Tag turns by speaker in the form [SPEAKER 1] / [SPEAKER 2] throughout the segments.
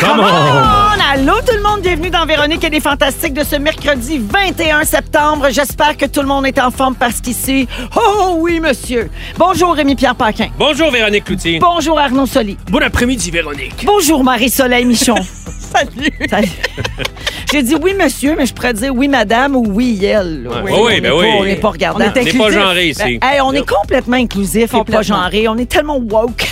[SPEAKER 1] Come on! Allô tout le monde, bienvenue dans Véronique et les Fantastiques de ce mercredi 21 septembre. J'espère que tout le monde est en forme parce qu'ici, oh oui monsieur. Bonjour Rémi-Pierre Paquin.
[SPEAKER 2] Bonjour Véronique Cloutier.
[SPEAKER 1] Bonjour Arnaud Soli.
[SPEAKER 2] Bon après-midi Véronique.
[SPEAKER 1] Bonjour Marie-Soleil Michon. Salut. J'ai dit oui monsieur, mais je pourrais dire oui madame ou oui elle. là.
[SPEAKER 2] Ouais. Oui, oui,
[SPEAKER 1] on
[SPEAKER 2] ben
[SPEAKER 1] est
[SPEAKER 2] oui.
[SPEAKER 1] pas- On n'est pas regardant.
[SPEAKER 2] On est On est pas inclusif. genré
[SPEAKER 1] Ben,
[SPEAKER 2] ici.
[SPEAKER 1] hey, on est complètement inclusif, on n'est pas genré. On est tellement woke.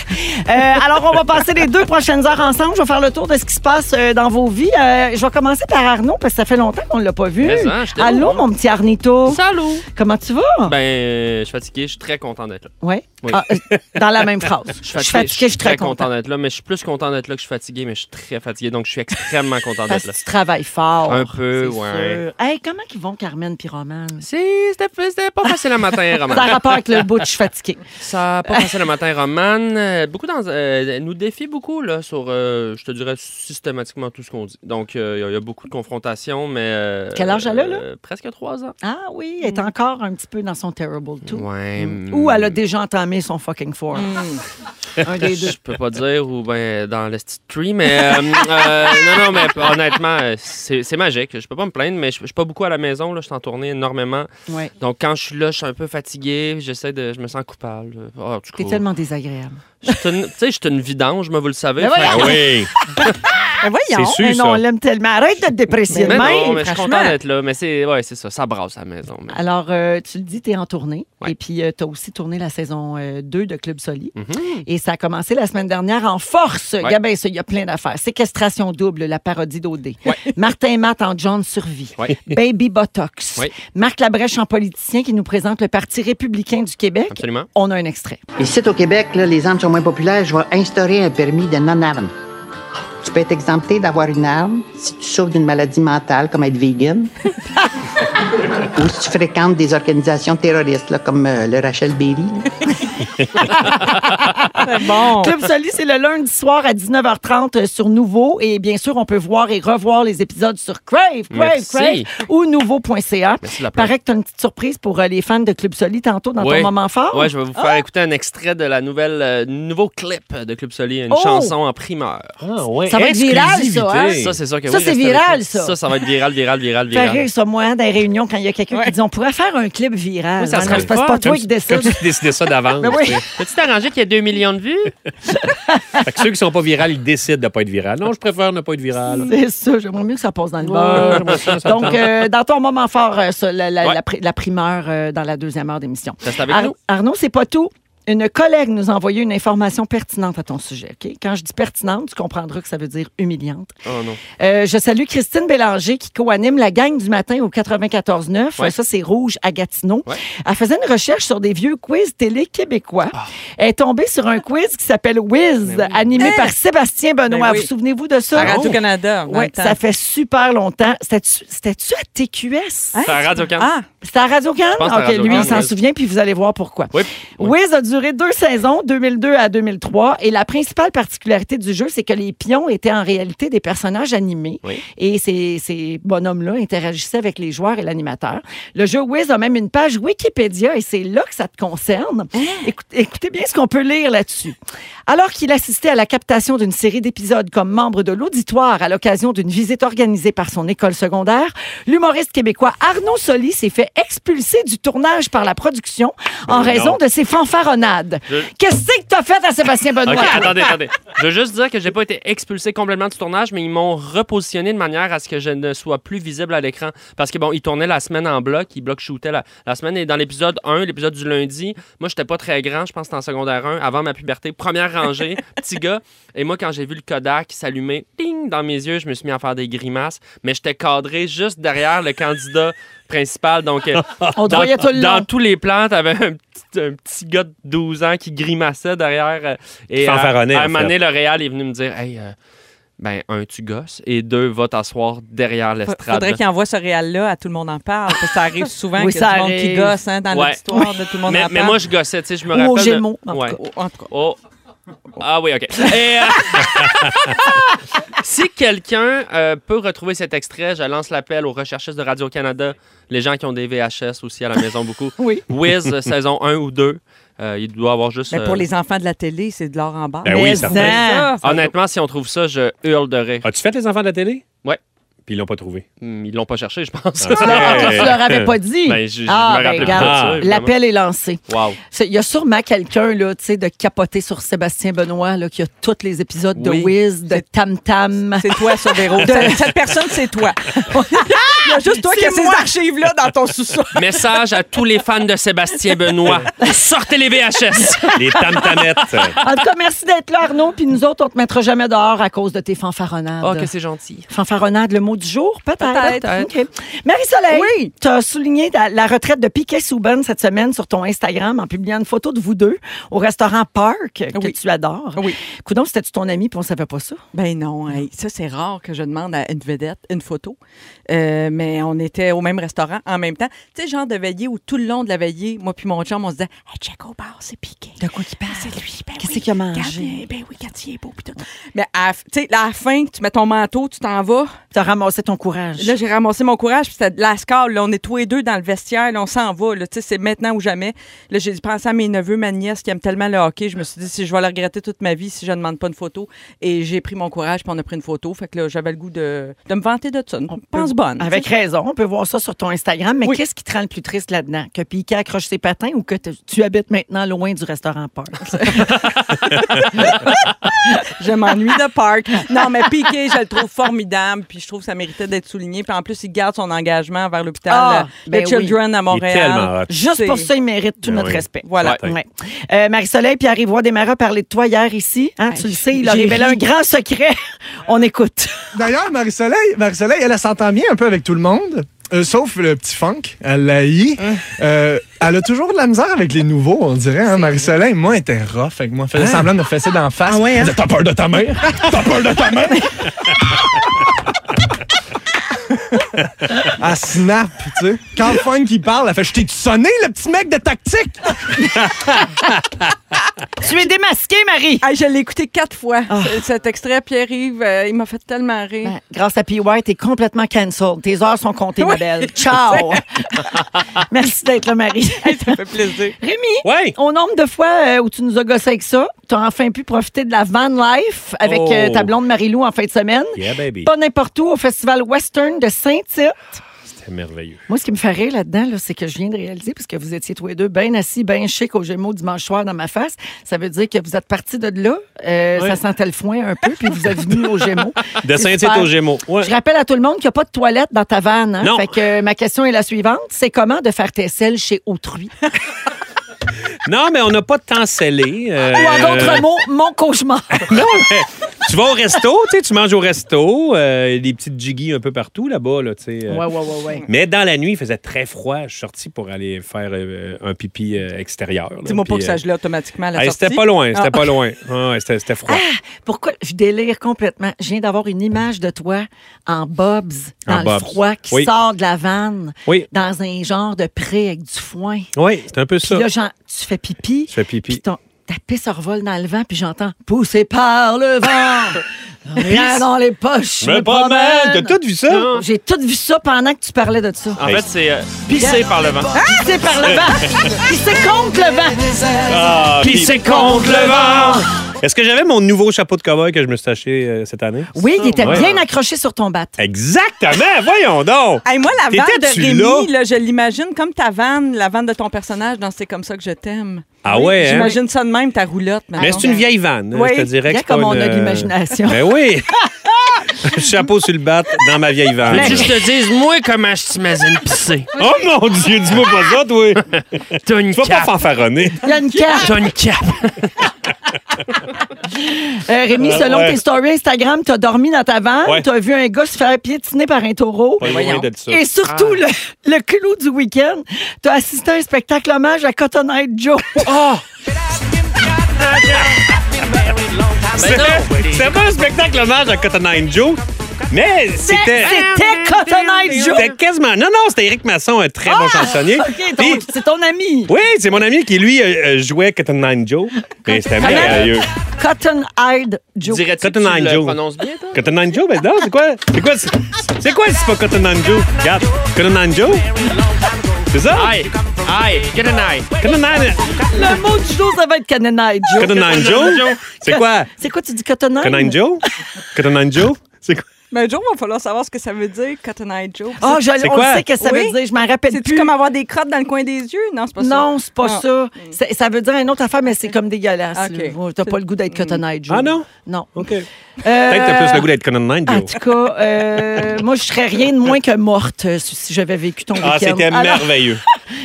[SPEAKER 1] Euh, alors, on va passer les deux prochaines heures ensemble. Je vais faire le tour de ce qui se passe euh, dans vos vies. Euh, je vais commencer par Arnaud, parce que ça fait longtemps qu'on ne l'a pas vu.
[SPEAKER 3] Mais, hein, j'étais
[SPEAKER 1] Allô,
[SPEAKER 3] où,
[SPEAKER 1] mon petit Arnito.
[SPEAKER 3] Salut!
[SPEAKER 1] Comment tu vas?
[SPEAKER 3] Ben, euh, je suis fatigué, je suis très content d'être là.
[SPEAKER 1] ouais.
[SPEAKER 3] oui.
[SPEAKER 1] Ah, euh, dans la même phrase. Je suis fatigué, je suis très
[SPEAKER 3] content
[SPEAKER 1] content.
[SPEAKER 3] d'être là, mais je suis plus content d'être là que je suis fatigué, mais je suis très fatigué, donc je suis extrêmement content
[SPEAKER 1] Parce
[SPEAKER 3] d'être
[SPEAKER 1] que
[SPEAKER 3] là.
[SPEAKER 1] tu travailles fort.
[SPEAKER 3] Un peu,
[SPEAKER 1] c'est
[SPEAKER 3] ouais.
[SPEAKER 1] sûr. Hey, comment ils vont, Carmen Pyroman?
[SPEAKER 3] C'est- C'était c'était pas facile le matin,
[SPEAKER 1] Ça a
[SPEAKER 3] Roman.
[SPEAKER 1] rapport avec le bout de je suis fatigué.
[SPEAKER 3] Ça a pas facile le matin, Roman. Euh, Beaucoup dans, euh, elle nous défie beaucoup là sur, euh, je te dirais systématiquement tout ce qu'on dit. Donc euh, il y a- il y, a beaucoup de confrontations, mais euh,
[SPEAKER 1] Quel âge elle a, là?
[SPEAKER 3] euh, Presque trois ans.
[SPEAKER 1] Ah oui, elle est encore un petit peu dans son terrible two.
[SPEAKER 3] Ouais.
[SPEAKER 1] Mm.
[SPEAKER 3] mm.
[SPEAKER 1] Ou elle a déjà entamé son fucking four. un des deux.
[SPEAKER 3] Je peux pas dire ou ben dans le petit tree, mais euh, euh, non, non, mais honnêtement, euh, c'est c'est magique. Je peux pas me plaindre, mais je je suis pas beaucoup à la maison. Là, je suis en tournée énormément.
[SPEAKER 1] Ouais.
[SPEAKER 3] Donc quand je suis là, je suis un peu fatigué. J'essaie de, je me sens coupable. Ah, du
[SPEAKER 1] T'es
[SPEAKER 3] coup,
[SPEAKER 1] tellement désagréable.
[SPEAKER 3] je suis une- Tu sais, je suis une vidange, mais vous le savez.
[SPEAKER 1] Ben
[SPEAKER 3] frère.
[SPEAKER 2] Ah oui.
[SPEAKER 1] Ben voyons,
[SPEAKER 2] C'est sûr,
[SPEAKER 1] mais non,
[SPEAKER 2] ça.
[SPEAKER 1] on l'aime tellement. Arrête de te déprécier
[SPEAKER 3] Mais
[SPEAKER 1] de
[SPEAKER 3] non,
[SPEAKER 1] même,
[SPEAKER 3] mais je suis
[SPEAKER 1] franchement.
[SPEAKER 3] content d'être là. Mais c'est ouais, c'est ça, ça brasse à la maison. mais-
[SPEAKER 1] Alors, euh, tu le dis, t'es en tournée.
[SPEAKER 3] Ouais.
[SPEAKER 1] Et puis, tu as aussi tourné la saison 2 de Club Soli.
[SPEAKER 3] Mhm.
[SPEAKER 1] Et ça a commencé la semaine dernière en force. Gabin, ça, il y a plein d'affaires. Séquestration double, la parodie d'OD. Martin et Matt en John Survie.
[SPEAKER 3] Ouais.
[SPEAKER 1] Baby Botox.
[SPEAKER 3] Ouais.
[SPEAKER 1] Marc Labrèche en politicien qui nous présente le Parti républicain du Québec.
[SPEAKER 3] Absolument.
[SPEAKER 1] On a un extrait.
[SPEAKER 4] Ici, au Québec, là, les armes sont moins populaires. Je vais instaurer un permis de non-arme. Tu peux être exempté d'avoir une arme si tu souffres d'une maladie mentale, comme être vegan, ou si tu fréquentes des organisations terroristes, là, comme euh, le Rachel Berry. là.
[SPEAKER 1] Bon. Club Soli, c'est le lundi soir à 19h30 euh, sur Nouveau. Et bien sûr, on peut voir et revoir les épisodes sur Crave, Crave,
[SPEAKER 3] Merci.
[SPEAKER 1] Crave ou nouveau.ca.
[SPEAKER 3] Merci de la plug.
[SPEAKER 1] Paraît que tu as une petite surprise pour euh, les fans de Club Soli tantôt dans
[SPEAKER 3] Ouais.
[SPEAKER 1] ton moment fort.
[SPEAKER 3] Ouais, je vais vous
[SPEAKER 1] Ah!
[SPEAKER 3] faire écouter un extrait de la nouvelle euh, nouveau clip de Club Soli, une
[SPEAKER 1] Oh!
[SPEAKER 3] chanson en primeur.
[SPEAKER 2] Ah oui.
[SPEAKER 1] Ça va être viral, ça, hein?
[SPEAKER 2] Exclusivité.
[SPEAKER 3] Ça, c'est sûr que
[SPEAKER 1] Ça,
[SPEAKER 3] oui,
[SPEAKER 1] c'est
[SPEAKER 3] restez avec
[SPEAKER 1] viral,
[SPEAKER 3] nous.
[SPEAKER 1] ça.
[SPEAKER 3] Ça, ça va être viral, viral, viral,
[SPEAKER 1] Fait
[SPEAKER 3] viral.
[SPEAKER 1] rire, ça, moi, hein, dans les réunions, quand il y a quelqu'un qui dit on pourrait faire un clip viral.
[SPEAKER 3] Oui, ça
[SPEAKER 1] Hein,
[SPEAKER 3] serait
[SPEAKER 1] non,
[SPEAKER 3] le
[SPEAKER 1] c'est pas- c'est
[SPEAKER 3] fun,
[SPEAKER 1] pas toi
[SPEAKER 2] Comme,
[SPEAKER 1] qui
[SPEAKER 2] si-
[SPEAKER 1] décides.
[SPEAKER 2] comme si tu décidais ça d'avance.
[SPEAKER 1] Mais oui.
[SPEAKER 2] tu sais.
[SPEAKER 3] Peux-tu t'arranger qu'il y a 2 millions de vues?
[SPEAKER 2] Fait que ceux qui sont pas virales, ils décident de pas être virales. Non, je préfère ne pas être viral.
[SPEAKER 1] C'est ça, j'aimerais mieux que ça passe dans le
[SPEAKER 2] Ouais,
[SPEAKER 1] beurre.
[SPEAKER 2] ouais, ça, ça
[SPEAKER 1] Donc,
[SPEAKER 2] tente.
[SPEAKER 1] euh, dans ton moment fort, euh, ça, la, la-
[SPEAKER 3] Ouais.
[SPEAKER 1] la pri- la primeur euh, dans la deuxième heure d'émission.
[SPEAKER 3] Reste avec
[SPEAKER 1] Ar-
[SPEAKER 3] nous.
[SPEAKER 1] Arnaud, c'est pas tout. Une collègue nous a envoyé une information pertinente à ton sujet. OK? Quand je dis pertinente, tu comprendras que ça veut dire humiliante.
[SPEAKER 3] Oh non.
[SPEAKER 1] Euh, je salue Christine Bélanger qui co-anime la gang du matin au 94.9.
[SPEAKER 3] Ouais.
[SPEAKER 1] Euh, Ça, c'est Rouge à Gatineau.
[SPEAKER 3] Ouais.
[SPEAKER 1] Elle faisait une recherche sur des vieux quiz télé québécois.
[SPEAKER 5] Ah.
[SPEAKER 1] Elle est tombée sur un quiz qui s'appelle Wiz, animé par Sébastien Benoît.
[SPEAKER 5] Ben oui.
[SPEAKER 1] Vous souvenez-vous de ça?
[SPEAKER 5] À Radio-Canada. dans
[SPEAKER 1] Oui,
[SPEAKER 5] le temps.
[SPEAKER 1] ça fait super longtemps. C'était-tu c'était-tu à TQS?
[SPEAKER 3] C'est à Radio Can.
[SPEAKER 5] Ah,
[SPEAKER 1] C'était à radio can
[SPEAKER 3] pense que c'était à
[SPEAKER 1] OK, lui, il
[SPEAKER 3] Radio-Can,
[SPEAKER 1] s'en
[SPEAKER 3] Wiz.
[SPEAKER 1] souvient, puis vous allez voir pourquoi.
[SPEAKER 3] Oui.
[SPEAKER 1] Wiz a duré deux saisons, 2002 à 2003, et la principale particularité du jeu, c'est que les pions étaient en réalité des personnages animés,
[SPEAKER 3] Oui.
[SPEAKER 1] et ces, ces bonhommes-là interagissaient avec les joueurs et l'animateur. Le jeu Wiz a même une page Wikipédia, et c'est là que ça te concerne. Écoute- écoutez bien ce qu'on peut lire là-dessus. Alors qu'il assistait à la captation d'une série d'épisodes comme membre de l'auditoire à l'occasion d'une visite organisée par son école secondaire, l'humoriste québécois Arnaud Soli s'est fait expulser du tournage par la production en
[SPEAKER 2] Mais
[SPEAKER 1] raison
[SPEAKER 2] non.
[SPEAKER 1] de ses fanfaronnades.
[SPEAKER 3] Ben Je-
[SPEAKER 1] Qu'est-ce que t'as fait à Sébastien Benoît?
[SPEAKER 3] OK, attendez, attendez. Je veux juste dire que j'ai pas été expulsé complètement du tournage, mais ils m'ont repositionné de manière à ce que je ne sois plus visible à l'écran. Parce que bon, ils tournaient la semaine en bloc, ils bloc shootaient la, la semaine. Et dans l'épisode 1, l'épisode du lundi, moi j'étais pas très grand, je pense que c'était en secondaire 1, avant ma puberté, première rangée, petit gars. Et moi, quand j'ai vu le Kodak s'allumer, ding, dans mes yeux, je me suis mis à faire des grimaces. Mais j'étais cadré juste derrière le candidat principal. Donc, euh,
[SPEAKER 1] On te
[SPEAKER 3] dans,
[SPEAKER 1] voyait tout le
[SPEAKER 3] dans
[SPEAKER 1] long.
[SPEAKER 3] tous les plans, t'avais un petit, un petit gars de 12 ans qui grimaçait derrière. euh,
[SPEAKER 2] Qui
[SPEAKER 3] et euh,
[SPEAKER 2] fanfaronnait,
[SPEAKER 3] à
[SPEAKER 2] en
[SPEAKER 3] un moment
[SPEAKER 2] fait.
[SPEAKER 3] donné, le Réal est venu me dire Hey, euh, ben, un, tu gosses, et deux, va t'asseoir derrière
[SPEAKER 5] Fa-
[SPEAKER 3] l'estrade.
[SPEAKER 5] Faudrait qu'il envoie ce réel-là à Tout le monde en parle. parce que ça arrive souvent
[SPEAKER 1] Oui,
[SPEAKER 5] qu'il y a
[SPEAKER 1] ça
[SPEAKER 5] du monde qui
[SPEAKER 1] arrive.
[SPEAKER 5] gosse hein, dans
[SPEAKER 3] Ouais.
[SPEAKER 5] l'histoire de Tout le monde en
[SPEAKER 3] mais,
[SPEAKER 5] parle.
[SPEAKER 3] mais moi, je gossais, tu sais, je me
[SPEAKER 1] Ou
[SPEAKER 3] rappelle.
[SPEAKER 1] aux
[SPEAKER 3] de-
[SPEAKER 1] Gémeaux, en tout
[SPEAKER 3] Ouais.
[SPEAKER 1] cas.
[SPEAKER 5] Oh, en tout cas.
[SPEAKER 3] Oh. Ah oui, OK. Et, euh, si quelqu'un euh, peut retrouver cet extrait, je lance l'appel aux recherchistes de Radio-Canada, les gens qui ont des VHS aussi à la maison beaucoup.
[SPEAKER 1] Oui.
[SPEAKER 3] Wiz, euh, saison 1 ou 2, euh, il doit avoir juste...
[SPEAKER 5] Mais Ben, pour
[SPEAKER 3] euh,
[SPEAKER 5] les enfants de la télé, c'est de l'or en barre.
[SPEAKER 2] Ben oui,
[SPEAKER 5] Mais
[SPEAKER 2] certain.
[SPEAKER 5] ça, ça-
[SPEAKER 3] Honnêtement, si on trouve ça, je hurle de rire.
[SPEAKER 2] As-tu fait les enfants de la télé?
[SPEAKER 3] Ouais.
[SPEAKER 2] Puis ils l'ont pas trouvé.
[SPEAKER 3] Hum, Ils l'ont pas cherché, je pense.
[SPEAKER 2] Ah.
[SPEAKER 1] Tu leur, tu leur avais pas dit.
[SPEAKER 3] Ben, je- je
[SPEAKER 1] ah,
[SPEAKER 3] me
[SPEAKER 1] ben,
[SPEAKER 3] rappelais
[SPEAKER 1] regarde,
[SPEAKER 3] pas de ça, évidemment.
[SPEAKER 1] L'appel est lancé.
[SPEAKER 3] Wow.
[SPEAKER 1] C'est- Il y a sûrement quelqu'un là, tu sais, de capoter sur Sébastien Benoît là, qui a tous les épisodes
[SPEAKER 3] Oui.
[SPEAKER 1] de Wiz, de Tam Tam.
[SPEAKER 5] C'est toi, ça, Véro. Cette- Cette personne, c'est toi. Il y a juste toi qui as ces archives-là dans ton sous-sol.
[SPEAKER 3] Message à tous les fans de Sébastien Benoît. Sortez les VHS!
[SPEAKER 2] Les tam-tamettes.
[SPEAKER 1] En tout cas, merci d'être là, Arnaud. Puis nous autres, on te mettra jamais dehors à cause de tes fanfaronnades.
[SPEAKER 3] Oh, que c'est gentil.
[SPEAKER 1] Fanfaronnade, le mot du jour, peut-être.
[SPEAKER 5] Ah, Peut-être.
[SPEAKER 1] OK. Marie-Soleil,
[SPEAKER 5] Oui.
[SPEAKER 1] tu as souligné ta- la retraite de Piquet Souben cette semaine sur ton Instagram en publiant une photo de vous deux au restaurant Park que
[SPEAKER 5] Oui.
[SPEAKER 1] tu adores.
[SPEAKER 5] Oui.
[SPEAKER 1] Coudon, c'était-tu ton ami puis on savait pas ça?
[SPEAKER 5] Ben non, hey, ça c'est rare que je demande à une vedette une photo. Euh, mais on était au même restaurant en même temps. Tu sais, genre de veillée où tout le long de la veillée, moi puis mon chum, on se disait Hey, check au bar, c'est piqué.
[SPEAKER 1] De quoi qu'il parle?
[SPEAKER 5] C'est lui, ben
[SPEAKER 1] Qu'est-ce
[SPEAKER 5] oui.
[SPEAKER 1] qu'il a
[SPEAKER 5] Regarde,
[SPEAKER 1] mangé?
[SPEAKER 5] Ben oui, quand il est beau, pis tout. Mais à, la f- tu sais, à la fin, tu mets ton manteau, tu t'en vas.
[SPEAKER 1] Tu as ramassé ton courage.
[SPEAKER 5] Là, j'ai ramassé mon courage, puis c'était de la scale. Là, on est tous les deux dans le vestiaire, là, on s'en va. Là, tu sais, c'est maintenant ou jamais. Là, j'ai pensé à mes neveux, ma nièce qui aiment tellement le hockey. Je me suis dit, si je vais le regretter toute ma vie si je ne demande pas une photo. Et j'ai pris mon courage, puis on a pris une photo. Fait que là, j'avais le goût de, de me vanter de ça. Une pense bonne. tu sais.
[SPEAKER 1] Avec raison, on peut voir ça sur ton Instagram, mais
[SPEAKER 5] Oui.
[SPEAKER 1] qu'est-ce qui te rend le plus triste là-dedans? Que Piquet accroche ses patins ou que tu- tu habites maintenant loin du restaurant Park?
[SPEAKER 5] Je m'ennuie de Park. Non, mais Piqué, je le trouve formidable, puis je trouve que ça méritait d'être souligné. Puis en plus, il garde son engagement vers l'hôpital
[SPEAKER 1] Ah,
[SPEAKER 5] euh,
[SPEAKER 1] ben
[SPEAKER 5] de
[SPEAKER 1] oui.
[SPEAKER 5] Children
[SPEAKER 2] Il
[SPEAKER 5] à
[SPEAKER 2] est tellement
[SPEAKER 5] Montréal.
[SPEAKER 2] hot.
[SPEAKER 1] Juste
[SPEAKER 5] C'est-
[SPEAKER 1] pour ça, il mérite tout
[SPEAKER 2] Ben
[SPEAKER 1] notre
[SPEAKER 2] oui.
[SPEAKER 1] respect.
[SPEAKER 5] Voilà.
[SPEAKER 2] Ouais.
[SPEAKER 1] Ouais. Euh, Marie-Soleil, puis Arrivois Desmarais a parlé de toi hier ici. Hein, tu le sais, il a
[SPEAKER 5] j'ai
[SPEAKER 1] révélé
[SPEAKER 5] ri.
[SPEAKER 1] un grand secret. On écoute.
[SPEAKER 6] D'ailleurs, Marie-Soleil, Marie-Soleil, elle, elle s'entend bien un peu avec tout le monde. euh, sauf le petit funk, elle l'a haï. Euh, elle a toujours de la misère avec les nouveaux, on dirait. Hein? Marie-Soleil, moi, elle était rough avec moi. Elle faisait semblant de me fesser d'en face. Elle disait, T'as peur de ta mère? T'as peur de ta mère? elle snap, tu sais. Quand le funk, il parle, elle fait Je t'ai sonné, le petit mec de tactique?
[SPEAKER 1] Tu es démasqué, Marie.
[SPEAKER 5] Hey, je l'ai écouté quatre fois, ce- cet extrait. Pierre-Yves, euh, il m'a fait tellement rire.
[SPEAKER 1] Ah. Ben, grâce à P. White, t'es complètement cancelled. Tes heures sont comptées, ma
[SPEAKER 5] Oui.
[SPEAKER 1] belle. Ciao. Merci d'être là, Marie.
[SPEAKER 5] Ça fait plaisir.
[SPEAKER 1] Rémi,
[SPEAKER 2] Ouais.
[SPEAKER 1] au nombre de fois euh, où tu nous as gossé avec ça, t'as enfin pu profiter de la van life avec
[SPEAKER 2] Oh.
[SPEAKER 1] euh, ta blonde Marie-Lou en fin de semaine.
[SPEAKER 2] Yeah, baby.
[SPEAKER 1] Pas n'importe où, au Festival Western de Saint-Tite.
[SPEAKER 2] C'était merveilleux.
[SPEAKER 1] Moi, ce qui me fait rire là-dedans, là, c'est que je viens de réaliser, puisque vous étiez tous les deux bien assis, bien chic au Gémeaux dimanche soir dans ma face, ça veut dire que vous êtes partis de là, euh, ça sentait le foin un peu, puis vous êtes venus au Gémeaux.
[SPEAKER 2] De
[SPEAKER 1] C'est
[SPEAKER 2] Saint-Tite
[SPEAKER 1] super.
[SPEAKER 2] aux Gémeaux. Ouais.
[SPEAKER 1] Je rappelle à tout le monde qu'il n'y a pas de toilette dans ta vanne. hein.
[SPEAKER 2] Non.
[SPEAKER 1] Fait que euh, ma question est la suivante. C'est comment de faire tes selles chez autrui?
[SPEAKER 2] Non, mais on n'a pas de temps scellé. euh,
[SPEAKER 1] Ou en d'autres mots, mon cauchemar.
[SPEAKER 2] Non, mais tu vas au resto, tu sais, tu manges au resto, euh, il y a des petites jiggies un peu partout là-bas, là, tu sais. euh.
[SPEAKER 1] ouais, ouais, ouais.
[SPEAKER 2] Mais dans la nuit, il faisait très froid. Je suis sorti pour aller faire euh, un pipi euh, extérieur. là.
[SPEAKER 5] Dis-moi pas
[SPEAKER 2] Puis,
[SPEAKER 5] que ça
[SPEAKER 2] euh,
[SPEAKER 5] gelait automatiquement à la
[SPEAKER 2] hey,
[SPEAKER 5] sortie.
[SPEAKER 2] c'était pas loin, c'était
[SPEAKER 5] Ah.
[SPEAKER 2] pas loin. Ah, ouais, c'était c'était froid.
[SPEAKER 1] Pourquoi je délire complètement? Je viens d'avoir une image de toi en bobs, dans
[SPEAKER 2] En
[SPEAKER 1] le
[SPEAKER 2] bobs.
[SPEAKER 1] froid, qui
[SPEAKER 2] Oui.
[SPEAKER 1] sort de la vanne,
[SPEAKER 2] Oui,
[SPEAKER 1] dans un genre de pré avec du foin.
[SPEAKER 2] oui, c'était un peu ça.
[SPEAKER 1] Puis là, genre, tu fais pipi.
[SPEAKER 2] Je fais pipi.
[SPEAKER 1] Puis ton, ta pisse revole dans le vent, puis j'entends pousser par le vent. Rien dans les poches.
[SPEAKER 2] Je me promène. T'as tout
[SPEAKER 7] Ah!
[SPEAKER 2] Ah. vu ça?
[SPEAKER 1] J'ai tout vu ça pendant que tu parlais de ça.
[SPEAKER 3] En
[SPEAKER 2] Hey.
[SPEAKER 3] fait, c'est euh, pisser par le vent.
[SPEAKER 1] Pisser par le vent. Pisser contre le vent.
[SPEAKER 2] Ah,
[SPEAKER 3] Pisser contre le vent!
[SPEAKER 2] Est-ce que j'avais mon nouveau chapeau de cowboy que je me suis acheté euh, cette année?
[SPEAKER 1] Oui, il était
[SPEAKER 2] Ouais.
[SPEAKER 1] bien accroché sur ton bat.
[SPEAKER 2] Exactement! Voyons donc!
[SPEAKER 5] Hey, moi, la vanne de
[SPEAKER 2] T'étais-tu
[SPEAKER 5] Rémi, là, je l'imagine comme ta vanne, la vanne de ton personnage dans C'est comme ça que je t'aime.
[SPEAKER 2] Ah ouais, hein?
[SPEAKER 5] J'imagine ça de même, ta roulotte.
[SPEAKER 2] Mais
[SPEAKER 5] mettons.
[SPEAKER 2] c'est une vieille vanne. hein,
[SPEAKER 5] Oui,
[SPEAKER 2] je te dirais que
[SPEAKER 1] regarde
[SPEAKER 2] c'est pas
[SPEAKER 1] comme on
[SPEAKER 2] une,
[SPEAKER 1] a de
[SPEAKER 2] euh,
[SPEAKER 1] l'imagination.
[SPEAKER 2] Ben oui! Chapeau sur le bat dans ma vieille vanne.
[SPEAKER 3] Veux-tu que je te dise, moi, comment je t'imagine pisser?
[SPEAKER 2] Oh mon Dieu, dis-moi pas ça, toi!
[SPEAKER 3] T'as une
[SPEAKER 2] Tu vas pas
[SPEAKER 3] cape.
[SPEAKER 2] fanfaronner.
[SPEAKER 1] Il y a une carte.
[SPEAKER 3] T'as une cape.
[SPEAKER 1] Euh, Rémi,
[SPEAKER 2] Ouais,
[SPEAKER 1] selon
[SPEAKER 2] ouais.
[SPEAKER 1] tes stories Instagram, t'as dormi dans ta vanne,
[SPEAKER 2] Ouais.
[SPEAKER 1] t'as vu un gars se faire piétiner par un taureau.
[SPEAKER 5] Ben
[SPEAKER 2] Pas loin de ça.
[SPEAKER 1] Et surtout,
[SPEAKER 5] Ah.
[SPEAKER 1] le, le clou du week-end, t'as assisté à un spectacle hommage à Cotton Eye Joe.
[SPEAKER 3] Oh! Ben non!
[SPEAKER 2] C'était c'était pas un spectacle hommage à Cotton Eye Joe, mais c'était.
[SPEAKER 1] C'était Cotton Eye Joe. Ah!
[SPEAKER 2] C'était quasiment. Non, non, c'était Eric Masson, un très bon chansonnier.
[SPEAKER 1] OK,
[SPEAKER 2] Puis-
[SPEAKER 1] ton- c'est ton ami.
[SPEAKER 2] oui, c'est mon ami qui, lui, euh, euh, jouait Cotton Eye Joe. Mais c'était
[SPEAKER 1] Comment?
[SPEAKER 2] merveilleux.
[SPEAKER 1] Cotton Eyed Joe.
[SPEAKER 3] Dirais-tu que tu
[SPEAKER 2] Cotton Eye
[SPEAKER 3] le
[SPEAKER 2] Joe.
[SPEAKER 3] prononces bien, toi?
[SPEAKER 2] Cotton Eye Joe, ben non, c'est quoi? C'est quoi, c'est- c'est quoi si c'est pas Cotton Eye Joe? Regarde, Cotton Eye Joe? C'est ça?
[SPEAKER 3] Aïe! Aïe! Get an eye!
[SPEAKER 2] Cotton Eye
[SPEAKER 1] Le mot du jour, ça va être Cotton Eyed Joe.
[SPEAKER 2] Cotton Eye Joe? C'est quoi?
[SPEAKER 1] C'est quoi, tu dis Cotton Eye?
[SPEAKER 2] Cotton Eye Joe? Cotton Eye Joe? C'est quoi?
[SPEAKER 5] Mais un jour, il va falloir savoir ce que ça veut dire, Cotton Eye Joe.
[SPEAKER 1] Ah, je-
[SPEAKER 2] C'est
[SPEAKER 1] on
[SPEAKER 2] quoi?
[SPEAKER 1] sait que ça
[SPEAKER 5] Oui.
[SPEAKER 1] veut dire. Je m'en rappelle
[SPEAKER 5] C'est-tu
[SPEAKER 1] plus.
[SPEAKER 5] comme avoir des crottes dans le coin des yeux? Non, c'est pas ça.
[SPEAKER 1] Non, c'est pas
[SPEAKER 5] Ah.
[SPEAKER 1] ça. C'est- Ça veut dire une autre affaire, mais c'est comme dégueulasse.
[SPEAKER 5] OK. Mm.
[SPEAKER 1] là. Moi, T'as pas le goût d'être Cotton Eye Joe.
[SPEAKER 2] Ah non?
[SPEAKER 1] Non.
[SPEAKER 2] OK. Peut-être que t'as plus le goût d'être Cotton Eye
[SPEAKER 1] En
[SPEAKER 2] Joe.
[SPEAKER 1] tout cas, euh, moi, je serais rien de moins que morte euh, si si j'avais vécu ton
[SPEAKER 2] Ah,
[SPEAKER 1] week-end.
[SPEAKER 2] c'était
[SPEAKER 1] Alors,
[SPEAKER 2] merveilleux.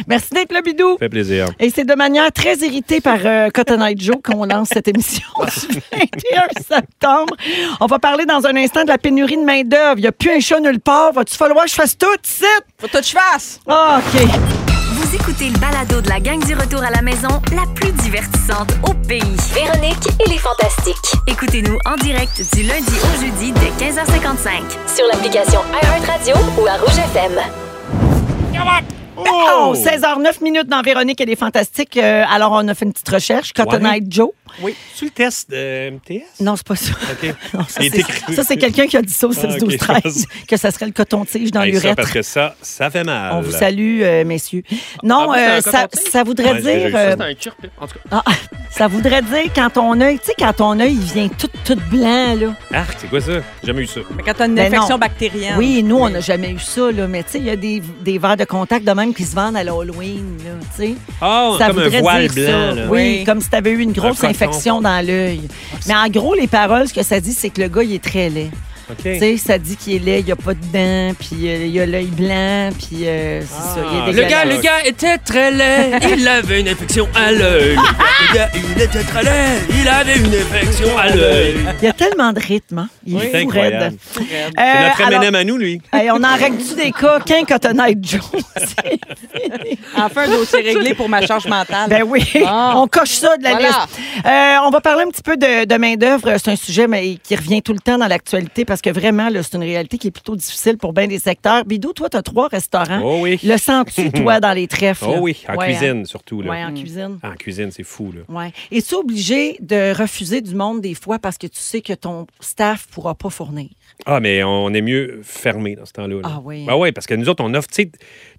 [SPEAKER 1] Merci d'être le bidou.
[SPEAKER 2] fait plaisir.
[SPEAKER 1] Et c'est de manière très irritée par euh, Cotton Eye Joe qu'on lance cette émission du 21 septembre. On va parler dans un instant de la pénurie de main-d'œuvre. Il n'y a plus un chat nulle part. Va-tu falloir que je fasse tout, c'est?
[SPEAKER 5] Faut que tu fasses!
[SPEAKER 1] Ah, OK.
[SPEAKER 8] Vous écoutez le balado de la gang du retour à la maison, la plus divertissante au pays.
[SPEAKER 9] Véronique et les Fantastiques.
[SPEAKER 8] Écoutez-nous en direct du lundi au jeudi dès 15h55.
[SPEAKER 9] Sur l'application iHeartRadio ou à Rouge FM.
[SPEAKER 1] Oh, 16h09 minutes dans Véronique et les Fantastiques. Euh, alors, on a fait une petite recherche. Cotton
[SPEAKER 2] Ouais.
[SPEAKER 1] Eye Joe.
[SPEAKER 2] Oui. Tu le euh, test de MTS?
[SPEAKER 1] Non, c'est pas ça.
[SPEAKER 2] OK.
[SPEAKER 1] Non, ça,
[SPEAKER 2] Il est
[SPEAKER 1] c'est-
[SPEAKER 2] écrit.
[SPEAKER 1] ça, c'est quelqu'un qui a dit ça au 6
[SPEAKER 2] Ah, ok.
[SPEAKER 1] 12 13 que ça serait le coton-tige dans
[SPEAKER 2] Hey, ça,
[SPEAKER 1] l'urètre.
[SPEAKER 2] parce que ça, ça fait mal.
[SPEAKER 1] On vous salue, euh, messieurs. Non,
[SPEAKER 3] Ah, oui, c'est un
[SPEAKER 1] euh, ça,
[SPEAKER 3] coton-tige?
[SPEAKER 1] ça voudrait
[SPEAKER 2] Ouais, j'ai
[SPEAKER 1] dire...
[SPEAKER 2] vu ça,
[SPEAKER 1] euh,
[SPEAKER 3] C'est un turpin. En tout cas,
[SPEAKER 1] Ah, ça voudrait dire quand ton œil, tu sais, quand ton œil, il vient tout, tout blanc, là.
[SPEAKER 2] Arc, Ah, c'est quoi ça? J'ai jamais eu ça.
[SPEAKER 5] Mais quand t'as une
[SPEAKER 1] Ben
[SPEAKER 5] infection
[SPEAKER 1] non.
[SPEAKER 5] bactérienne.
[SPEAKER 1] Oui, nous, on n'a jamais eu ça, là, mais tu sais, il y a des, des verres de contact de même qui se vendent à l'Halloween, là, tu sais.
[SPEAKER 2] Ah,
[SPEAKER 1] Ça
[SPEAKER 2] comme un
[SPEAKER 1] voudrait
[SPEAKER 2] voile
[SPEAKER 1] dire
[SPEAKER 2] blanc.
[SPEAKER 1] ça.
[SPEAKER 2] là.
[SPEAKER 1] Oui,
[SPEAKER 5] Oui.
[SPEAKER 1] comme si tu avais eu une grosse
[SPEAKER 2] coton.
[SPEAKER 1] infection dans l'œil. Mais en gros, les paroles, ce que ça dit, c'est que le gars, il est très laid.
[SPEAKER 2] OK.
[SPEAKER 1] Tu sais, ça dit qu'il est laid, il n'y a pas de dents, puis euh, il y a l'œil blanc, puis euh, c'est
[SPEAKER 2] Ah,
[SPEAKER 1] ça, il est
[SPEAKER 2] le
[SPEAKER 3] le
[SPEAKER 1] dégueulasse.
[SPEAKER 3] gars, le gars était très laid. Il avait une infection à l'œil. Le gars, il était très laid. Il avait une infection à l'œil.
[SPEAKER 1] Il y a tellement de rythme, hein. Il
[SPEAKER 2] Oui.
[SPEAKER 1] est fou,
[SPEAKER 2] C'est incroyable.
[SPEAKER 1] raide.
[SPEAKER 2] C'est
[SPEAKER 1] Euh,
[SPEAKER 2] notre
[SPEAKER 1] alors-
[SPEAKER 2] M&M à nous, lui.
[SPEAKER 1] Hey, on en règle-tu des cas qu'un Cotton Eye Joe?
[SPEAKER 5] Enfin, un dossier réglé pour ma charge mentale.
[SPEAKER 1] ben oui,
[SPEAKER 5] Ah.
[SPEAKER 1] on coche ça de la
[SPEAKER 5] Voilà.
[SPEAKER 1] liste. Euh, on va parler un petit peu de, de main-d'œuvre. C'est un sujet mais, qui revient tout le temps dans l'actualité parce que vraiment, là, c'est une réalité qui est plutôt difficile pour bien des secteurs. Bidou, toi, tu as trois restaurants.
[SPEAKER 2] Oh oui.
[SPEAKER 1] Le sens-tu, toi, dans les trèfles?
[SPEAKER 2] Oh oui, en
[SPEAKER 1] Ouais,
[SPEAKER 2] cuisine surtout.
[SPEAKER 1] hein?
[SPEAKER 2] Là. Mm. Ah,
[SPEAKER 1] Ouais, en cuisine.
[SPEAKER 2] En cuisine, c'est fou. Là.
[SPEAKER 1] Ouais. Es-tu obligé de refuser du monde des fois parce que tu sais que ton staff ne pourra pas fournir?
[SPEAKER 2] Ah, mais on est mieux fermé dans ce temps-là. là.
[SPEAKER 1] Ah oui.
[SPEAKER 2] Ah oui, parce que nous autres, on offre, tu sais,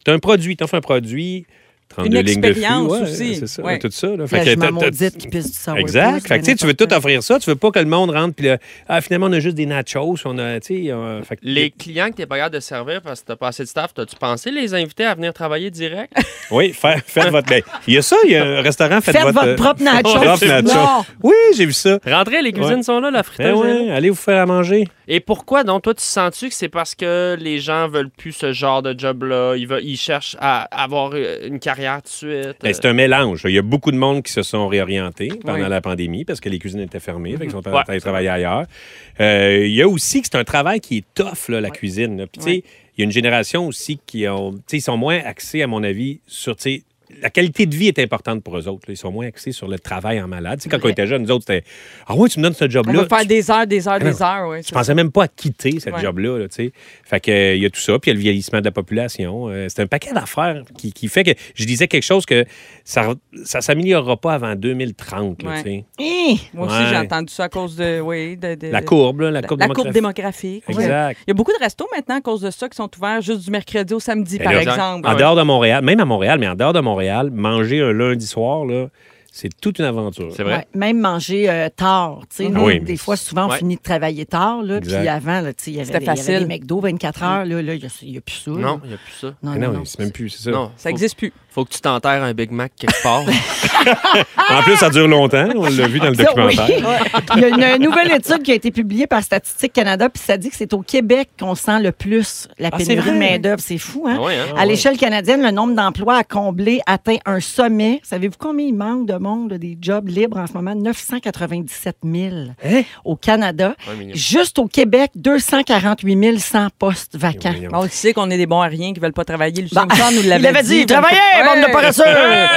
[SPEAKER 2] t'as un produit, t'offres un produit, 32
[SPEAKER 5] Une
[SPEAKER 2] lignes de fût.
[SPEAKER 5] expérience
[SPEAKER 2] ouais,
[SPEAKER 5] aussi.
[SPEAKER 2] C'est ça,
[SPEAKER 5] Ouais.
[SPEAKER 2] tout ça. Là.
[SPEAKER 1] Là, je
[SPEAKER 2] t'as-
[SPEAKER 1] m'en
[SPEAKER 2] t'as-
[SPEAKER 1] maudite qui pisse du sourdough,
[SPEAKER 2] Exact. Fait que, tu sais, tu veux
[SPEAKER 1] n'importe
[SPEAKER 2] tout offrir ça. Tu veux pas que le monde rentre puis là, ah, finalement, on a juste des nachos. On a, tu sais, euh, fait que-
[SPEAKER 3] Les clients que t'es pas capable de servir parce que t'as pas assez de staff, t'as-tu pensé les inviter à venir travailler direct?
[SPEAKER 2] Oui, faire- faites votre. ben, Il y a ça, il y a un restaurant, faites,
[SPEAKER 1] Faites votre propre nacho.
[SPEAKER 2] votre euh, propre nacho.
[SPEAKER 1] Non.
[SPEAKER 2] Oui, j'ai vu ça.
[SPEAKER 3] Rentrez, les cuisines
[SPEAKER 2] Ouais.
[SPEAKER 3] sont là,
[SPEAKER 2] Ben
[SPEAKER 3] la friteuse. est là.
[SPEAKER 2] ouais, allez vous faire à manger.
[SPEAKER 3] Et pourquoi donc toi tu sens-tu que c'est parce que les gens veulent plus ce genre de job là, ils, veulent- ils cherchent à avoir euh, une carrière tout de suite.
[SPEAKER 2] Ben, c'est un mélange. Il y a beaucoup de monde qui se sont réorientés pendant
[SPEAKER 5] Oui.
[SPEAKER 2] la pandémie parce que les cuisines étaient fermées, fait qu'ils sont
[SPEAKER 3] Ouais.
[SPEAKER 2] allés travailler ailleurs. Euh, il y a aussi que c'est un travail qui est tough, là, la cuisine. là. Puis, tu sais, il y a une génération aussi qui ont, tu sais, ils sont moins axés, à mon avis, sur, tu sais, la qualité de vie est importante pour eux autres. là. Ils sont moins axés sur le travail en malade. Tu sais, quand on était jeunes, nous autres, c'était Ah ouais, tu me donnes ce
[SPEAKER 5] On va
[SPEAKER 2] job-là.
[SPEAKER 5] faire
[SPEAKER 2] Tu-
[SPEAKER 5] des heures, des heures,
[SPEAKER 2] Ah non.
[SPEAKER 5] des heures. Ouais,
[SPEAKER 2] Je pensais même pas à quitter ce
[SPEAKER 5] Ouais.
[SPEAKER 2] job-là. là, tu sais. fait que, euh, il y a tout ça, puis il y a le vieillissement de la population. Euh, c'est un paquet d'affaires qui, qui fait que je disais quelque chose que ça ne s'améliorera pas avant 2030. là,
[SPEAKER 5] Ouais.
[SPEAKER 2] tu sais.
[SPEAKER 1] Hi!
[SPEAKER 5] Moi aussi,
[SPEAKER 2] Ouais.
[SPEAKER 5] j'ai entendu ça à cause de. Oui, de, de-
[SPEAKER 2] La
[SPEAKER 5] de-
[SPEAKER 2] courbe, là, la
[SPEAKER 5] la-
[SPEAKER 2] courbe
[SPEAKER 5] la courbe
[SPEAKER 2] démographique.
[SPEAKER 5] démographique. ouais.
[SPEAKER 2] Exact.
[SPEAKER 5] Il y a beaucoup de restos maintenant à cause de ça qui sont ouverts juste du mercredi au samedi,
[SPEAKER 2] Ben
[SPEAKER 5] par
[SPEAKER 2] là,
[SPEAKER 5] exemple.
[SPEAKER 2] En
[SPEAKER 3] Ouais.
[SPEAKER 2] dehors de Montréal, même à Montréal, mais en dehors de Montréal, manger un lundi soir, là, c'est toute une aventure.
[SPEAKER 3] C'est vrai. Ah
[SPEAKER 1] Ouais, même manger euh, tard. tu sais,
[SPEAKER 2] Mhm.
[SPEAKER 1] nous,
[SPEAKER 2] Oui, mais
[SPEAKER 1] des fois, souvent, on
[SPEAKER 3] Ouais.
[SPEAKER 1] finit de travailler tard. Là,
[SPEAKER 2] Exact.
[SPEAKER 1] puis avant, là, tu sais, il y avait
[SPEAKER 5] C'était
[SPEAKER 1] il y avait
[SPEAKER 5] facile.
[SPEAKER 1] les McDo 24 heures. Là, là, il n'y a, plus ça. là.
[SPEAKER 3] Non, il n'y a plus ça.
[SPEAKER 1] Non,
[SPEAKER 2] Mais
[SPEAKER 1] non,
[SPEAKER 2] non,
[SPEAKER 1] non.
[SPEAKER 2] c'est même plus, c'est ça.
[SPEAKER 3] Non,
[SPEAKER 5] Ça
[SPEAKER 3] faut-
[SPEAKER 5] n'existe plus.
[SPEAKER 3] Faut que tu t'enterres un Big Mac quelque part.
[SPEAKER 2] En plus, ça dure longtemps. On l'a vu dans le
[SPEAKER 1] Ça,
[SPEAKER 2] documentaire.
[SPEAKER 1] Ah! oui. Il y a une, nouvelle étude qui a été publiée par Statistique Canada, puis ça dit que c'est au Québec qu'on sent le plus la
[SPEAKER 2] Ah, c'est
[SPEAKER 1] pénurie de
[SPEAKER 2] vrai?
[SPEAKER 1] main-d'œuvre. C'est fou, hein?
[SPEAKER 3] Ah ouais, hein?
[SPEAKER 1] À l'échelle canadienne, le nombre d'emplois à combler atteint un sommet. Savez-vous combien il manque de monde, là, des jobs libres en ce moment, 997 000
[SPEAKER 6] Hein?
[SPEAKER 1] au Canada.
[SPEAKER 3] Un million.
[SPEAKER 1] Juste au Québec, 248 100 postes vacants.
[SPEAKER 2] voyons.
[SPEAKER 5] Bon, tu sais qu'on est des bons à rien qui veulent pas travailler. Le
[SPEAKER 1] Bon,
[SPEAKER 5] Simpson nous l'avait
[SPEAKER 1] Bah, il avait dit,
[SPEAKER 5] dans le-
[SPEAKER 1] travaillez, bande de
[SPEAKER 5] Ouais.
[SPEAKER 1] paresseux!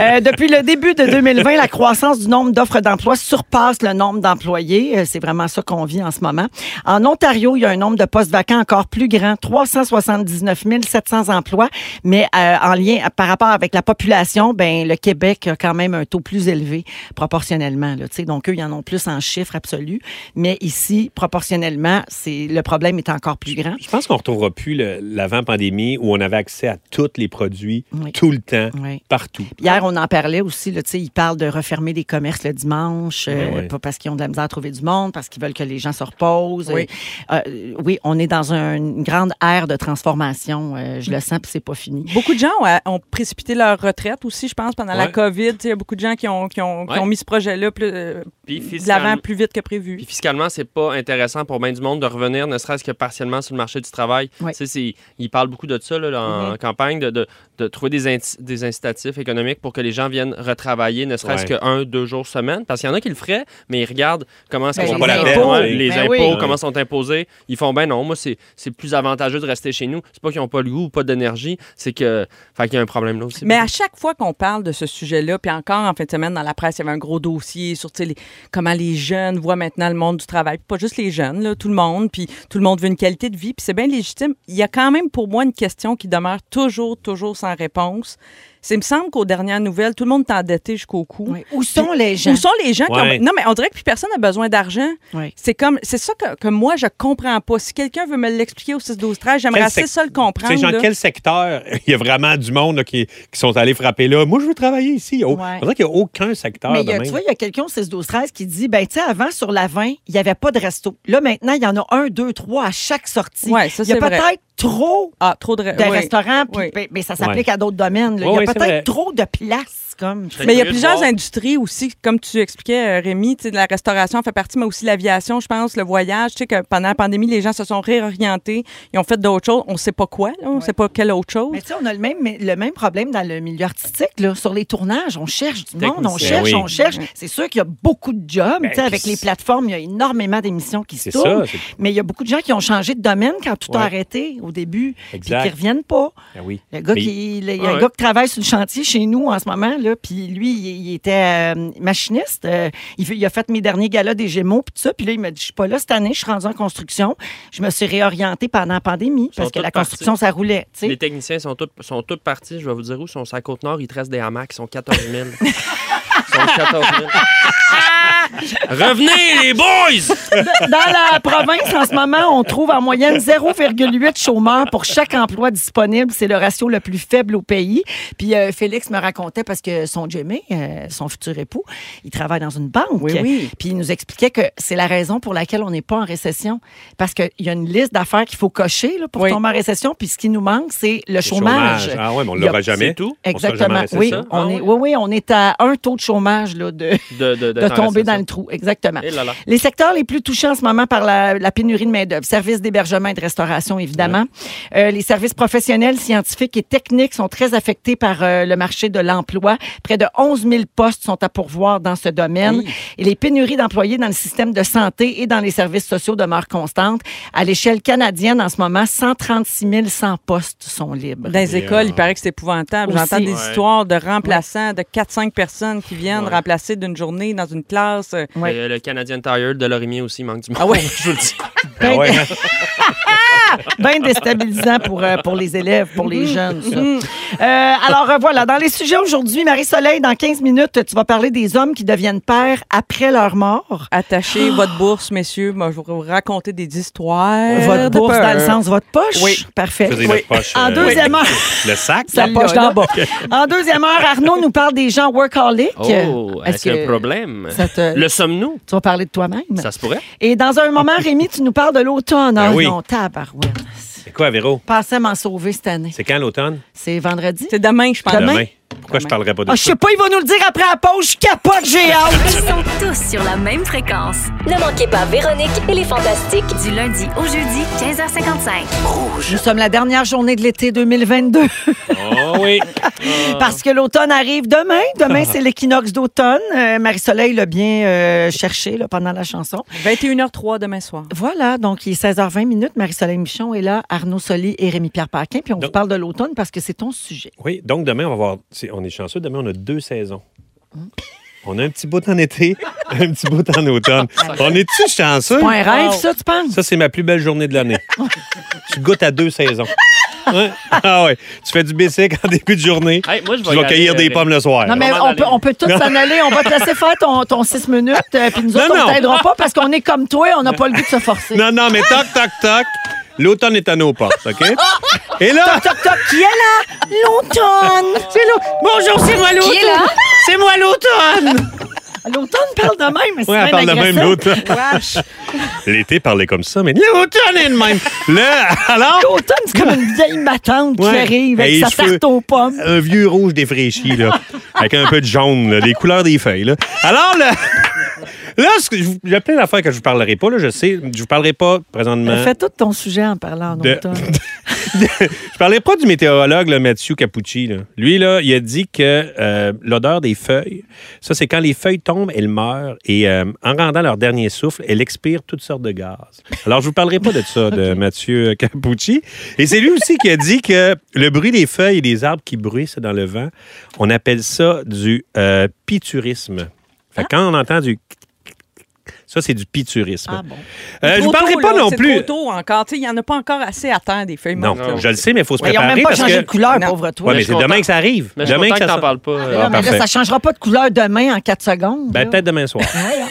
[SPEAKER 1] Euh, depuis le début de 2020, la croissance du nombre d'offres d'emploi surpasse le nombre d'employés. Euh, C'est vraiment ça qu'on vit en ce moment. En Ontario, il y a un nombre de postes vacants encore plus grand, 379 700 emplois. Mais euh, en lien par rapport avec la population, ben le Québec a quand même un taux plus élevé proportionnellement. Là, tu sais. donc eux, ils en ont plus en chiffres absolus. Mais ici, proportionnellement, c'est le problème est encore plus grand.
[SPEAKER 2] Je pense qu'on ne retrouvera plus le- l'avant-pandémie où on avait accès à tous les produits,
[SPEAKER 1] Oui.
[SPEAKER 2] tout le temps,
[SPEAKER 1] Oui.
[SPEAKER 2] partout.
[SPEAKER 1] Hier, on en parlait aussi. Là, tu sais, ils parlent de refermer des commerces le dimanche, euh,
[SPEAKER 2] Ben oui.
[SPEAKER 1] pas parce qu'ils ont de la misère à trouver du monde, parce qu'ils veulent que les gens se reposent.
[SPEAKER 5] Oui.
[SPEAKER 1] Euh, euh, oui, on est dans un- une grande ère de transformation. euh, je le sens, puis c'est pas fini.
[SPEAKER 5] Beaucoup de gens ont, ont précipité leur retraite aussi, je pense, pendant la
[SPEAKER 3] Ouais.
[SPEAKER 5] COVID. Tu sais, Il y a beaucoup de gens qui ont, qui ont, qui
[SPEAKER 3] Ouais.
[SPEAKER 5] ont mis ce projet-là plus, euh,
[SPEAKER 3] Puis
[SPEAKER 5] de l'avant
[SPEAKER 3] fiscalement,
[SPEAKER 5] plus vite que prévu.
[SPEAKER 3] puis fiscalement, c'est pas intéressant pour bien du monde de revenir, ne serait-ce que partiellement sur le marché du travail.
[SPEAKER 1] Ouais. Mm-hmm.
[SPEAKER 3] Tu sais, c'est- ils parlent beaucoup de ça là, en campagne, de, de- de trouver des, inti- des incitatifs économiques pour que les gens viennent retravailler, ne serait-ce
[SPEAKER 2] Ouais.
[SPEAKER 3] que un, deux jours semaine. Parce qu'il y en a qui le feraient, mais ils regardent comment est-ce
[SPEAKER 1] Ben,
[SPEAKER 3] qu'ils
[SPEAKER 2] ils ont pas la
[SPEAKER 3] les
[SPEAKER 2] peine,
[SPEAKER 3] impôts,
[SPEAKER 2] oui.
[SPEAKER 3] les
[SPEAKER 1] Ben
[SPEAKER 3] impôts
[SPEAKER 1] oui.
[SPEAKER 3] comment sont imposés. Ils font ben non, moi c'est c'est plus avantageux de rester chez nous. C'est pas qu'ils ont pas le goût ou pas d'énergie, c'est que fait qu'il y a un problème là aussi.
[SPEAKER 5] Mais à chaque fois qu'on parle de ce sujet-là, puis encore en fin de semaine dans la presse, il y avait un gros dossier sur tu sais, les- comment les jeunes voient maintenant le monde du travail. Puis Pas juste les jeunes, là, tout le monde, puis tout le monde veut une qualité de vie, puis c'est bien légitime. Il y a quand même pour moi une question qui demeure toujours, toujours sans réponse. C'est il me semble qu'aux dernières nouvelles, tout le monde est endetté jusqu'au cou.
[SPEAKER 1] Ouais. Où sont les gens?
[SPEAKER 5] Où sont les gens qui ont-
[SPEAKER 2] Ouais.
[SPEAKER 5] Non, mais on dirait que plus personne n'a besoin d'argent.
[SPEAKER 1] Ouais.
[SPEAKER 5] C'est comme c'est ça que, que moi je comprends pas. Si quelqu'un veut me l'expliquer au 6 12 13, j'aimerais
[SPEAKER 2] Quel
[SPEAKER 5] assez
[SPEAKER 2] sec-
[SPEAKER 5] ça le
[SPEAKER 2] Tu sais,
[SPEAKER 5] comprendre.
[SPEAKER 2] genre,
[SPEAKER 5] là.
[SPEAKER 2] quel secteur il y a vraiment du monde là, qui, qui sont allés frapper là? Moi, je veux travailler ici. Oh,
[SPEAKER 1] Ouais.
[SPEAKER 2] On dirait qu'il n'y a aucun
[SPEAKER 5] Ah,
[SPEAKER 2] secteur
[SPEAKER 1] Mais il
[SPEAKER 2] de
[SPEAKER 1] y a-
[SPEAKER 2] même.
[SPEAKER 1] tu vois, il y a quelqu'un au 16 12 13 qui dit ben tu sais avant sur la 20, il y avait pas de resto. Là maintenant, il y en a un, deux, trois à chaque sortie.
[SPEAKER 5] Ouais, ça,
[SPEAKER 1] il y a
[SPEAKER 5] c'est vrai.
[SPEAKER 1] peut-être trop
[SPEAKER 5] Ah, trop de, re-
[SPEAKER 1] de
[SPEAKER 5] oui.
[SPEAKER 1] restaurants, puis-
[SPEAKER 5] Oui.
[SPEAKER 1] ben, mais ça s'applique à d'autres domaines. là.
[SPEAKER 2] Oui,
[SPEAKER 1] il
[SPEAKER 2] oui,
[SPEAKER 1] y a
[SPEAKER 2] c'est vrai.
[SPEAKER 1] peut-être trop de place comme.
[SPEAKER 5] Mais il y a
[SPEAKER 3] Curieux de
[SPEAKER 5] plusieurs
[SPEAKER 3] voir.
[SPEAKER 5] industries aussi, comme tu expliquais, euh, Rémi, tu sais, de la restauration fait partie, mais aussi l'aviation, je pense, le voyage. Tu sais que pendant la pandémie, les gens se sont réorientés, ils ont fait d'autres choses. On ne sait pas quoi, là, on ne sait pas quelle autre chose.
[SPEAKER 1] Mais tu sais, on a le même, le même problème dans le milieu artistique. Là. Sur les tournages, on cherche du monde, on
[SPEAKER 3] Technicien.
[SPEAKER 1] cherche,
[SPEAKER 2] Ben oui. Ben,
[SPEAKER 1] on cherche. C'est sûr qu'il y a beaucoup de jobs. tu sais, avec les plateformes, il y a énormément d'émissions qui se
[SPEAKER 2] C'est
[SPEAKER 1] tournent.
[SPEAKER 2] ça, c'est-
[SPEAKER 1] Mais il y a beaucoup de gens qui ont changé de domaine quand tout a
[SPEAKER 2] Ouais.
[SPEAKER 1] arrêté au début, puis qui
[SPEAKER 2] Exact.
[SPEAKER 1] ne reviennent pas.
[SPEAKER 2] Ben oui.
[SPEAKER 1] Le gars
[SPEAKER 2] Mais-
[SPEAKER 1] qui, il y a
[SPEAKER 3] Ah
[SPEAKER 1] un
[SPEAKER 3] ouais.
[SPEAKER 1] gars qui travaille sur le chantier chez nous en ce moment, là, puis lui, il, il était euh, machiniste. Euh, il, fait- il a fait mes derniers galas des Gémeaux, puis tout ça. Puis là, il m'a dit, je suis pas là cette année, je suis rendu en construction. Je me suis réorientée pendant la pandémie parce que
[SPEAKER 3] tous
[SPEAKER 1] la construction, ça roulait. tu sais.
[SPEAKER 3] Les techniciens sont tous, sont tous partis. Je vais vous dire où. Ils sont sur la côte nord. Ils tressent des hamacs. Ils sont 14 000. ils sont 14 000. Revenez, les boys!
[SPEAKER 1] Dans la province, en ce moment, on trouve en moyenne 0,8 chômeurs pour chaque emploi disponible. C'est le ratio le plus faible au pays. Puis euh, Félix me racontait, parce que son Jimmy, euh, son futur époux, il travaille dans une banque.
[SPEAKER 5] Oui, oui.
[SPEAKER 1] Puis il nous expliquait que c'est la raison pour laquelle on n'est pas en récession. Parce qu'il y a une liste d'affaires qu'il faut cocher là, pour
[SPEAKER 5] Oui.
[SPEAKER 1] tomber en récession. Puis ce qui nous manque, c'est le,
[SPEAKER 2] Le
[SPEAKER 1] chômage.
[SPEAKER 2] Ah ouais, mais on ne
[SPEAKER 1] Il y a-
[SPEAKER 2] l'aura jamais.
[SPEAKER 3] C'est tout.
[SPEAKER 2] On sera jamais
[SPEAKER 1] Exactement.
[SPEAKER 2] arrêté,
[SPEAKER 1] Oui,
[SPEAKER 2] ça?
[SPEAKER 3] Ah
[SPEAKER 1] on est,
[SPEAKER 3] ouais.
[SPEAKER 1] oui, oui, on est à un taux de chômage là, de,
[SPEAKER 3] De, de,
[SPEAKER 1] de tomber dans le trou. Exactement.
[SPEAKER 3] Et là là.
[SPEAKER 1] Les secteurs les plus touchés en ce moment par la, la pénurie de main-d'œuvre, services d'hébergement et de restauration, évidemment. Euh, les services professionnels, scientifiques et techniques sont très affectés par euh, le marché de l'emploi. Près de 11 000 postes sont à pourvoir dans ce domaine. Et les pénuries d'employés dans le système de santé et dans les services sociaux demeurent constantes. À l'échelle canadienne, en ce moment, 136 100 postes sont libres.
[SPEAKER 5] Dans les
[SPEAKER 2] Et,
[SPEAKER 5] écoles,
[SPEAKER 2] euh,
[SPEAKER 5] il paraît que c'est épouvantable.
[SPEAKER 1] Aussi.
[SPEAKER 5] J'entends des
[SPEAKER 3] Ouais.
[SPEAKER 5] histoires de remplaçants, de 4-5 personnes qui viennent
[SPEAKER 3] Ouais.
[SPEAKER 5] remplacer d'une journée dans une classe. euh,
[SPEAKER 1] Ouais.
[SPEAKER 3] Le, le Canadian Tire de Lorimier aussi il manque du monde.
[SPEAKER 5] Ah ouais.
[SPEAKER 3] je vous le dis.
[SPEAKER 2] Ah ouais, hein?
[SPEAKER 1] bien déstabilisant pour, euh, pour les élèves, pour les jeunes. ça. Euh, alors euh, voilà, dans les sujets aujourd'hui, Marie-Soleil, dans 15 minutes, tu vas parler des hommes qui deviennent pères après leur mort.
[SPEAKER 5] Attachez
[SPEAKER 1] Ah.
[SPEAKER 5] votre bourse, messieurs. Moi, je vais vous raconter des histoires.
[SPEAKER 1] Votre
[SPEAKER 5] Euh, de
[SPEAKER 1] bourse
[SPEAKER 5] peur.
[SPEAKER 1] dans le sens de votre poche.
[SPEAKER 5] Oui.
[SPEAKER 1] Parfait.
[SPEAKER 2] Faisait notre poche,
[SPEAKER 1] En
[SPEAKER 2] euh,
[SPEAKER 1] deuxième heure,
[SPEAKER 2] Le sac.
[SPEAKER 1] sa
[SPEAKER 5] Celle-là,
[SPEAKER 1] poche d'en bas. En deuxième heure, Arnaud nous parle des gens workaholics.
[SPEAKER 3] Oh,
[SPEAKER 1] Est-ce
[SPEAKER 3] est-ce qu'il y a un
[SPEAKER 1] que
[SPEAKER 3] problème?
[SPEAKER 1] ça te-
[SPEAKER 3] Le sommes-nous?
[SPEAKER 1] Tu vas parler de toi-même.
[SPEAKER 3] Ça se pourrait?
[SPEAKER 1] Et dans un moment, Rémi, tu nous parles de l'automne.
[SPEAKER 2] Ben
[SPEAKER 1] Ah
[SPEAKER 2] oui.
[SPEAKER 1] non, tabarouette.
[SPEAKER 2] C'est quoi, Véro?
[SPEAKER 1] Pensais m'en sauver cette année.
[SPEAKER 2] C'est quand l'automne?
[SPEAKER 1] C'est vendredi?
[SPEAKER 5] C'est demain, je pense.
[SPEAKER 1] Demain.
[SPEAKER 2] Demain. Pourquoi je parlerais pas de
[SPEAKER 1] Ah, je
[SPEAKER 2] ça?
[SPEAKER 1] sais pas, il va nous le dire après la pause. Je capote, j'ai hâte.
[SPEAKER 8] Ils sont tous sur la même fréquence.
[SPEAKER 9] Ne manquez pas Véronique et les Fantastiques.
[SPEAKER 8] Du lundi au jeudi, 15h55.
[SPEAKER 1] Nous sommes la dernière journée de l'été 2022
[SPEAKER 2] Oh oui.
[SPEAKER 1] parce que l'automne arrive demain. Demain, c'est l'équinoxe d'automne. Euh, Marie-Soleil l'a bien euh, cherché là, pendant la chanson.
[SPEAKER 5] 21h03 demain soir.
[SPEAKER 1] Voilà, donc il est 16h20 minutes. Marie-Soleil Michon est là, Arnaud Soli et Rémi-Pierre Paquin. Puis on vous
[SPEAKER 2] Donc-
[SPEAKER 1] parle de l'automne parce que c'est ton sujet.
[SPEAKER 2] Oui, donc demain, on va voir. c'est- on est chanceux. Demain, on a deux saisons. On a un petit bout en été, un petit bout en automne. On est-tu chanceux?
[SPEAKER 1] Pas un rêve, ça, tu penses?
[SPEAKER 2] Ça, c'est ma plus belle journée de l'année. tu goûtes à deux saisons. Hein? Ah ouais. Tu fais du bicycle en début de journée.
[SPEAKER 3] Hey, moi, je vais
[SPEAKER 2] Tu
[SPEAKER 3] y
[SPEAKER 2] vas cueillir
[SPEAKER 3] aller,
[SPEAKER 2] des
[SPEAKER 3] euh,
[SPEAKER 2] pommes le soir.
[SPEAKER 1] Non, mais
[SPEAKER 3] Roman
[SPEAKER 1] on peut,
[SPEAKER 3] Allen.
[SPEAKER 1] on peut tous s'en aller. On va te laisser faire ton, ton six minutes. euh, puis nous
[SPEAKER 2] Non,
[SPEAKER 1] autres, on
[SPEAKER 2] non.
[SPEAKER 1] t'aidera pas parce qu'on est comme toi. On n'a pas le goût de se forcer.
[SPEAKER 2] Non, non, mais toc, toc, toc. L'automne est à nos portes, OK?
[SPEAKER 1] Oh!
[SPEAKER 2] Et là,
[SPEAKER 1] Toc, toc, qui est là? L'automne! C'est l'au- Bonjour, c'est moi l'automne!
[SPEAKER 9] Qui est là?
[SPEAKER 1] C'est moi l'automne! L'automne parle de même, mais c'est
[SPEAKER 2] Oui, elle
[SPEAKER 1] bien
[SPEAKER 2] parle de même
[SPEAKER 1] agressif.
[SPEAKER 2] l'automne. L'été parlait comme ça, mais l'automne est de même. Là, alors,
[SPEAKER 1] L'automne, c'est comme une vieille matante qui
[SPEAKER 2] Ouais.
[SPEAKER 1] arrive
[SPEAKER 2] Et
[SPEAKER 1] avec sa
[SPEAKER 2] les cheveux-
[SPEAKER 1] tarte aux pommes.
[SPEAKER 2] un vieux rouge défraîchi, là, avec un peu de jaune, là, les couleurs des feuilles. Là. Alors, là, là ce que je vous- il y a plein d'affaires que je vous parlerai pas, là, je sais. Je vous parlerai pas présentement.
[SPEAKER 1] Fais tout ton sujet en parlant en
[SPEAKER 2] Hein? de-
[SPEAKER 1] automne.
[SPEAKER 2] je parlais pas du météorologue, là, Mathieu Capucci. là. Lui, là, il a dit que euh, l'odeur des feuilles, ça, c'est quand les feuilles tombent, elles meurent. Et euh, en rendant leur dernier souffle, elles expirent toutes sortes de gaz. Alors, je vous parlerai pas de ça, de Mathieu Capucci. Et c'est lui aussi qui a dit que le bruit des feuilles et des arbres qui bruissent dans le vent, on appelle ça du euh, piturisme.
[SPEAKER 5] Ah.
[SPEAKER 2] Fait que quand on entend du... Ça, c'est du piturisme.
[SPEAKER 1] Ah bon.
[SPEAKER 2] Euh, je
[SPEAKER 5] Trop
[SPEAKER 2] vous parlerai
[SPEAKER 5] tôt,
[SPEAKER 2] pas
[SPEAKER 5] là,
[SPEAKER 2] non
[SPEAKER 5] c'est
[SPEAKER 2] plus...
[SPEAKER 5] Trop tôt encore. Tu sais, il n'y en a pas encore assez à terre des feuilles
[SPEAKER 2] Non,
[SPEAKER 5] mortes, là.
[SPEAKER 2] je le sais, mais il faut se
[SPEAKER 1] Ils n'ont
[SPEAKER 2] préparer
[SPEAKER 1] même pas
[SPEAKER 2] parce
[SPEAKER 1] changé
[SPEAKER 2] que...
[SPEAKER 1] de couleur,
[SPEAKER 5] Non.
[SPEAKER 1] pauvre toi.
[SPEAKER 2] Oui,
[SPEAKER 3] mais
[SPEAKER 2] mais
[SPEAKER 3] je
[SPEAKER 2] c'est
[SPEAKER 3] suis
[SPEAKER 2] demain
[SPEAKER 3] content.
[SPEAKER 2] que ça arrive.
[SPEAKER 3] Mais je suis
[SPEAKER 2] demain
[SPEAKER 3] content que
[SPEAKER 2] ça
[SPEAKER 3] t'en
[SPEAKER 2] sort.
[SPEAKER 3] parles pas. euh,
[SPEAKER 1] Non, mais là,
[SPEAKER 2] parfait.
[SPEAKER 1] ça ne changera pas de couleur demain en 4 secondes.
[SPEAKER 2] Ben,
[SPEAKER 1] là.
[SPEAKER 2] peut-être demain soir.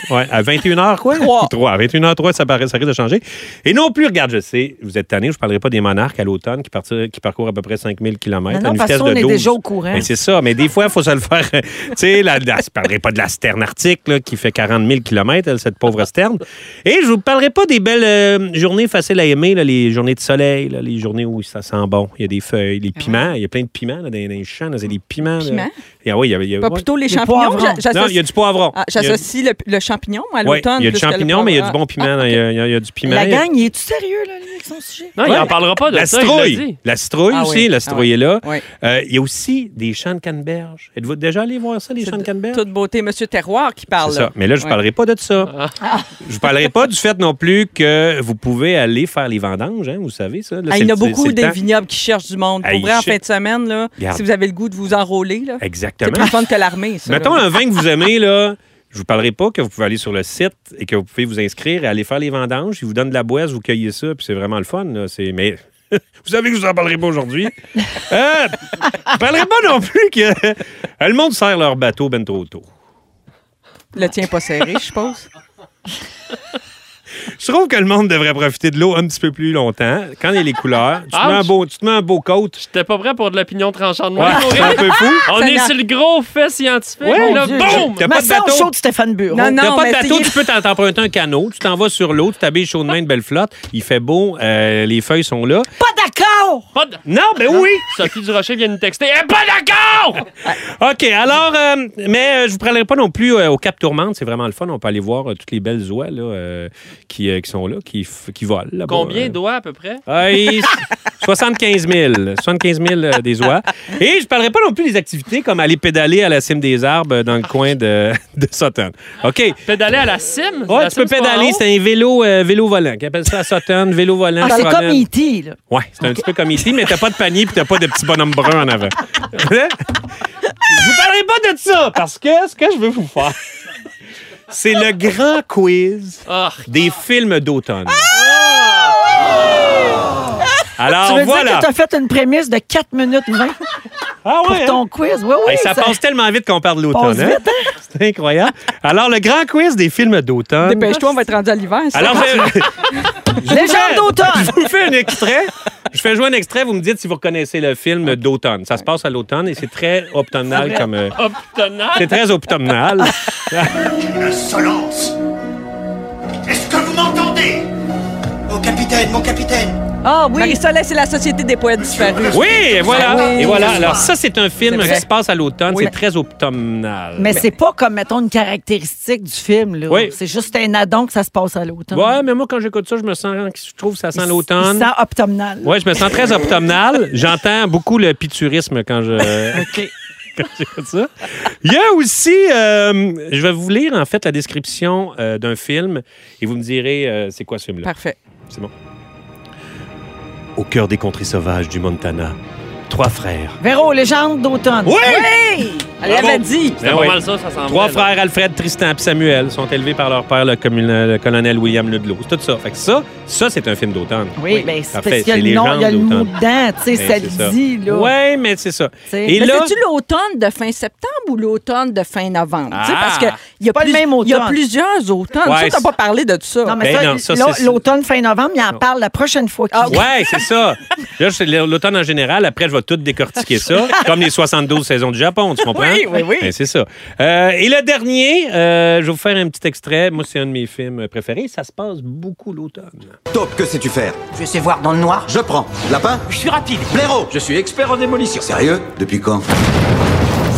[SPEAKER 2] ouais, à 21h, quoi?
[SPEAKER 5] Trois.
[SPEAKER 2] 3. À 21h03, ça, paraît, ça risque de changer. Et non plus, regarde, je sais, vous êtes tannés, je ne parlerai pas des monarques à l'automne qui, partir- qui parcourent à peu près 5000 km
[SPEAKER 1] Mais non,
[SPEAKER 2] à une
[SPEAKER 1] parce
[SPEAKER 2] vitesse
[SPEAKER 1] qu'on
[SPEAKER 2] de
[SPEAKER 1] est
[SPEAKER 2] 12.
[SPEAKER 1] déjà au courant.
[SPEAKER 2] Ben, c'est ça, mais des fois, il faut se le faire. tu sais, la, la- je ne parlerai pas de la sterne arctique là, qui fait 40 000 km, cette pauvre sterne. Et je ne vous parlerai pas des belles euh, journées faciles à aimer, là, les journées de soleil, là, les journées où ça sent bon. Il y a des feuilles, les piments, il y a plein de piments là, dans, dans les champs, là, c'est des piments. là.
[SPEAKER 5] Piments?
[SPEAKER 2] Et, ah oui, il y a, il y a-
[SPEAKER 5] Pas
[SPEAKER 2] ouais.
[SPEAKER 5] plutôt les
[SPEAKER 1] Les
[SPEAKER 5] champignons.
[SPEAKER 1] poivrons.
[SPEAKER 5] j'a-
[SPEAKER 2] Non, il y a
[SPEAKER 5] j'associe-
[SPEAKER 2] du poivron.
[SPEAKER 5] Ah,
[SPEAKER 2] Il y a-
[SPEAKER 5] J'associe le, le champignon à
[SPEAKER 2] oui,
[SPEAKER 5] l'automne.
[SPEAKER 2] il y a du
[SPEAKER 5] plus que le Ah,
[SPEAKER 2] champignon, mais il y a du
[SPEAKER 5] poivron.
[SPEAKER 2] bon piment. là. Il y a- il y a- il y a du piment.
[SPEAKER 1] La
[SPEAKER 2] Il y a-
[SPEAKER 1] gang, il est tu sérieux, là, lui, avec son sujet?
[SPEAKER 3] Non, il n'en parlera pas de
[SPEAKER 2] La
[SPEAKER 3] ça.
[SPEAKER 2] citrouille.
[SPEAKER 3] Il l'a dit.
[SPEAKER 2] la citrouille
[SPEAKER 5] Ah
[SPEAKER 2] aussi,
[SPEAKER 5] oui, ah
[SPEAKER 2] la citrouille est là.
[SPEAKER 5] oui.
[SPEAKER 2] Euh, il y a aussi des champs de canneberge. Êtes-vous déjà allé voir ça, les champs de canneberge?
[SPEAKER 5] Toute beauté, Monsieur Terroir qui parle.
[SPEAKER 2] C'est ça. Mais là, je ne
[SPEAKER 5] Ouais. Ah.
[SPEAKER 2] parlerai pas de ça. Je ne parlerai pas du fait non plus que vous pouvez aller faire les vendanges, hein, vous savez ça. Là,
[SPEAKER 5] Ah,
[SPEAKER 2] c'est
[SPEAKER 5] il y en
[SPEAKER 2] le-
[SPEAKER 5] a
[SPEAKER 2] c'est-
[SPEAKER 5] beaucoup
[SPEAKER 2] c'est le
[SPEAKER 5] des
[SPEAKER 2] temps.
[SPEAKER 5] vignobles qui cherchent du monde.
[SPEAKER 2] Ah,
[SPEAKER 5] Pour
[SPEAKER 2] ils
[SPEAKER 5] vrai, en fin
[SPEAKER 2] cherchent-
[SPEAKER 5] de semaine, là,
[SPEAKER 2] Regarde.
[SPEAKER 5] si vous avez le goût de vous enrôler, là, c'est
[SPEAKER 2] Exactement.
[SPEAKER 5] plus fun que l'armée. ça, là.
[SPEAKER 2] Mettons un vin que vous aimez, là. Je vous parlerai pas que vous pouvez aller sur le site et que vous pouvez vous inscrire et aller faire les vendanges. Ils vous donnent de la boisse, vous cueillez ça, puis c'est vraiment le fun. là. C'est... Mais vous savez que je vous en parlerai pas aujourd'hui. Euh, je parlerai pas non plus que euh, le monde sert leur bateau ben trop tôt.
[SPEAKER 5] Le tien pas serré, je suppose.
[SPEAKER 2] Je trouve que le monde devrait profiter de l'eau un petit peu plus longtemps. Quand il y a les couleurs, tu te mets un
[SPEAKER 3] Ouch.
[SPEAKER 2] beau, tu te mets un beau coat.
[SPEAKER 3] J'étais pas prêt pour de l'opinion tranchante.
[SPEAKER 2] Ouais,
[SPEAKER 3] Moi, pour
[SPEAKER 2] c'est
[SPEAKER 3] vrai.
[SPEAKER 2] un peu fou.
[SPEAKER 3] On
[SPEAKER 5] Ça
[SPEAKER 3] est
[SPEAKER 5] n'a-
[SPEAKER 3] sur le gros fait scientifique.
[SPEAKER 2] Ouais,
[SPEAKER 3] là,
[SPEAKER 2] mon Dieu,
[SPEAKER 3] boum!
[SPEAKER 2] T'as
[SPEAKER 1] Ma
[SPEAKER 2] pas de
[SPEAKER 1] sœur
[SPEAKER 2] bateau.
[SPEAKER 1] chaude, Stéphane Bureau.
[SPEAKER 5] Non, non,
[SPEAKER 2] T'as pas
[SPEAKER 5] mais
[SPEAKER 2] de bateau,
[SPEAKER 5] essayez-
[SPEAKER 2] tu peux t'en- t'emprunter un canot, tu t'en vas sur l'eau, tu t'habilles chaud de main, de belle flotte, il fait beau, euh, les feuilles sont là.
[SPEAKER 1] Pas d'accord!
[SPEAKER 3] Pas de-
[SPEAKER 2] Non, ben oui!
[SPEAKER 3] Sophie Durocher vient de nous texter. Elle est pas d'accord!
[SPEAKER 2] OK, alors, euh, mais euh, je vous parlerai pas non plus euh, au Cap Tourmente, c'est vraiment le fun, on peut aller voir euh, toutes les belles oies là, euh, qui, euh, qui sont là, qui, f- qui volent. là-bas,
[SPEAKER 3] Combien
[SPEAKER 2] euh.
[SPEAKER 3] doigts à peu près?
[SPEAKER 2] Aïe, 75 000. 75 000 euh, des oies. Et je parlerai pas non plus des activités comme aller pédaler à la cime des arbres euh, dans le coin de, de Sutton. OK.
[SPEAKER 3] Pédaler à la cime?
[SPEAKER 2] Ouais,
[SPEAKER 3] La
[SPEAKER 2] tu
[SPEAKER 3] cime,
[SPEAKER 2] peux
[SPEAKER 3] c'est pas en
[SPEAKER 2] pédaler,
[SPEAKER 3] haut?
[SPEAKER 2] c'est un vélo, euh, vélo volant. Qui appelle ça à Sutton, vélo volant.
[SPEAKER 1] Ah, c'est
[SPEAKER 2] Sutton.
[SPEAKER 1] comme E.T., là.
[SPEAKER 2] Ouais, c'est un petit peu comme ici, mais t'as pas de panier puis t'as pas de petit bonhomme brun en avant. Hein? je vous parlerai pas de ça parce que ce que je veux vous faire, c'est le grand quiz
[SPEAKER 3] Ah,
[SPEAKER 2] des films d'automne. Alors
[SPEAKER 1] Ah! tu veux
[SPEAKER 2] voilà.
[SPEAKER 1] dire que tu as fait une prémisse de 4 minutes 20
[SPEAKER 2] ah
[SPEAKER 1] pour
[SPEAKER 2] ouais, hein?
[SPEAKER 1] ton quiz? Oui, oui.
[SPEAKER 2] Hey, ça,
[SPEAKER 1] ça-
[SPEAKER 2] passe tellement vite qu'on parle de
[SPEAKER 1] passe
[SPEAKER 2] l'automne. hein?
[SPEAKER 1] vite, hein?
[SPEAKER 2] C'est incroyable. Alors, le grand quiz des films d'automne.
[SPEAKER 5] Dépêche-toi, on va être rendu à l'hiver. c'est ça?
[SPEAKER 2] Alors, je,
[SPEAKER 1] Légende d'automne!
[SPEAKER 2] je vous fais un extrait. Je fais jouer un extrait. Vous me dites si vous reconnaissez le film d'automne. Ça se passe à l'automne et c'est très automnal comme. euh,
[SPEAKER 3] obtenant.
[SPEAKER 2] C'est très automnal.
[SPEAKER 10] Insolence Est-ce que vous m'entendez
[SPEAKER 11] Mon capitaine, mon capitaine,
[SPEAKER 5] Ah oui. Marie-Soleil, c'est la Société des poètes disparus.
[SPEAKER 2] Oui, et
[SPEAKER 1] Ah
[SPEAKER 2] voilà.
[SPEAKER 5] Oui,
[SPEAKER 2] et voilà.
[SPEAKER 5] c'est
[SPEAKER 2] Alors, ça, c'est un film
[SPEAKER 5] C'est vrai.
[SPEAKER 2] qui se passe à l'automne.
[SPEAKER 1] Oui.
[SPEAKER 2] C'est très automnal.
[SPEAKER 1] Mais c'est pas comme, mettons, une caractéristique du film. là.
[SPEAKER 2] Oui.
[SPEAKER 1] C'est juste un addon que ça se passe à l'automne.
[SPEAKER 2] Ouais, mais moi, quand j'écoute ça, je me sens, je trouve que ça
[SPEAKER 1] Il-
[SPEAKER 2] sent
[SPEAKER 1] Il
[SPEAKER 2] l'automne.
[SPEAKER 1] sent automnal.
[SPEAKER 2] Ouais, je me sens très automnal. J'entends beaucoup le piturisme quand je.
[SPEAKER 1] OK.
[SPEAKER 2] quand j'écoute ça. Il y a aussi, euh, je vais vous lire en fait la description euh, d'un film et vous me direz euh, c'est quoi ce film-là.
[SPEAKER 5] Parfait.
[SPEAKER 2] Au cœur des contrées sauvages du Montana, trois frères.
[SPEAKER 1] Véro, légende d'automne.
[SPEAKER 2] Oui!
[SPEAKER 5] Elle
[SPEAKER 2] Bravo.
[SPEAKER 5] avait dit.
[SPEAKER 2] Ben
[SPEAKER 3] C'est pas
[SPEAKER 2] oui.
[SPEAKER 3] mal ça, ça s'en
[SPEAKER 2] Trois
[SPEAKER 3] va, là.
[SPEAKER 2] frères, Alfred, Tristan et Samuel, sont élevés par leur père, le, commun- le colonel William Ludlow. C'est tout ça. Fait que ça, ça c'est un film d'automne.
[SPEAKER 1] Oui, ben, c'est
[SPEAKER 2] Parfait,
[SPEAKER 1] parce qu'il y a
[SPEAKER 2] c'est
[SPEAKER 1] le nom, il y a le
[SPEAKER 2] légende
[SPEAKER 1] mot
[SPEAKER 2] d'automne.
[SPEAKER 1] dedans, tu sais,
[SPEAKER 2] Ben,
[SPEAKER 1] ça
[SPEAKER 2] c'est ça.
[SPEAKER 1] le dit, là.
[SPEAKER 2] Ouais, mais c'est ça.
[SPEAKER 1] tu sais.
[SPEAKER 2] Et
[SPEAKER 5] Mais
[SPEAKER 2] là,
[SPEAKER 5] c'est-tu l'automne de fin septembre ou l'automne de fin novembre? Tu sais,
[SPEAKER 2] Ah!
[SPEAKER 5] parce que il y a
[SPEAKER 1] pas le
[SPEAKER 5] plus-
[SPEAKER 1] même
[SPEAKER 5] Il y a
[SPEAKER 1] automne.
[SPEAKER 5] plusieurs automnes.
[SPEAKER 2] Ouais,
[SPEAKER 5] ça, t'as
[SPEAKER 2] c'est-
[SPEAKER 5] pas parlé de tout ça.
[SPEAKER 1] Non, mais
[SPEAKER 2] Ben non,
[SPEAKER 1] ça,
[SPEAKER 2] ça,
[SPEAKER 1] là,
[SPEAKER 2] c'est- Ah,
[SPEAKER 1] l'automne, fin novembre, il en parle la prochaine fois. qu'il vient.
[SPEAKER 2] Ouais, c'est ça. Là, c'est l'automne en général. Après, je vais tout décortiquer ça, comme les 72 saisons du Japon, tu comprends?
[SPEAKER 5] Oui, oui, oui.
[SPEAKER 2] Ben, c'est ça. Euh, et le dernier, euh, je vais vous faire un petit extrait. Moi, c'est un de mes films préférés. Ça se passe beaucoup l'automne.
[SPEAKER 10] Taupe, que sais-tu faire
[SPEAKER 11] Je sais voir dans le noir.
[SPEAKER 10] Je prends. Lapin
[SPEAKER 11] Je suis rapide.
[SPEAKER 10] Blaireau
[SPEAKER 11] Je suis expert en démolition.
[SPEAKER 10] Sérieux Depuis quand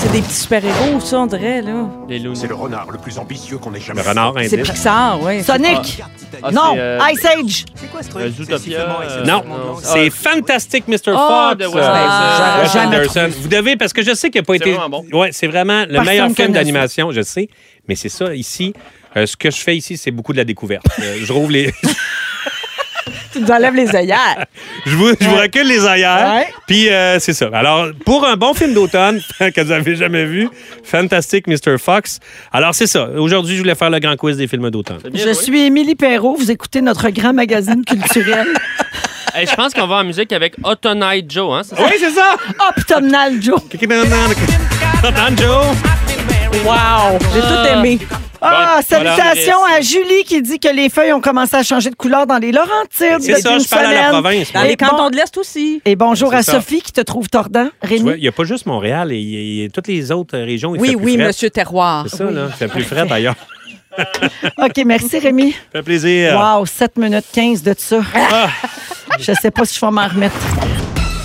[SPEAKER 5] C'est des petits super-héros, ça, on dirait, là.
[SPEAKER 3] Les loups.
[SPEAKER 11] le renard le plus ambitieux qu'on ait jamais
[SPEAKER 2] Le renard
[SPEAKER 5] C'est
[SPEAKER 2] indice.
[SPEAKER 5] Pixar, oui.
[SPEAKER 1] Sonic!
[SPEAKER 3] Ah,
[SPEAKER 1] non!
[SPEAKER 3] c'est, euh,
[SPEAKER 1] Ice Age!
[SPEAKER 11] C'est quoi ce
[SPEAKER 3] euh, Zootopia.
[SPEAKER 5] hein,
[SPEAKER 3] euh,
[SPEAKER 2] Non, c'est Fantastic Mr.
[SPEAKER 3] Ah,
[SPEAKER 2] Fox.
[SPEAKER 3] de Wes
[SPEAKER 2] euh,
[SPEAKER 3] Anderson.
[SPEAKER 2] Wes
[SPEAKER 1] Jamais
[SPEAKER 2] Anderson. Vous devez, parce que je sais qu'il n'a pas
[SPEAKER 3] C'est
[SPEAKER 2] été.
[SPEAKER 3] vraiment
[SPEAKER 2] Ouais, c'est vraiment le
[SPEAKER 1] Personne
[SPEAKER 2] meilleur
[SPEAKER 1] connaît
[SPEAKER 2] film
[SPEAKER 1] ça.
[SPEAKER 2] d'animation, je sais. Mais c'est ça, ici. euh, ce que je fais ici, c'est beaucoup de la découverte. Euh, je rouvre les.
[SPEAKER 5] Tu nous enlèves les œillères.
[SPEAKER 2] Je vous, je vous recule les ailleurs.
[SPEAKER 1] Ouais.
[SPEAKER 2] Puis euh, c'est ça. Alors, pour un bon film d'automne que vous avez jamais vu, Fantastic Mr. Fox. Alors, c'est ça. Aujourd'hui, je voulais faire le grand quiz des films d'automne.
[SPEAKER 3] C'est bien
[SPEAKER 1] Je
[SPEAKER 3] joué.
[SPEAKER 1] suis Émilie Perrault, vous écoutez notre grand magazine culturel
[SPEAKER 3] Hey, je pense qu'on va en musique avec Autonite Joe, hein? c'est ça?
[SPEAKER 2] Oui, c'est ça!
[SPEAKER 1] Optomnal Joe.
[SPEAKER 2] Tonton Joe.
[SPEAKER 5] Wow! J'ai tout aimé.
[SPEAKER 1] Ah,
[SPEAKER 2] Bon, voilà.
[SPEAKER 1] salutations à Julie qui dit que les feuilles ont commencé à changer de couleur dans les Laurentides
[SPEAKER 2] C'est
[SPEAKER 1] depuis
[SPEAKER 2] ça,
[SPEAKER 1] une
[SPEAKER 2] je parle à la
[SPEAKER 1] semaine.
[SPEAKER 2] province.
[SPEAKER 5] Dans
[SPEAKER 2] moi.
[SPEAKER 5] les
[SPEAKER 1] bon.
[SPEAKER 5] cantons de l'Est aussi.
[SPEAKER 1] Et bonjour
[SPEAKER 2] C'est
[SPEAKER 1] à
[SPEAKER 2] ça.
[SPEAKER 1] Sophie qui te trouve tordant,
[SPEAKER 2] Tu vois,
[SPEAKER 1] Rémi.
[SPEAKER 2] il n'y a pas juste Montréal, il y a- il y, a toutes les autres régions. il fait
[SPEAKER 5] Oui,
[SPEAKER 2] plus
[SPEAKER 5] oui,
[SPEAKER 2] frais.
[SPEAKER 5] Monsieur Terroir.
[SPEAKER 2] C'est ça, là. Il fait plus frais d'ailleurs.
[SPEAKER 1] OK, merci Rémi.
[SPEAKER 2] Ça fait plaisir.
[SPEAKER 1] Wow, 7 minutes 15 de ça.
[SPEAKER 2] Ah.
[SPEAKER 1] Je sais pas si je vais m'en remettre.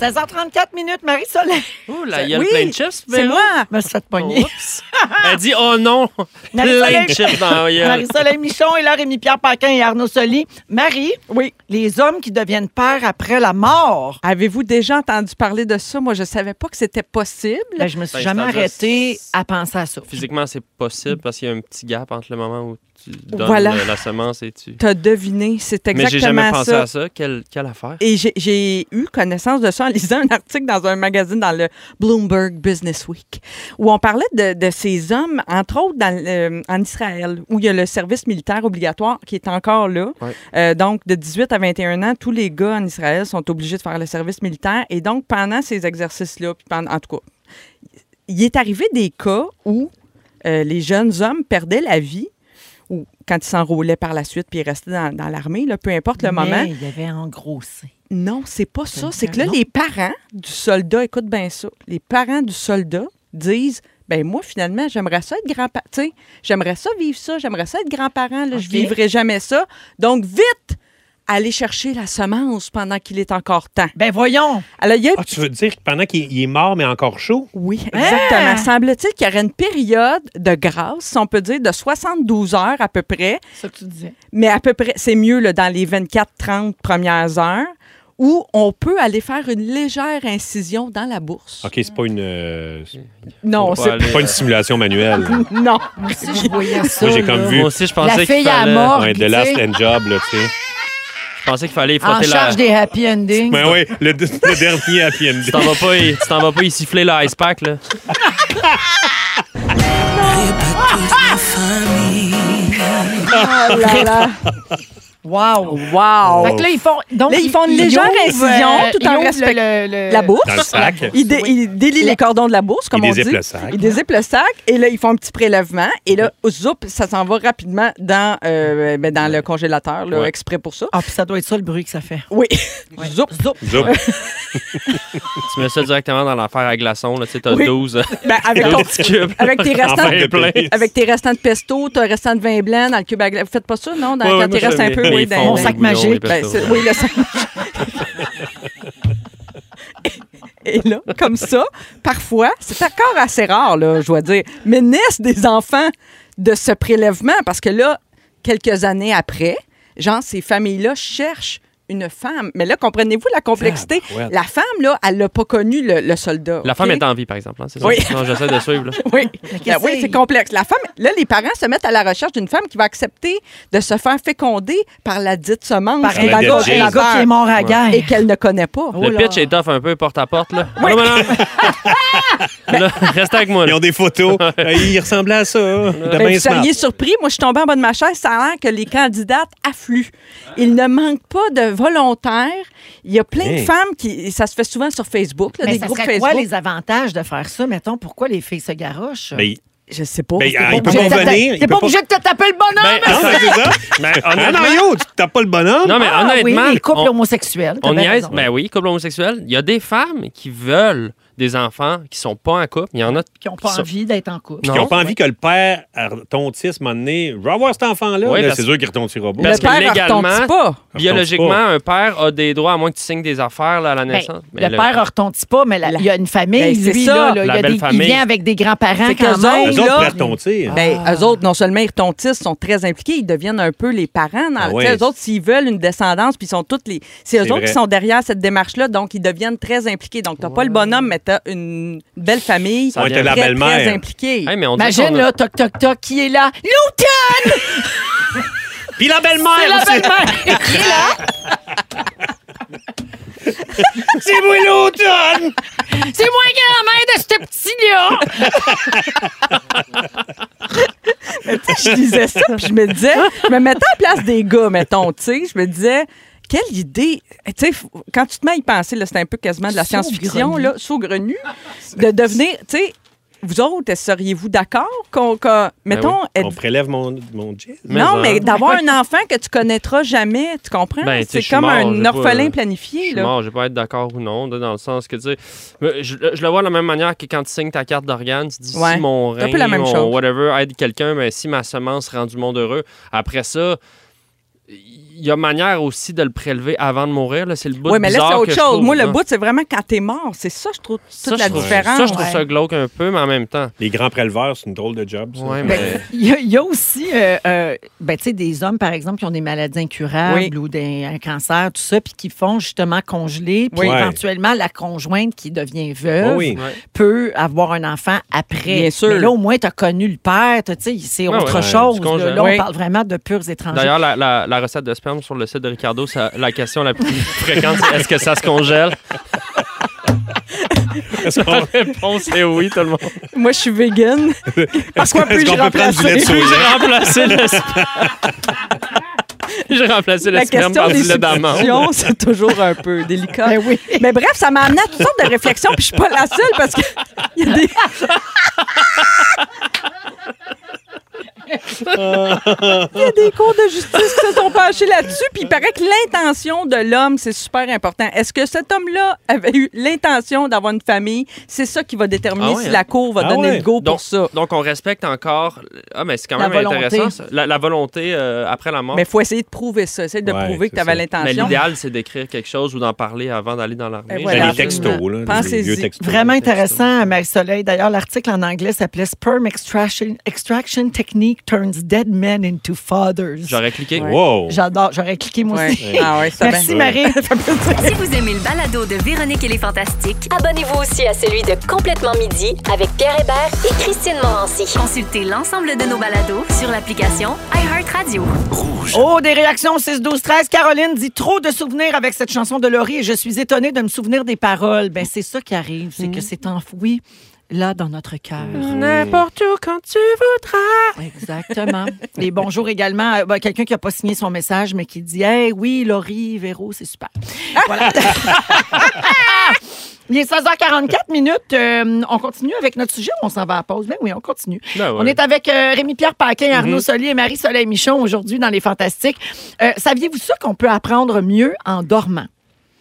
[SPEAKER 1] 16h34 minutes, Marie-Soleil.
[SPEAKER 3] Ouh là, il y a le
[SPEAKER 5] Oui,
[SPEAKER 3] plein de chips,
[SPEAKER 5] C'est
[SPEAKER 3] Véro.
[SPEAKER 5] moi.
[SPEAKER 1] Je me suis fait pogner.
[SPEAKER 2] Oh,
[SPEAKER 3] Elle dit oh non! plein de chips dans la gueule.
[SPEAKER 1] Marie-Soleil Michon et là, Rémi-Pierre Paquin et Arnaud Soli. Marie, oui. les hommes qui deviennent pères après la mort.
[SPEAKER 5] Avez-vous déjà entendu parler de ça? Moi, je savais pas que c'était possible.
[SPEAKER 1] Ben, je me suis
[SPEAKER 3] Ben,
[SPEAKER 1] jamais
[SPEAKER 3] c'est-à-dire,
[SPEAKER 1] arrêtée
[SPEAKER 3] c'est-
[SPEAKER 1] à penser à ça.
[SPEAKER 3] Physiquement, c'est possible parce qu'il y a un petit gap entre le moment où tu donnes
[SPEAKER 5] Voilà.
[SPEAKER 3] euh, la semence et tu.
[SPEAKER 5] T'as deviné, c'est
[SPEAKER 3] Mais j'ai jamais
[SPEAKER 5] exactement
[SPEAKER 3] pensé
[SPEAKER 5] ça.
[SPEAKER 3] à ça. Quelle, quelle affaire?
[SPEAKER 5] Et j'ai- j'ai eu connaissance de ça en lisant un article dans un magazine dans le Bloomberg Business Week, où on parlait de, de ces hommes, entre autres dans le- euh, en Israël, où il y a le service militaire obligatoire qui est encore là.
[SPEAKER 3] Ouais.
[SPEAKER 5] Euh, donc, de 18 à 21 ans, tous les gars en Israël sont obligés de faire le service militaire. Et donc, pendant ces exercices-là, puis pendant- en tout cas, il est arrivé des cas où euh, les jeunes hommes perdaient la vie, ou quand ils s'enrôlaient par la suite, puis ils restaient dans, dans l'armée, là, peu importe le moment.
[SPEAKER 1] il y avait engrossé.
[SPEAKER 5] Non, c'est pas ça. C'est que
[SPEAKER 1] bien,
[SPEAKER 5] là,
[SPEAKER 1] non.
[SPEAKER 5] les parents du soldat, écoute bien ça, les parents du soldat disent ben moi, finalement, j'aimerais ça être grand-parent. Tu sais, j'aimerais ça vivre ça, j'aimerais ça être grand-parent, là, je
[SPEAKER 1] OK.
[SPEAKER 5] vivrai jamais ça. Donc, vite, allez chercher la semence pendant qu'il est encore temps.
[SPEAKER 1] Ben voyons.
[SPEAKER 5] Alors, il y a.
[SPEAKER 2] Ah, tu veux dire que pendant qu'il il est mort, mais encore chaud?
[SPEAKER 5] Oui, exactement. Semble-t-il qu'il y aurait une période de grâce, si on peut dire, de 72 heures à peu près,
[SPEAKER 1] C'est ça que tu disais.
[SPEAKER 5] mais à peu près, c'est mieux là, dans les 24-30 premières heures, où on peut aller faire une légère incision dans la bourse.
[SPEAKER 2] OK, c'est pas une, euh, c'est
[SPEAKER 5] Non, c'est
[SPEAKER 3] aller,
[SPEAKER 2] pas
[SPEAKER 3] euh,
[SPEAKER 2] une simulation manuelle.
[SPEAKER 5] non.
[SPEAKER 1] Moi aussi, je voyais ça.
[SPEAKER 2] Moi, j'ai comme vu
[SPEAKER 3] Moi aussi, je pensais
[SPEAKER 1] La
[SPEAKER 3] qu'il
[SPEAKER 1] fille à
[SPEAKER 3] fallait...
[SPEAKER 1] mort.
[SPEAKER 2] ouais, The Last End Job, là, tu sais.
[SPEAKER 3] Je pensais qu'il fallait y
[SPEAKER 1] En
[SPEAKER 3] frotter la...
[SPEAKER 1] charge des happy endings.
[SPEAKER 2] Ben oui, le, le dernier à PMD.
[SPEAKER 3] Tu t'en vas pas y- tu t'en vas pas y siffler le ice pack, là.
[SPEAKER 5] Oh
[SPEAKER 1] Wow!
[SPEAKER 5] Wow!
[SPEAKER 1] Fait que là, ils font, donc,
[SPEAKER 5] Là, ils font une légère
[SPEAKER 1] ouvrent,
[SPEAKER 5] incision
[SPEAKER 1] euh,
[SPEAKER 5] tout
[SPEAKER 1] ils
[SPEAKER 5] en
[SPEAKER 1] ouvrent
[SPEAKER 5] respect-
[SPEAKER 1] le- le- le-
[SPEAKER 5] la bourse.
[SPEAKER 2] Dans le sac.
[SPEAKER 5] Ils, dé- ils délient les cordons de la bourse, comme
[SPEAKER 2] Ils
[SPEAKER 5] on dit.
[SPEAKER 2] dézippent le sac.
[SPEAKER 5] Ils dézippent le sac. Et là, ils font un petit prélèvement. Et là, zoup, ça s'en va rapidement dans, euh, ben, dans le congélateur, là,
[SPEAKER 2] Ouais.
[SPEAKER 5] exprès pour ça. Ah,
[SPEAKER 1] Ah, puis ça doit être ça le bruit que ça fait.
[SPEAKER 5] Oui. Zoup.
[SPEAKER 2] Zoup.
[SPEAKER 3] Tu mets ça directement dans l'affaire à glaçons, là, tu sais, t'as
[SPEAKER 5] Oui.
[SPEAKER 3] 12.
[SPEAKER 5] Ben, avec, ton-
[SPEAKER 3] 12 petits cubes.
[SPEAKER 5] avec tes
[SPEAKER 3] En
[SPEAKER 5] restants.
[SPEAKER 3] plein place.
[SPEAKER 5] Avec tes restants de pesto, tes restants de vin blanc dans le cube à glace. Vous faites pas ça, non? Dans,
[SPEAKER 3] Ouais, ouais,
[SPEAKER 5] quand
[SPEAKER 3] moi,
[SPEAKER 5] il reste
[SPEAKER 3] je
[SPEAKER 5] un
[SPEAKER 3] mets
[SPEAKER 5] peu,
[SPEAKER 3] mes
[SPEAKER 5] oui,
[SPEAKER 3] fonds,
[SPEAKER 5] dans
[SPEAKER 1] Mon
[SPEAKER 3] mes
[SPEAKER 1] sac
[SPEAKER 3] bouillons,
[SPEAKER 1] magique.
[SPEAKER 3] mes
[SPEAKER 5] Ben,
[SPEAKER 3] pestos.
[SPEAKER 5] c'est- oui, le sac. Et là, comme ça, parfois, c'est encore assez rare, là, je dois dire, mais naissent des enfants de ce prélèvement parce que là, quelques années après, genre, ces familles-là cherchent une femme. Mais là, comprenez-vous la complexité?
[SPEAKER 2] Tabarouette.
[SPEAKER 5] La femme, là, elle n'a pas connu le, le soldat.
[SPEAKER 3] Ah, ben, La
[SPEAKER 5] OK?
[SPEAKER 3] femme est en vie, par exemple. hein, c'est ça?
[SPEAKER 5] Oui.
[SPEAKER 3] Non, j'essaie de suivre. là.
[SPEAKER 5] Oui,
[SPEAKER 1] qu'est-ce
[SPEAKER 5] Ben oui,
[SPEAKER 1] que-
[SPEAKER 5] c'est complexe. La femme, là, les parents se mettent à la recherche d'une femme qui va accepter de se faire féconder par la dite semence.
[SPEAKER 1] Par
[SPEAKER 5] qui est
[SPEAKER 1] un
[SPEAKER 5] dans
[SPEAKER 2] la
[SPEAKER 5] le
[SPEAKER 1] gars,
[SPEAKER 2] DJs.
[SPEAKER 1] un gars qui est mort à la guerre.
[SPEAKER 5] et qu'elle ne connaît pas.
[SPEAKER 1] Oh
[SPEAKER 3] le
[SPEAKER 1] là.
[SPEAKER 3] pitch est tough un peu porte-à-porte. là. Non, non, non. Là, restez avec moi.
[SPEAKER 2] Ils
[SPEAKER 3] là.
[SPEAKER 2] ont des photos. Euh, Il ressemblait à ça. hein.
[SPEAKER 5] Ben,
[SPEAKER 2] Demain,
[SPEAKER 5] vous
[SPEAKER 2] smart.
[SPEAKER 5] seriez surpris, moi je suis tombée en bas de ma chaise, ça a l'air que les candidates affluent. Il ne manque pas de volontaires. Il y a plein
[SPEAKER 2] Hey.
[SPEAKER 5] de femmes qui, et ça se fait souvent sur Facebook, là,
[SPEAKER 1] Mais
[SPEAKER 5] des
[SPEAKER 1] Ben, ça
[SPEAKER 5] groupes
[SPEAKER 1] serait
[SPEAKER 5] Facebook.
[SPEAKER 1] quoi les avantages de faire ça? Mettons, pourquoi les filles se garochent?
[SPEAKER 2] Ben,
[SPEAKER 5] Je sais pas.
[SPEAKER 2] Ben,
[SPEAKER 5] c'est
[SPEAKER 2] ah,
[SPEAKER 5] pas
[SPEAKER 2] il peut
[SPEAKER 5] obligé
[SPEAKER 2] pas
[SPEAKER 5] de-
[SPEAKER 2] venir. il
[SPEAKER 1] T'es
[SPEAKER 2] peut
[SPEAKER 1] pas
[SPEAKER 2] pas-
[SPEAKER 1] obligé de te taper le bonhomme!
[SPEAKER 3] Ben,
[SPEAKER 2] Ah,
[SPEAKER 3] honnêtement-
[SPEAKER 2] c'est ça?
[SPEAKER 3] Ben,
[SPEAKER 2] Ah
[SPEAKER 3] honnêtement-
[SPEAKER 2] non, yo, tu tapes pas le bonhomme?
[SPEAKER 3] Non, mais
[SPEAKER 1] Ah oui,
[SPEAKER 3] honnêtement,
[SPEAKER 1] les couples
[SPEAKER 3] on-
[SPEAKER 1] homosexuels. t'as
[SPEAKER 3] On y
[SPEAKER 1] bien
[SPEAKER 3] est,
[SPEAKER 1] raison.
[SPEAKER 3] ben oui, couple homosexuel. Il y a des femmes qui veulent des enfants qui sont pas en couple. Il y en a
[SPEAKER 1] Qui n'ont pas
[SPEAKER 3] sont-
[SPEAKER 1] envie d'être en couple.
[SPEAKER 2] Puis
[SPEAKER 3] Non.
[SPEAKER 2] qui n'ont pas envie que le père tontisse un moment donné. Je vais avoir cet enfant-là.
[SPEAKER 3] Ouais,
[SPEAKER 2] Là,
[SPEAKER 3] parce-
[SPEAKER 2] c'est sûr qu'il retontira pas.
[SPEAKER 3] parce
[SPEAKER 5] Le
[SPEAKER 3] que
[SPEAKER 5] père ne
[SPEAKER 3] légalement-
[SPEAKER 5] retentit pas.
[SPEAKER 3] Biologiquement, un père a des droits à moins que tu signes des affaires là, à la
[SPEAKER 1] Ben,
[SPEAKER 3] naissance. hein. Mais
[SPEAKER 1] le père ne retentit pas, mais la- il y a une famille,
[SPEAKER 5] Ben, c'est
[SPEAKER 1] lui,
[SPEAKER 5] ça.
[SPEAKER 1] là, là, il, y a
[SPEAKER 3] La
[SPEAKER 1] des-
[SPEAKER 3] belle
[SPEAKER 1] il
[SPEAKER 3] famille.
[SPEAKER 1] vient avec des grands-parents
[SPEAKER 5] C'est
[SPEAKER 1] quand
[SPEAKER 5] qu'eux
[SPEAKER 1] même.
[SPEAKER 5] autres,
[SPEAKER 2] Les autres
[SPEAKER 5] là-
[SPEAKER 2] peuvent retentir.
[SPEAKER 5] Ben, eux autres, non seulement ils retentisent, sont très impliqués, ils deviennent un peu les parents. Dans
[SPEAKER 2] Ah
[SPEAKER 5] le-
[SPEAKER 2] ouais.
[SPEAKER 5] tu sais, Eux autres, s'ils veulent une descendance, puis ils sont toutes les. C'est eux
[SPEAKER 2] C'est
[SPEAKER 5] autres
[SPEAKER 2] vrai.
[SPEAKER 5] qui sont derrière cette démarche-là, donc ils deviennent très impliqués. Donc, t'as pas le bonhomme, mais t'as une belle famille.
[SPEAKER 2] Ça va être
[SPEAKER 5] très,
[SPEAKER 2] la belle-mère.
[SPEAKER 5] Très impliquée.
[SPEAKER 3] Hey, mais on dit
[SPEAKER 1] Imagine,
[SPEAKER 3] qu'on a-
[SPEAKER 1] là, toc, toc, toc, qui est là? Newton!
[SPEAKER 2] Puis la
[SPEAKER 1] C'est
[SPEAKER 2] belle-mère
[SPEAKER 1] la
[SPEAKER 2] aussi.
[SPEAKER 1] belle-mère! Qui est là?
[SPEAKER 2] C'est moi l'automne!
[SPEAKER 1] C'est moi grand-mère de ce petit-là!
[SPEAKER 5] je disais ça, puis je me disais, je me mettais en place des gars, mettons, tu sais, je me disais, quelle idée, tu sais, faut- quand tu te mets à y penser, là, c'est un peu quasiment de la science-fiction,
[SPEAKER 1] Saugrenu.
[SPEAKER 5] là, saugrenu, de devenir, tu sais, vous autres, seriez-vous d'accord qu'on, qu'on- mettons, êtes-
[SPEAKER 2] Ben On prélève mon, mon jizz.
[SPEAKER 3] Mais
[SPEAKER 5] non,
[SPEAKER 3] en-
[SPEAKER 5] mais d'avoir un enfant que tu connaîtras jamais, tu comprends?
[SPEAKER 3] Ben, tu sais,
[SPEAKER 5] c'est
[SPEAKER 3] je suis
[SPEAKER 5] comme
[SPEAKER 3] mort, j'ai
[SPEAKER 5] un
[SPEAKER 3] pas-
[SPEAKER 5] orphelin
[SPEAKER 3] Je
[SPEAKER 5] planifié,
[SPEAKER 3] suis
[SPEAKER 5] là.
[SPEAKER 3] mort, je vais pas être d'accord ou non, là, dans le sens que, tu sais, mais je, je le vois de la même manière que quand tu signes ta carte d'organe, tu dis
[SPEAKER 5] Ouais.
[SPEAKER 3] si mon
[SPEAKER 5] C'est un
[SPEAKER 3] rein,
[SPEAKER 5] peu la même
[SPEAKER 3] mon
[SPEAKER 5] chose.
[SPEAKER 3] whatever aide quelqu'un, mais si ma semence rend du monde heureux, après ça, il y a manière aussi de le prélever avant de mourir, là, c'est le bout
[SPEAKER 5] Oui, mais là, c'est
[SPEAKER 3] bizarre que
[SPEAKER 5] autre
[SPEAKER 3] je
[SPEAKER 5] chose.
[SPEAKER 3] trouve,
[SPEAKER 5] Moi, le
[SPEAKER 3] là.
[SPEAKER 5] bout, c'est vraiment quand t'es mort. C'est ça, je trouve, toute
[SPEAKER 3] Ça,
[SPEAKER 5] la
[SPEAKER 3] je trouve-
[SPEAKER 5] différence.
[SPEAKER 3] Ça, je trouve ça
[SPEAKER 1] ouais.
[SPEAKER 3] glauque un peu, mais en même temps.
[SPEAKER 2] Les grands préleveurs, c'est une drôle de job. ça.
[SPEAKER 3] Ouais,
[SPEAKER 1] Ben,
[SPEAKER 3] mais...
[SPEAKER 1] Il y, a- il y a aussi euh, euh, ben, tu sais, des hommes, par exemple, qui ont des maladies incurables
[SPEAKER 5] Oui.
[SPEAKER 1] ou des, un cancer, tout ça, puis qui font justement congeler. Puis
[SPEAKER 2] Oui.
[SPEAKER 1] éventuellement, la conjointe qui devient
[SPEAKER 2] Ah
[SPEAKER 1] veuve
[SPEAKER 2] oui.
[SPEAKER 3] Ouais.
[SPEAKER 1] peut avoir un enfant après.
[SPEAKER 5] Bien sûr.
[SPEAKER 1] Mais là, au moins, tu as connu le père, t'as- tu sais, c'est
[SPEAKER 3] Ouais,
[SPEAKER 1] autre
[SPEAKER 3] ouais,
[SPEAKER 1] chose.
[SPEAKER 3] du
[SPEAKER 1] là.
[SPEAKER 3] congé.
[SPEAKER 1] Là, on
[SPEAKER 5] Oui.
[SPEAKER 1] parle vraiment de purs étrangers.
[SPEAKER 3] D'ailleurs, la, la- la recette de sperme sur le site de Ricardo, ça- la question la plus fréquente, c'est est-ce que ça se congèle?
[SPEAKER 2] Est-ce qu'on
[SPEAKER 3] La réponse est oui, tout le monde.
[SPEAKER 5] Moi, je suis vegan. Parce que
[SPEAKER 2] est-ce qu'on peut prendre du lait de
[SPEAKER 3] Puis
[SPEAKER 2] soja?
[SPEAKER 3] j'ai remplacé le sperme. j'ai remplacé le
[SPEAKER 5] La
[SPEAKER 3] sperme
[SPEAKER 5] question
[SPEAKER 3] par
[SPEAKER 5] des
[SPEAKER 3] du lait d'amande.
[SPEAKER 5] substitutions, c'est toujours un peu délicat.
[SPEAKER 1] Ben oui.
[SPEAKER 5] Mais bref, ça m'a amené à toutes sortes de réflexions, puis je suis pas la seule parce que il y a des... Il y a des cours de justice qui se sont penchés là-dessus, puis il paraît que l'intention de l'homme, c'est super important. Est-ce que cet homme-là avait eu l'intention d'avoir une famille? C'est ça qui va déterminer
[SPEAKER 3] Ah ouais,
[SPEAKER 5] si
[SPEAKER 3] hein?
[SPEAKER 5] la cour va
[SPEAKER 2] Ah
[SPEAKER 5] donner
[SPEAKER 2] ouais.
[SPEAKER 5] le go pour
[SPEAKER 3] Donc,
[SPEAKER 5] ça.
[SPEAKER 3] donc, on respecte encore. Ah, mais c'est quand
[SPEAKER 1] La
[SPEAKER 3] même
[SPEAKER 1] volonté.
[SPEAKER 3] intéressant. ça. La, la volonté euh, après la mort.
[SPEAKER 5] Mais il faut essayer de prouver ça, essayer de
[SPEAKER 2] Ouais,
[SPEAKER 5] prouver que
[SPEAKER 2] c'est
[SPEAKER 5] tu avais
[SPEAKER 2] ça.
[SPEAKER 3] Mais
[SPEAKER 5] l'intention.
[SPEAKER 3] l'idéal, c'est d'écrire quelque chose ou d'en parler avant d'aller dans
[SPEAKER 1] Ben
[SPEAKER 3] l'armée.
[SPEAKER 5] Et voilà.
[SPEAKER 2] Ben, les textos, là, les
[SPEAKER 5] Pensez-y.
[SPEAKER 2] vieux textos.
[SPEAKER 1] Vraiment
[SPEAKER 3] textos.
[SPEAKER 1] intéressant, Marie-Soleil. D'ailleurs, l'article en anglais s'appelait Sperm extraction, extraction Technique Turns Dead Men into Fathers.
[SPEAKER 3] J'aurais cliqué.
[SPEAKER 2] Wow!
[SPEAKER 1] J'adore. J'aurais cliqué, moi
[SPEAKER 5] Ouais.
[SPEAKER 1] aussi.
[SPEAKER 5] Ah ouais, ça
[SPEAKER 1] Merci,
[SPEAKER 5] va.
[SPEAKER 1] Marie.
[SPEAKER 8] Si vous aimez le balado de Véronique et les Fantastiques,
[SPEAKER 9] Abonnez-vous aussi à celui de Complètement Midi avec Pierre Hébert et Christine Morancy.
[SPEAKER 8] consultez l'ensemble de nos balados sur l'application iHeartRadio.
[SPEAKER 1] Oh, des réactions au 6, 12, 13. Caroline dit trop de souvenirs avec cette
[SPEAKER 5] Mhm.
[SPEAKER 1] chanson de Laurie et je suis étonnée de me souvenir des paroles. Ben, c'est ça qui arrive, c'est que c'est enfoui là dans notre cœur.
[SPEAKER 3] N'importe où quand tu voudras.
[SPEAKER 1] Exactement. Et bonjour également à ben, quelqu'un qui n'a pas signé son message, mais qui dit Hey, oui, Laurie, Véro, c'est super. Voilà. Il est 16h44 minutes. Euh, on continue avec notre sujet ou on s'en va à la pause? Ben oui, on continue.
[SPEAKER 3] Ben ouais.
[SPEAKER 1] On est avec euh, Rémi-Pierre Paquin, Arnaud Solier et Marie-Soleil Michon aujourd'hui dans Les Fantastiques. Euh, Saviez-vous ça qu'on peut apprendre mieux en dormant?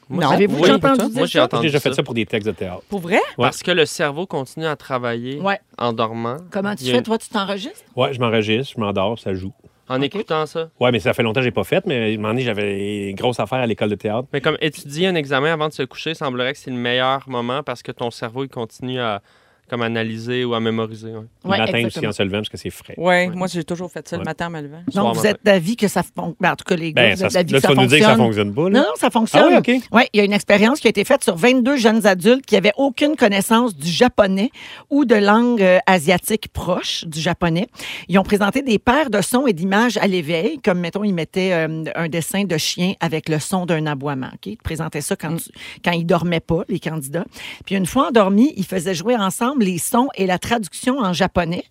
[SPEAKER 5] Non.
[SPEAKER 1] Avez-vous
[SPEAKER 3] Oui.
[SPEAKER 1] déjà entendu dire
[SPEAKER 3] Moi, j'ai
[SPEAKER 1] ça?
[SPEAKER 2] J'ai
[SPEAKER 3] entendu
[SPEAKER 2] déjà
[SPEAKER 3] ça.
[SPEAKER 2] fait ça pour des textes de théâtre.
[SPEAKER 5] Pour vrai?
[SPEAKER 3] Parce que le cerveau continue à travailler
[SPEAKER 1] Ouais.
[SPEAKER 3] en dormant,
[SPEAKER 1] Comment tu
[SPEAKER 3] Il y a
[SPEAKER 1] fais?
[SPEAKER 3] une-
[SPEAKER 1] Toi, tu t'enregistres?
[SPEAKER 2] Ouais, je m'enregistre, je m'endors, ça joue.
[SPEAKER 3] en écoutant ça.
[SPEAKER 2] Ouais, mais ça fait longtemps que j'ai pas fait, mais à un moment donné, j'avais une grosse affaire à l'école de théâtre.
[SPEAKER 3] Mais comme étudier un examen avant de se coucher, semblerait que c'est le meilleur moment parce que ton cerveau il continue à comme analyser ou à mémoriser. ouais.
[SPEAKER 2] Le
[SPEAKER 1] Ouais,
[SPEAKER 2] matin aussi
[SPEAKER 1] exactement.
[SPEAKER 2] en se levant parce que c'est frais.
[SPEAKER 5] Oui, moi, j'ai toujours fait ça le
[SPEAKER 2] Ouais.
[SPEAKER 5] matin en me levant.
[SPEAKER 3] soir,
[SPEAKER 1] Donc, vous
[SPEAKER 3] matin.
[SPEAKER 1] êtes d'avis que ça fonctionne. en tout cas, les gars,
[SPEAKER 2] Ben,
[SPEAKER 1] vous
[SPEAKER 2] ça,
[SPEAKER 1] êtes d'avis
[SPEAKER 2] là,
[SPEAKER 1] que
[SPEAKER 2] tu
[SPEAKER 1] ça
[SPEAKER 2] vas nous dire que ça
[SPEAKER 1] fonctionne.
[SPEAKER 2] fonctionne pas.
[SPEAKER 1] Non,
[SPEAKER 2] Là.
[SPEAKER 1] non, ça fonctionne.
[SPEAKER 2] Ah oui, OK.
[SPEAKER 1] Ouais, il y a une expérience qui a été faite sur 22 jeunes adultes qui n'avaient aucune connaissance du japonais ou de langue euh, asiatique proche du japonais. Ils ont présenté des paires de sons et d'images à l'éveil, comme, mettons, ils mettaient euh, un dessin de chien avec le son d'un aboiement. OK? Ils te présentaient ça
[SPEAKER 2] Mm.
[SPEAKER 1] quand, tu- quand ils dormaient pas, les candidats. Puis une fois endormis, ils faisaient jouer ensemble les sons et la traduction en japonais.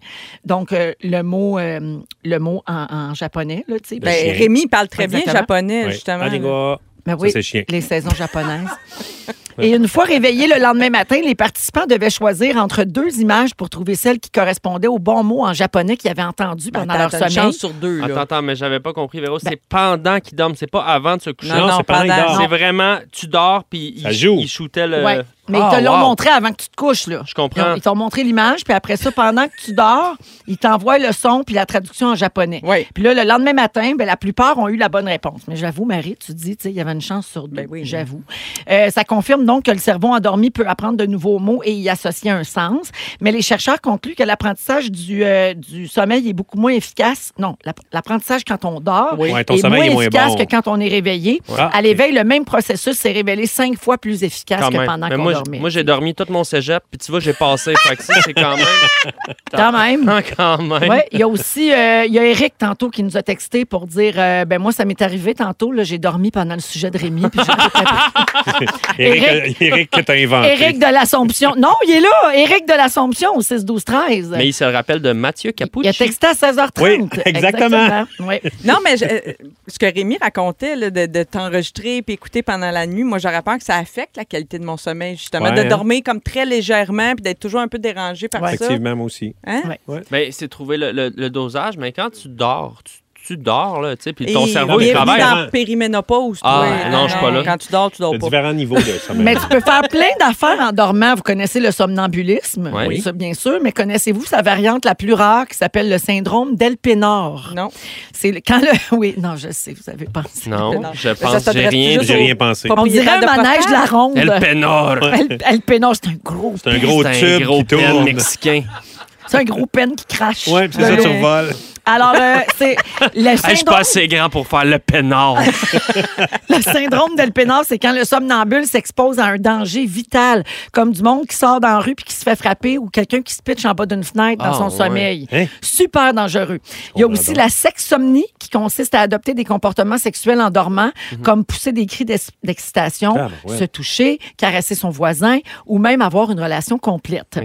[SPEAKER 1] Donc, euh, le mot, euh, le mot en, en japonais, là, tu sais.
[SPEAKER 2] Le chien.
[SPEAKER 5] Ben, Rémi il parle très bien
[SPEAKER 1] Exactement.
[SPEAKER 5] japonais,
[SPEAKER 2] Ouais.
[SPEAKER 5] justement.
[SPEAKER 2] Ah, les
[SPEAKER 5] là.
[SPEAKER 2] gars.
[SPEAKER 1] Ben
[SPEAKER 2] Ça, c'est chiant.
[SPEAKER 1] les saisons japonaises. Et une fois réveillés le lendemain matin, les participants devaient choisir entre deux images pour trouver celle qui correspondait au bon mot en japonais qu'ils avaient entendu
[SPEAKER 5] Ben,
[SPEAKER 1] pendant
[SPEAKER 5] t'as-
[SPEAKER 1] leur
[SPEAKER 5] t'as une
[SPEAKER 1] sommeil.
[SPEAKER 5] chance sur deux, là.
[SPEAKER 3] Attends, attends, mais j'avais pas compris, Véro.
[SPEAKER 1] Ben-
[SPEAKER 3] C'est pendant qu'il dorment, c'est pas avant de se coucher.
[SPEAKER 5] Non, non,
[SPEAKER 2] c'est pas
[SPEAKER 5] pendant-
[SPEAKER 2] dans les
[SPEAKER 3] C'est
[SPEAKER 2] dents.
[SPEAKER 3] vraiment, tu dors, puis
[SPEAKER 2] Ça
[SPEAKER 3] il,
[SPEAKER 2] joue.
[SPEAKER 3] il shootait
[SPEAKER 5] euh,
[SPEAKER 3] le...
[SPEAKER 1] Ouais. Mais
[SPEAKER 3] Ah,
[SPEAKER 1] ils te l'ont
[SPEAKER 3] wow. Hein?
[SPEAKER 1] montré avant que tu te couches. Là.
[SPEAKER 3] Je comprends.
[SPEAKER 1] Ils t'ont montré l'image, puis après ça, pendant que tu dors, ils t'envoient le son puis la traduction en japonais.
[SPEAKER 5] Oui.
[SPEAKER 1] Puis là, le lendemain matin, ben, la plupart ont eu la bonne réponse. Mais j'avoue, Marie, tu dis, tu sais, il y avait une chance sur deux.
[SPEAKER 5] Ben oui.
[SPEAKER 1] j'avoue. Euh, ça confirme donc que le cerveau endormi peut apprendre de nouveaux mots et y associer un sens. Mais les chercheurs concluent que l'apprentissage du, euh, du sommeil est beaucoup moins efficace. Non, l'app- l'apprentissage quand on dort
[SPEAKER 2] Ouais, ton
[SPEAKER 1] est
[SPEAKER 2] sommeil
[SPEAKER 1] moins
[SPEAKER 2] est moins
[SPEAKER 1] efficace
[SPEAKER 2] bon.
[SPEAKER 1] que quand on est réveillé.
[SPEAKER 2] Ah,
[SPEAKER 1] À
[SPEAKER 2] ok.
[SPEAKER 1] l'éveil, le même processus s'est révélé cinq fois plus efficace
[SPEAKER 3] Quand
[SPEAKER 1] que
[SPEAKER 3] même.
[SPEAKER 1] pendant
[SPEAKER 3] Mais
[SPEAKER 1] qu'on
[SPEAKER 3] moi, j-
[SPEAKER 1] dormait.
[SPEAKER 3] moi, j'ai dormi tout mon cégep, puis tu vois, j'ai passé. fait que ça, c'est quand même...
[SPEAKER 1] quand même.
[SPEAKER 3] Ah, quand même.
[SPEAKER 1] Ouais, il y a aussi euh, il y a Eric tantôt qui nous a texté pour dire euh, ben moi ça m'est arrivé tantôt là, j'ai dormi pendant le sujet de Rémi puis j'ai tout appris. Éric-
[SPEAKER 2] Eric, Eric euh, que t'as inventé.
[SPEAKER 1] Éric de l'Assomption. Non, il est là, Éric de l'Assomption au 6 12 13.
[SPEAKER 3] Mais il se rappelle de Mathieu
[SPEAKER 1] il a
[SPEAKER 3] Capucci.
[SPEAKER 1] texté à 16h30.
[SPEAKER 2] Oui, exactement.
[SPEAKER 1] Ouais.
[SPEAKER 5] Non, mais je- euh, ce que Rémi racontait, là, de, de t'enregistrer et écouter pendant la nuit, moi, j'aurais peur que ça affecte la qualité de mon sommeil, justement.
[SPEAKER 2] Ouais,
[SPEAKER 5] de
[SPEAKER 2] hein.
[SPEAKER 5] dormir comme très légèrement puis d'être toujours un peu dérangé par ça.
[SPEAKER 2] Effectivement, moi aussi.
[SPEAKER 5] Hein?
[SPEAKER 1] Ouais.
[SPEAKER 3] Ben, c'est trouver le, le- le dosage, mais quand tu dors, tu, tu dors, là, tu sais, puis ton
[SPEAKER 5] Et
[SPEAKER 3] cerveau, il
[SPEAKER 5] bienvenue
[SPEAKER 3] travaille.
[SPEAKER 5] dans
[SPEAKER 2] hein.
[SPEAKER 5] la périménopause, toi.
[SPEAKER 3] Ah, non, je suis pas là.
[SPEAKER 5] Quand tu dors, tu
[SPEAKER 2] Il
[SPEAKER 5] dors
[SPEAKER 2] y a
[SPEAKER 5] pas.
[SPEAKER 2] différents niveaux de sommeil.
[SPEAKER 1] Mais tu peux faire plein d'affaires en dormant. Vous connaissez le somnambulisme,
[SPEAKER 3] Ouais.
[SPEAKER 1] oui. ça bien sûr, mais connaissez-vous sa variante la plus rare qui s'appelle le syndrome d'Elpénor?
[SPEAKER 5] Non.
[SPEAKER 1] C'est le- quand le oui, non, je sais, vous avez pensé.
[SPEAKER 3] Non,
[SPEAKER 5] Non.
[SPEAKER 3] je
[SPEAKER 5] ça
[SPEAKER 3] pense que j'ai
[SPEAKER 5] s'adresse
[SPEAKER 3] rien.
[SPEAKER 5] juste
[SPEAKER 2] J'ai
[SPEAKER 3] J'ai
[SPEAKER 5] au-
[SPEAKER 3] rien.
[SPEAKER 2] rien pensé.
[SPEAKER 5] Pas-
[SPEAKER 1] On dirait un
[SPEAKER 5] Propriétaire de
[SPEAKER 1] manège de la ronde.
[SPEAKER 3] El Pénor.
[SPEAKER 1] El, El Pénor, c'est un gros
[SPEAKER 2] C'est un gros
[SPEAKER 3] C'est un
[SPEAKER 2] tube
[SPEAKER 3] gros
[SPEAKER 2] qui
[SPEAKER 3] pen
[SPEAKER 2] tourne.
[SPEAKER 3] mexicain.
[SPEAKER 1] C'est un gros penne qui crache.
[SPEAKER 2] Ouais, puis c'est ça,
[SPEAKER 1] Ben,
[SPEAKER 2] tu revoles.
[SPEAKER 1] Alors, euh, c'est le
[SPEAKER 3] Hey, je suis pas
[SPEAKER 1] syndrome,
[SPEAKER 3] assez grand pour faire le Pénor.
[SPEAKER 1] le syndrome d'Elpénor, c'est quand le somnambule s'expose à un danger vital, comme du monde qui sort dans la rue puis qui se fait frapper ou quelqu'un qui se pitche en bas d'une fenêtre dans
[SPEAKER 3] Ah,
[SPEAKER 1] son
[SPEAKER 3] ouais.
[SPEAKER 1] sommeil.
[SPEAKER 2] Hein?
[SPEAKER 1] Super dangereux. Il y a
[SPEAKER 2] comprends
[SPEAKER 1] aussi
[SPEAKER 2] donc.
[SPEAKER 1] la sexsomnie qui consiste à adopter des comportements sexuels en dormant, comme pousser des cris d'ex- d'excitation,
[SPEAKER 2] Mhm. Ah, ben ouais.
[SPEAKER 1] se toucher, caresser son voisin ou même avoir une relation complète.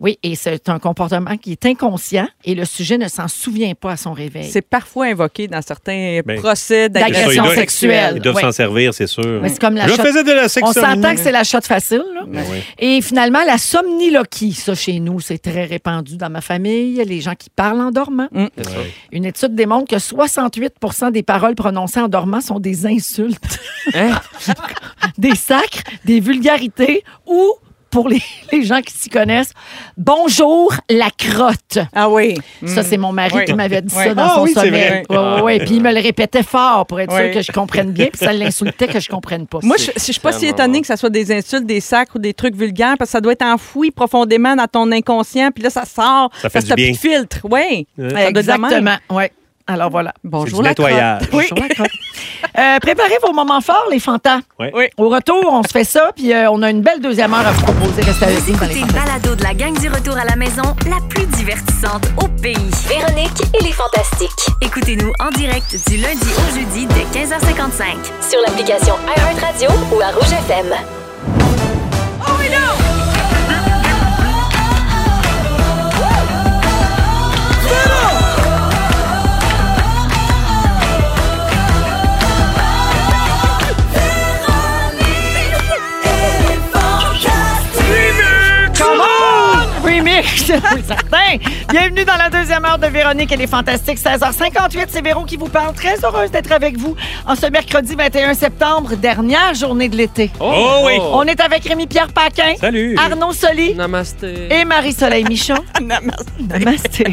[SPEAKER 1] Oui, et c'est un comportement qui est inconscient et le sujet ne s'en souvient pas à son réveil.
[SPEAKER 5] C'est parfois invoqué dans certains
[SPEAKER 2] Ben,
[SPEAKER 5] procès
[SPEAKER 2] c'est ça,
[SPEAKER 5] d'agression
[SPEAKER 3] Ben,
[SPEAKER 2] ils doivent- Ils
[SPEAKER 5] sexuelle.
[SPEAKER 2] doivent
[SPEAKER 1] Ouais.
[SPEAKER 2] s'en servir, c'est sûr.
[SPEAKER 1] Mais c'est comme la
[SPEAKER 2] Je
[SPEAKER 1] shot-
[SPEAKER 2] faisais de la
[SPEAKER 1] On
[SPEAKER 2] sexomnie.
[SPEAKER 1] s'entend que c'est la shot facile. là.
[SPEAKER 2] Ben oui.
[SPEAKER 1] Et finalement, la somniloquie, ça chez nous, c'est très répandu dans ma famille, les gens qui parlent en dormant. Une étude démontre que 68 des paroles prononcées en dormant sont des insultes,
[SPEAKER 3] Hein?
[SPEAKER 1] des sacres, des vulgarités ou, pour les, les gens qui s'y connaissent, bonjour la crotte.
[SPEAKER 5] Ah oui.
[SPEAKER 1] Ça, c'est mon mari
[SPEAKER 5] Oui.
[SPEAKER 1] qui m'avait dit
[SPEAKER 5] Oui.
[SPEAKER 1] ça dans
[SPEAKER 2] Ah
[SPEAKER 1] son
[SPEAKER 2] oui, c'est
[SPEAKER 1] sommeil.
[SPEAKER 5] vrai.
[SPEAKER 1] Ouais, ouais, ouais. Puis il me le répétait fort pour être
[SPEAKER 5] Oui.
[SPEAKER 1] sûr que je comprenne bien, puis ça l'insultait que je comprenne pas.
[SPEAKER 5] Moi, je, je suis pas si
[SPEAKER 3] tellement
[SPEAKER 5] étonnée
[SPEAKER 3] bon.
[SPEAKER 5] que ça soit des insultes, des sacres ou des trucs vulgaires, parce que ça doit être enfoui profondément dans ton inconscient, puis là, ça sort.
[SPEAKER 2] Ça fait
[SPEAKER 5] parce
[SPEAKER 2] du
[SPEAKER 5] que t'as
[SPEAKER 2] bien.
[SPEAKER 5] plus de filtre. Oui. Ça doit être de même.
[SPEAKER 1] Exactement, ouais. Alors voilà.
[SPEAKER 5] Bonjour,
[SPEAKER 2] du
[SPEAKER 5] la
[SPEAKER 2] nettoyage.
[SPEAKER 5] crotte.
[SPEAKER 1] Bonjour, la crotte. Euh, préparez vos moments forts, les fantas.
[SPEAKER 2] Ouais.
[SPEAKER 5] Oui.
[SPEAKER 1] Au retour, on se fait ça, puis euh, on a une belle deuxième heure à vous proposer. Restez avec
[SPEAKER 8] Vous
[SPEAKER 1] nous dans les
[SPEAKER 8] écoutez le balado de la gang du retour à la maison, la plus divertissante au pays.
[SPEAKER 9] Véronique et les Fantastiques.
[SPEAKER 8] Écoutez-nous en direct du lundi au jeudi dès 15h55.
[SPEAKER 9] Sur l'application iHeartRadio ou à Rouge FM.
[SPEAKER 1] Oui, certain. Bienvenue dans la deuxième heure de Véronique et les Fantastiques, 16h58. C'est Véro qui vous parle. Très heureuse d'être avec vous en ce mercredi 21 septembre, dernière journée de l'été.
[SPEAKER 2] Oh oui.
[SPEAKER 1] On est avec Rémi-Pierre Paquin,
[SPEAKER 2] Salut.
[SPEAKER 1] Arnaud Soli
[SPEAKER 3] Namasté.
[SPEAKER 1] et Marie-Soleil Michon. Namasté.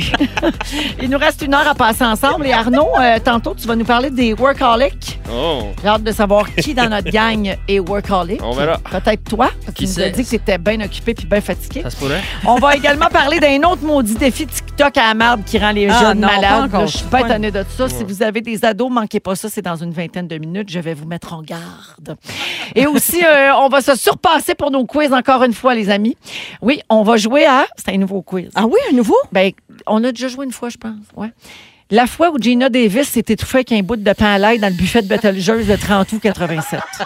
[SPEAKER 1] Il nous reste une heure à passer ensemble. Et Arnaud, euh, tantôt, tu vas nous parler des workaholics.
[SPEAKER 3] Oh.
[SPEAKER 1] J'ai hâte de savoir qui dans notre gang est workaholic.
[SPEAKER 3] On verra.
[SPEAKER 1] Peut-être toi, parce que
[SPEAKER 3] Oh. Qui
[SPEAKER 1] tu nous as
[SPEAKER 3] sait?
[SPEAKER 1] dit que tu étais bien occupé puis bien fatigué.
[SPEAKER 3] Ça se pourrait?
[SPEAKER 1] On va également parler d'un autre maudit défi TikTok à marbre qui rend les
[SPEAKER 5] Ah
[SPEAKER 1] jeunes
[SPEAKER 5] non, pas
[SPEAKER 1] malades.
[SPEAKER 5] encore.
[SPEAKER 1] Là, Je suis pas
[SPEAKER 5] Ouais.
[SPEAKER 1] étonnée de ça. Si vous avez des ados, manquez pas ça. C'est dans une vingtaine de minutes. Je vais vous mettre en garde. Et aussi, euh, on va se surpasser pour nos quiz encore une fois, les amis. Oui, on va jouer à... C'est un nouveau quiz.
[SPEAKER 5] Ah oui, un nouveau?
[SPEAKER 1] Ben, on a déjà joué une fois, je pense. Ouais. La fois où Gina Davis s'est étouffée avec un bout de pain à l'ail dans le buffet de Betelgeuse le 30 août 87. Ça, c'est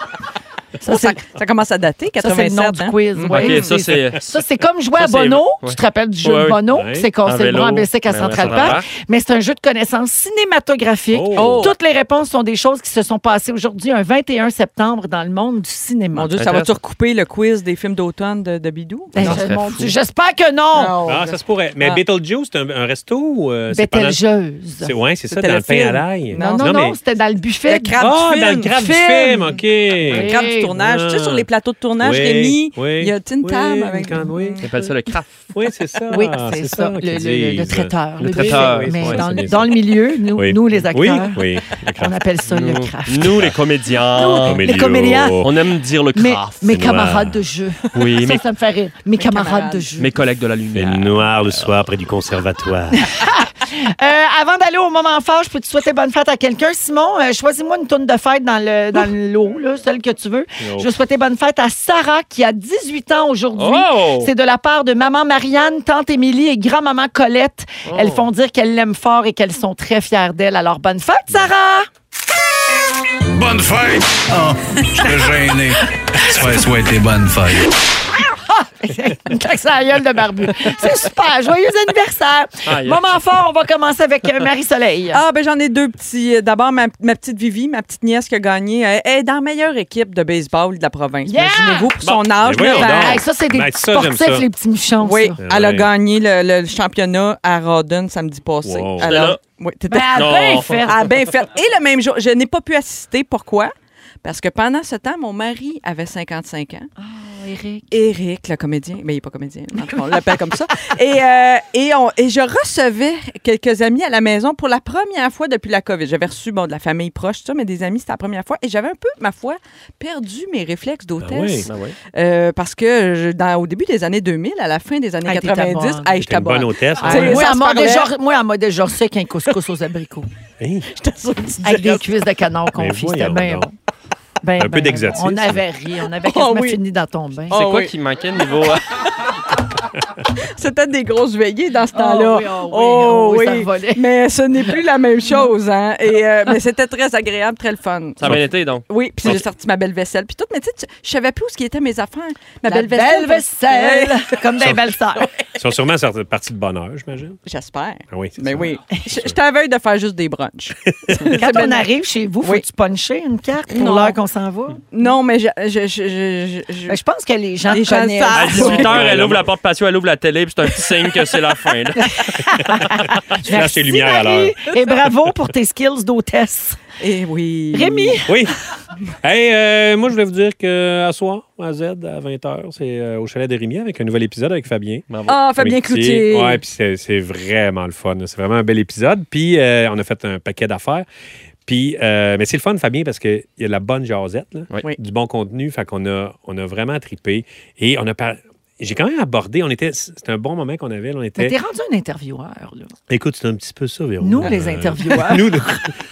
[SPEAKER 5] Oh, Ça, ça commence à dater,
[SPEAKER 1] ça, c'est le
[SPEAKER 5] 87.
[SPEAKER 1] nom du
[SPEAKER 5] hein?
[SPEAKER 1] quiz. ouais.
[SPEAKER 3] Mm. OK, ça, c'est...
[SPEAKER 1] Ça, c'est comme jouer
[SPEAKER 3] Ça,
[SPEAKER 1] à
[SPEAKER 3] c'est-
[SPEAKER 1] Bono.
[SPEAKER 3] ouais.
[SPEAKER 1] Tu te rappelles du jeu
[SPEAKER 3] Ouais,
[SPEAKER 1] de
[SPEAKER 3] ouais.
[SPEAKER 1] Bono?
[SPEAKER 2] Ouais.
[SPEAKER 1] C'est qu'on
[SPEAKER 3] En
[SPEAKER 1] s'est
[SPEAKER 3] vélo.
[SPEAKER 1] en Bessic à
[SPEAKER 3] Ouais, ouais,
[SPEAKER 1] Central
[SPEAKER 3] Central
[SPEAKER 1] Park.
[SPEAKER 3] Park.
[SPEAKER 1] Mais c'est un jeu de connaissances cinématographiques.
[SPEAKER 2] Oh.
[SPEAKER 1] Toutes les réponses sont des choses qui se sont passées aujourd'hui, un 21 septembre, dans le monde du cinéma.
[SPEAKER 5] Mon Dieu, ça va-tu recouper le quiz des films d'automne de, de Bidou?
[SPEAKER 1] Ben,
[SPEAKER 3] Non,
[SPEAKER 1] je-
[SPEAKER 3] ça serait
[SPEAKER 1] mon
[SPEAKER 3] fou.
[SPEAKER 1] Dieu, j'espère que non.
[SPEAKER 2] Ah, ça se pourrait. Mais
[SPEAKER 5] Ah.
[SPEAKER 2] Beetlejuice, c'est un, un resto ou euh, c'est pendant-
[SPEAKER 1] Bételgeuse.
[SPEAKER 2] C'est ouais, c'est ça,
[SPEAKER 5] C'était
[SPEAKER 2] dans
[SPEAKER 5] le
[SPEAKER 2] le pain à l'ail.
[SPEAKER 5] film.
[SPEAKER 1] Non, non, non,
[SPEAKER 2] mais-
[SPEAKER 1] c'était dans le buffet.
[SPEAKER 5] Le crabe
[SPEAKER 2] Ah,
[SPEAKER 5] du
[SPEAKER 2] dans le
[SPEAKER 5] film.
[SPEAKER 2] grave du
[SPEAKER 1] Film.
[SPEAKER 2] film, OK.
[SPEAKER 5] Grave du
[SPEAKER 1] Hey.
[SPEAKER 5] tournage. Tu sais, sur les plateaux de tournage,
[SPEAKER 2] Oui,
[SPEAKER 5] Rémi,
[SPEAKER 2] oui,
[SPEAKER 5] il y a une
[SPEAKER 2] oui,
[SPEAKER 5] table
[SPEAKER 2] une
[SPEAKER 5] avec.
[SPEAKER 2] grande- oui.
[SPEAKER 3] On appelle ça le craft.
[SPEAKER 2] Oui, c'est ça.
[SPEAKER 1] Oui, Ah, c'est ça, le,
[SPEAKER 2] qu'ils
[SPEAKER 1] le- le
[SPEAKER 2] disent.
[SPEAKER 1] traiteur.
[SPEAKER 3] Le
[SPEAKER 1] Oui,
[SPEAKER 3] traiteur,
[SPEAKER 1] oui,
[SPEAKER 3] oui,
[SPEAKER 1] Mais
[SPEAKER 3] c'est
[SPEAKER 1] dans,
[SPEAKER 2] ça,
[SPEAKER 1] le-
[SPEAKER 2] c'est
[SPEAKER 1] dans le milieu, nous,
[SPEAKER 2] Oui.
[SPEAKER 1] nous, les acteurs,
[SPEAKER 2] Oui, oui. le
[SPEAKER 1] on
[SPEAKER 2] craft.
[SPEAKER 1] appelle ça le craft.
[SPEAKER 3] Nous, les comédiens.
[SPEAKER 1] Nous, les comédiens.
[SPEAKER 3] On aime dire le
[SPEAKER 1] Mes,
[SPEAKER 3] craft.
[SPEAKER 1] mes
[SPEAKER 3] c'est
[SPEAKER 1] camarades
[SPEAKER 3] noir.
[SPEAKER 1] de jeu.
[SPEAKER 3] Oui,
[SPEAKER 1] Ça,
[SPEAKER 3] mes,
[SPEAKER 1] ça me fait rire. Mes, camarades,
[SPEAKER 5] camarades.
[SPEAKER 1] de jeu.
[SPEAKER 3] mes collègues de la
[SPEAKER 2] C'est
[SPEAKER 3] lumière.
[SPEAKER 2] noir le soir près du conservatoire. Ah
[SPEAKER 1] Euh, avant d'aller au moment fort, je peux te souhaiter bonne fête à quelqu'un. Simon, euh, choisis-moi une tourne de fête dans le dans le lot, là, celle que tu veux.
[SPEAKER 2] No.
[SPEAKER 1] Je veux souhaiter bonne fête à Sarah qui a 18 ans aujourd'hui.
[SPEAKER 3] Oh!
[SPEAKER 1] C'est de la part de maman Marianne, tante Émilie et grand-maman Colette.
[SPEAKER 11] Oh!
[SPEAKER 1] Elles font dire qu'elles l'aiment fort et qu'elles sont très fières d'elle. Alors bonne fête, Sarah!
[SPEAKER 11] Bonne fête! Ah, je suis gêné. Sois souhaité bonne fête.
[SPEAKER 1] Une claque sur la Ah, gueule de barbu. C'est super. Joyeux anniversaire.
[SPEAKER 3] Aïe.
[SPEAKER 1] Moment fort, on va commencer avec euh, Marie-Soleil.
[SPEAKER 5] Ah, ben j'en ai deux petits. D'abord, ma, ma petite Vivi, ma petite nièce qui a gagné. euh, Elle est dans la meilleure équipe de baseball de la province.
[SPEAKER 1] Yeah!
[SPEAKER 5] Imaginez-vous, pour
[SPEAKER 2] Bon,
[SPEAKER 5] son âge,
[SPEAKER 2] mais voyons
[SPEAKER 5] neuf ans.
[SPEAKER 2] donc.
[SPEAKER 1] Hey, ça, c'est des
[SPEAKER 2] Ben,
[SPEAKER 1] petits
[SPEAKER 2] ça, j'aime
[SPEAKER 1] sportifs,
[SPEAKER 2] ça.
[SPEAKER 1] les petits michons.
[SPEAKER 5] Oui,
[SPEAKER 1] ça.
[SPEAKER 5] elle a
[SPEAKER 2] Ouais.
[SPEAKER 5] gagné le, le championnat à Rodden samedi passé.
[SPEAKER 2] Wow.
[SPEAKER 3] là.
[SPEAKER 5] Alors, oui, t'étais-
[SPEAKER 1] Ben, elle a bien
[SPEAKER 3] Non.
[SPEAKER 1] fait.
[SPEAKER 5] Elle a bien fait. Et le même jour, je n'ai pas pu assister. Pourquoi? Parce que pendant ce temps, mon mari avait 55 ans.
[SPEAKER 1] Eric.
[SPEAKER 5] Eric, le comédien, mais il n'est pas comédien, en tout cas, on l'appelle comme ça. Et, euh, et, on- et je recevais quelques amis à la maison pour la première fois depuis la COVID. J'avais reçu bon, de la famille proche, tout ça, mais des amis, c'était la première fois. Et j'avais un peu, ma foi, perdu mes réflexes d'hôtesse.
[SPEAKER 2] Ben oui.
[SPEAKER 3] Ben oui.
[SPEAKER 5] Euh, parce que je- dans- au début des années 2000, à la fin des années
[SPEAKER 1] Ah, t'étais
[SPEAKER 5] 90,
[SPEAKER 1] bonne.
[SPEAKER 5] hey,
[SPEAKER 2] C'était
[SPEAKER 5] j'étais
[SPEAKER 2] une bonne
[SPEAKER 5] bonne.
[SPEAKER 2] hôtesse.
[SPEAKER 5] Ah,
[SPEAKER 2] hein?
[SPEAKER 5] oui.
[SPEAKER 1] moi,
[SPEAKER 5] ça
[SPEAKER 1] elle
[SPEAKER 5] se
[SPEAKER 1] m'a
[SPEAKER 5] parlait.
[SPEAKER 1] déjà, moi, elle m'a déjà reçu avec un couscous aux abricots.
[SPEAKER 2] Hey,
[SPEAKER 1] Avec des cuisses de canard confit.
[SPEAKER 2] Ben, voyons
[SPEAKER 1] C'était bien
[SPEAKER 2] donc.
[SPEAKER 1] bon. Ben,
[SPEAKER 2] Un peu
[SPEAKER 1] ben,
[SPEAKER 2] d'exotisme.
[SPEAKER 1] On avait ri. On avait
[SPEAKER 5] Oh,
[SPEAKER 1] quasiment
[SPEAKER 5] oui.
[SPEAKER 1] fini dans ton bain.
[SPEAKER 2] Ah
[SPEAKER 3] C'est
[SPEAKER 5] Oh,
[SPEAKER 3] quoi
[SPEAKER 5] oui.
[SPEAKER 3] qui manquait niveau...
[SPEAKER 5] C'était des grosses veillées dans ce temps-là.
[SPEAKER 1] oui, oh oui, oh oui, ça volait.
[SPEAKER 5] Mais ce n'est plus la même chose. Hein? Et, euh, mais c'était très agréable, très le fun.
[SPEAKER 3] Ça a bien été, donc.
[SPEAKER 5] Oui, puis
[SPEAKER 3] Ok.
[SPEAKER 5] j'ai sorti ma belle vaisselle. Puis tout, mais tu sais, tu- je savais plus où ce qui était mes affaires. Ma
[SPEAKER 1] La
[SPEAKER 5] belle vaisselle.
[SPEAKER 1] Comme des
[SPEAKER 2] Ça-
[SPEAKER 1] belles sœurs.
[SPEAKER 2] Ils sont sûrement sortis- partis de bonheur, j'imagine.
[SPEAKER 5] J'espère.
[SPEAKER 2] Ah oui, c'est
[SPEAKER 5] Mais
[SPEAKER 2] ça.
[SPEAKER 5] oui. Je je t'avais de faire juste des brunchs.
[SPEAKER 1] Quand on arrive chez vous,
[SPEAKER 5] Oui.
[SPEAKER 1] faut-tu puncher une carte pour
[SPEAKER 5] Non.
[SPEAKER 1] l'heure qu'on s'en va?
[SPEAKER 5] Non, mais je. je, je, je- je-
[SPEAKER 1] Ben, je pense que les gens
[SPEAKER 5] Les gens
[SPEAKER 1] connaissent.
[SPEAKER 5] savent.
[SPEAKER 3] À
[SPEAKER 5] À
[SPEAKER 3] 18 h
[SPEAKER 2] 18h,
[SPEAKER 3] elle ouvre la porte patio, elle ouvre la télé, puis c'est un petit signe que c'est la fin. là.
[SPEAKER 2] Tu lâches tes lumières à l'heure.
[SPEAKER 1] Marie. Et bravo pour tes skills d'hôtesse.
[SPEAKER 5] Eh oui.
[SPEAKER 1] Rémi,
[SPEAKER 2] Oui. Hey, euh, moi, je voulais vous dire qu'à soir, à Z, à 20h, c'est euh, au chalet des Rémiers avec un nouvel épisode avec Fabien.
[SPEAKER 5] Ah, Fabien Cloutier.
[SPEAKER 2] Ouais, puis c'est c'est vraiment le fun. C'est vraiment un bel épisode. Puis euh, on a fait un paquet d'affaires. Puis, euh, mais c'est le fun, Fabien, parce qu'il y a de la bonne jasette, là,
[SPEAKER 3] Oui.
[SPEAKER 5] Oui.
[SPEAKER 2] du bon contenu. Fait qu'on a, on a vraiment tripé. Et on a par- J'ai quand même abordé. On était. C'était un bon moment qu'on avait. là, On
[SPEAKER 1] mais
[SPEAKER 2] était.
[SPEAKER 1] t'es rendu un intervieweur. là.
[SPEAKER 2] Écoute, c'est un petit peu ça, Véro.
[SPEAKER 1] Nous, les
[SPEAKER 2] Euh,
[SPEAKER 1] intervieweurs.
[SPEAKER 2] nous, nous-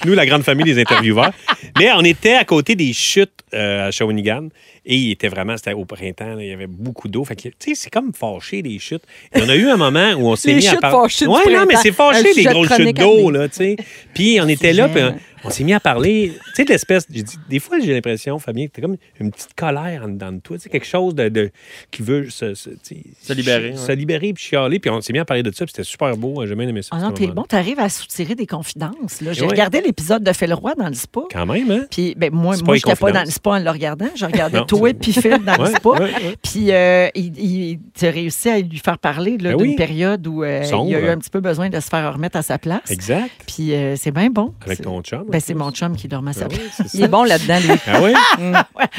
[SPEAKER 2] nous, la grande famille des intervieweurs. Mais on était à côté des chutes euh, à Shawinigan et il était vraiment, c'était au printemps, là, il y avait beaucoup d'eau. Fait que, tu sais, c'est comme fâché, les chutes. Et on a eu un moment où on s'est
[SPEAKER 5] Les
[SPEAKER 2] mis à
[SPEAKER 5] chutes
[SPEAKER 2] parler.
[SPEAKER 5] fâchées du
[SPEAKER 2] Ouais, non, mais
[SPEAKER 5] printemps.
[SPEAKER 2] c'est
[SPEAKER 5] Un
[SPEAKER 2] fâché, les
[SPEAKER 5] sujet de
[SPEAKER 2] grosses chutes
[SPEAKER 5] chronique
[SPEAKER 2] d'eau,
[SPEAKER 5] à
[SPEAKER 2] là, tu sais. Puis on était là, puis
[SPEAKER 5] Sujet,
[SPEAKER 2] on-
[SPEAKER 5] hein.
[SPEAKER 2] on s'est mis à parler, tu sais, de l'espèce. j'ai dit- Des fois, j'ai l'impression, Fabien, que t'as comme une petite colère en dedans de toi. Tu sais, quelque chose de, de- qui veut se, se, tu sais,
[SPEAKER 3] Se libérer,
[SPEAKER 2] chi-
[SPEAKER 3] ouais.
[SPEAKER 2] Se libérer, puis chialer. Puis on s'est mis à parler de ça, puis c'était super beau. hein, J'ai bien aimé ça.
[SPEAKER 1] Ah
[SPEAKER 2] ce
[SPEAKER 1] non, t'es
[SPEAKER 2] moment-là.
[SPEAKER 1] bon, t'arrives à soutirer des confidences. là. J'ai
[SPEAKER 2] Ouais.
[SPEAKER 1] regardé l'épisode de Fellroy dans le spa.
[SPEAKER 2] Quand même, hein?
[SPEAKER 1] Puis, ben, moi,
[SPEAKER 2] C'est pas
[SPEAKER 1] moi
[SPEAKER 2] les
[SPEAKER 1] je n'étais pas dans
[SPEAKER 2] confidences.
[SPEAKER 1] le spa en le regardant. Je regardais
[SPEAKER 2] Non.
[SPEAKER 1] toi puis Phil dans le
[SPEAKER 2] Ouais,
[SPEAKER 1] spa.
[SPEAKER 2] ouais, ouais.
[SPEAKER 1] Puis, euh, il, il- tu as réussi à lui faire parler là,
[SPEAKER 2] Ben
[SPEAKER 1] d'une
[SPEAKER 2] oui.
[SPEAKER 1] période où euh, il a
[SPEAKER 2] Sombre.
[SPEAKER 1] eu un petit peu besoin de se faire remettre à sa place.
[SPEAKER 2] Exact.
[SPEAKER 1] Puis, euh, c'est bien bon.
[SPEAKER 2] Avec
[SPEAKER 1] C'est-
[SPEAKER 2] ton chum. hein?
[SPEAKER 1] Ben, c'est mon chum qui dormait à sa
[SPEAKER 2] Ah
[SPEAKER 1] place.
[SPEAKER 2] oui, c'est ça.
[SPEAKER 5] Il est bon là-dedans, lui.
[SPEAKER 2] Ah oui?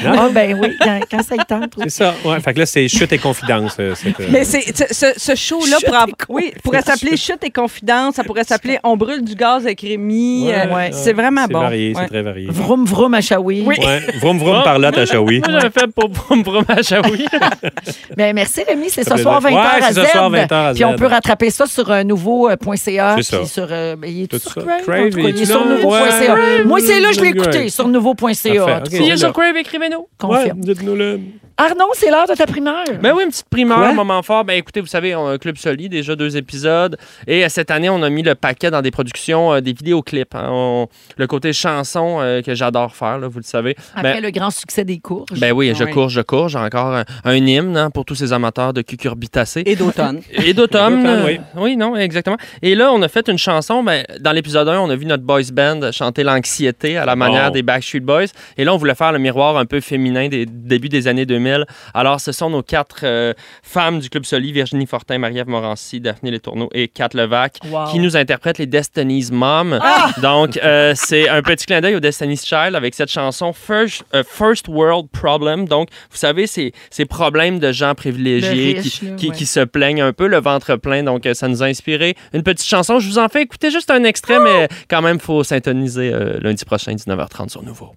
[SPEAKER 2] Non?
[SPEAKER 1] Ah, ben oui, quand, quand ça y tente. oui.
[SPEAKER 2] C'est ça. Ouais. Fait que là, c'est chute et confidence. euh, cette, euh,
[SPEAKER 5] Mais c'est- ce, ce- ce show-là
[SPEAKER 1] Chute
[SPEAKER 5] pour avoir-
[SPEAKER 1] et
[SPEAKER 5] oui, pourrait s'appeler Chute et Confidence. Ça pourrait s'appeler On brûle du gaz avec Rémi.
[SPEAKER 2] ouais,
[SPEAKER 5] euh,
[SPEAKER 2] ouais.
[SPEAKER 5] C'est vraiment
[SPEAKER 2] C'est
[SPEAKER 5] bon.
[SPEAKER 2] varié,
[SPEAKER 5] Ouais.
[SPEAKER 2] c'est très varié.
[SPEAKER 1] Vroom, vroom à Shawi.
[SPEAKER 5] Oui.
[SPEAKER 2] Ouais. Vroom, vroom, par là, Tachaoui.
[SPEAKER 3] Moi, j'avais fait pour, pour me fromage à oui.
[SPEAKER 1] Ben, merci, Rémi. C'est ce
[SPEAKER 2] Ça fait
[SPEAKER 1] soir 20h
[SPEAKER 2] plaisir. Ouais,
[SPEAKER 1] à
[SPEAKER 2] c'est ce soir, 20 heures à
[SPEAKER 1] Z. Puis, on
[SPEAKER 2] Z.
[SPEAKER 1] peut rattraper ça sur euh, nouveau.ca.
[SPEAKER 2] C'est ça.
[SPEAKER 1] Puis, sur. euh, ben, il est
[SPEAKER 2] Tout
[SPEAKER 1] sur
[SPEAKER 2] ça.
[SPEAKER 1] Crave.
[SPEAKER 2] Crave,
[SPEAKER 1] En tout cas, il est
[SPEAKER 2] il est
[SPEAKER 1] sur
[SPEAKER 2] là.
[SPEAKER 1] nouveau.ca.
[SPEAKER 2] Ouais.
[SPEAKER 1] Moi, c'est là je l'ai écouté,
[SPEAKER 2] Crave.
[SPEAKER 1] sur nouveau.ca.
[SPEAKER 2] Parfait, ok.
[SPEAKER 3] Si il est
[SPEAKER 2] Voilà.
[SPEAKER 3] sur Crave, écrivez-nous.
[SPEAKER 1] Confirme.
[SPEAKER 2] Ouais, dites-nous-le.
[SPEAKER 1] Arnaud, c'est l'heure de ta primeur.
[SPEAKER 3] Ben oui, une petite primeur,
[SPEAKER 2] Quoi?
[SPEAKER 3] moment fort. Ben écoutez, vous savez, on a un Club Soli, déjà deux épisodes. Et euh, cette année, on a mis le paquet dans des productions, euh, des vidéoclips. hein. On- le côté chanson euh, que j'adore faire, là, vous le savez.
[SPEAKER 1] Après
[SPEAKER 3] Ben-
[SPEAKER 1] le grand succès des courges.
[SPEAKER 3] Ben oui, je
[SPEAKER 5] Ouais.
[SPEAKER 3] cours, je cours. J'ai encore un, un hymne hein, pour tous ces amateurs de cucurbitacées.
[SPEAKER 5] Et d'automne.
[SPEAKER 2] Et
[SPEAKER 3] Et d'automne.
[SPEAKER 2] d'automne,
[SPEAKER 3] euh,
[SPEAKER 2] oui.
[SPEAKER 3] oui. non, exactement. Et là, on a fait une chanson. Ben, dans l'épisode 1, on a vu notre boys band chanter l'anxiété à la manière
[SPEAKER 2] Bon.
[SPEAKER 3] des Backstreet Boys. Et là, on voulait faire le miroir un peu féminin des débuts des années 2000. Alors, ce sont nos quatre euh, femmes du Club Soli, Virginie Fortin, Marie-Ève Morancy, Daphné Les Tourneaux et Kat Levac, qui nous interprètent les Destiny's Mom.
[SPEAKER 1] Ah!
[SPEAKER 3] Donc, euh, c'est un petit clin d'œil au Destiny's Child avec cette chanson First, euh, First World Problem. Donc, vous savez, ces, ces problèmes de gens privilégiés
[SPEAKER 1] De Ben, riches,
[SPEAKER 3] qui,
[SPEAKER 1] là,
[SPEAKER 3] qui-
[SPEAKER 1] ouais.
[SPEAKER 3] qui se plaignent un peu, le ventre plein. Donc, euh, ça nous a inspiré. Une petite chanson. Je vous en fais écouter juste un extrait,
[SPEAKER 1] Oh!
[SPEAKER 3] mais quand même, faut syntoniser euh, lundi prochain, 19h30 sur Nouveau.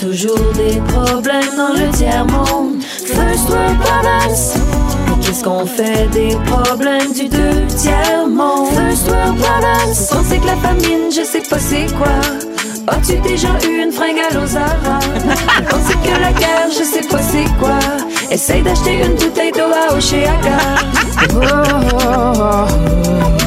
[SPEAKER 9] toujours des problèmes dans le tiers-monde. First world problems. Mais Qu'est-ce qu'on fait des problèmes du deux tiers-monde? First world problems. Vous pensez que la famine, je sais pas c'est quoi. As-tu déjà eu une fringue à l'Ozara? Vous pensez que la guerre, je sais pas c'est quoi. Essaye d'acheter une bouteille d'eau à Oceaga. Oh, oh,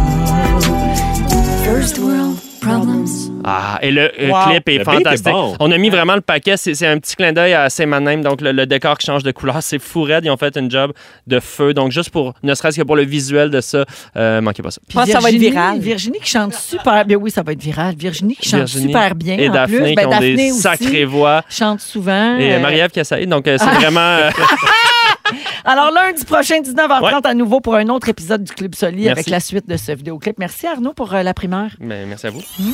[SPEAKER 9] oh. First world problems.
[SPEAKER 3] Ah, et le euh,
[SPEAKER 5] Wow.
[SPEAKER 3] clip est
[SPEAKER 2] Le beat est
[SPEAKER 3] fantastique.
[SPEAKER 2] bon.
[SPEAKER 3] On a mis vraiment le paquet. C'est c'est un petit clin d'œil à Saint-Manin. Donc, le, le décor qui change de couleur, c'est fou raide. Ils ont fait une job de feu. Donc, juste pour, ne serait-ce que pour le visuel de ça, euh, manquez pas ça.
[SPEAKER 1] Puis
[SPEAKER 5] Je pense que ça va être viral.
[SPEAKER 1] Virginie qui chante super bien. Oui, ça va être viral. Virginie qui chante
[SPEAKER 3] Virginie
[SPEAKER 1] super bien.
[SPEAKER 3] Et
[SPEAKER 1] en
[SPEAKER 3] Daphné
[SPEAKER 1] plus.
[SPEAKER 3] qui
[SPEAKER 1] Ben,
[SPEAKER 3] ont
[SPEAKER 1] Daphné
[SPEAKER 3] des
[SPEAKER 1] aussi
[SPEAKER 3] sacrées voix.
[SPEAKER 1] chante souvent.
[SPEAKER 3] Et
[SPEAKER 1] Euh,
[SPEAKER 3] Marie-Ève Cassaï. Donc, euh, c'est
[SPEAKER 1] Ah.
[SPEAKER 3] vraiment. euh,
[SPEAKER 1] Alors, lundi prochain, 19h30, à nouveau pour un autre épisode du Club Soli
[SPEAKER 3] Merci.
[SPEAKER 1] avec la suite de ce vidéoclip. Merci Arnaud pour euh, la primeur.
[SPEAKER 3] ben, merci à vous.
[SPEAKER 8] Ils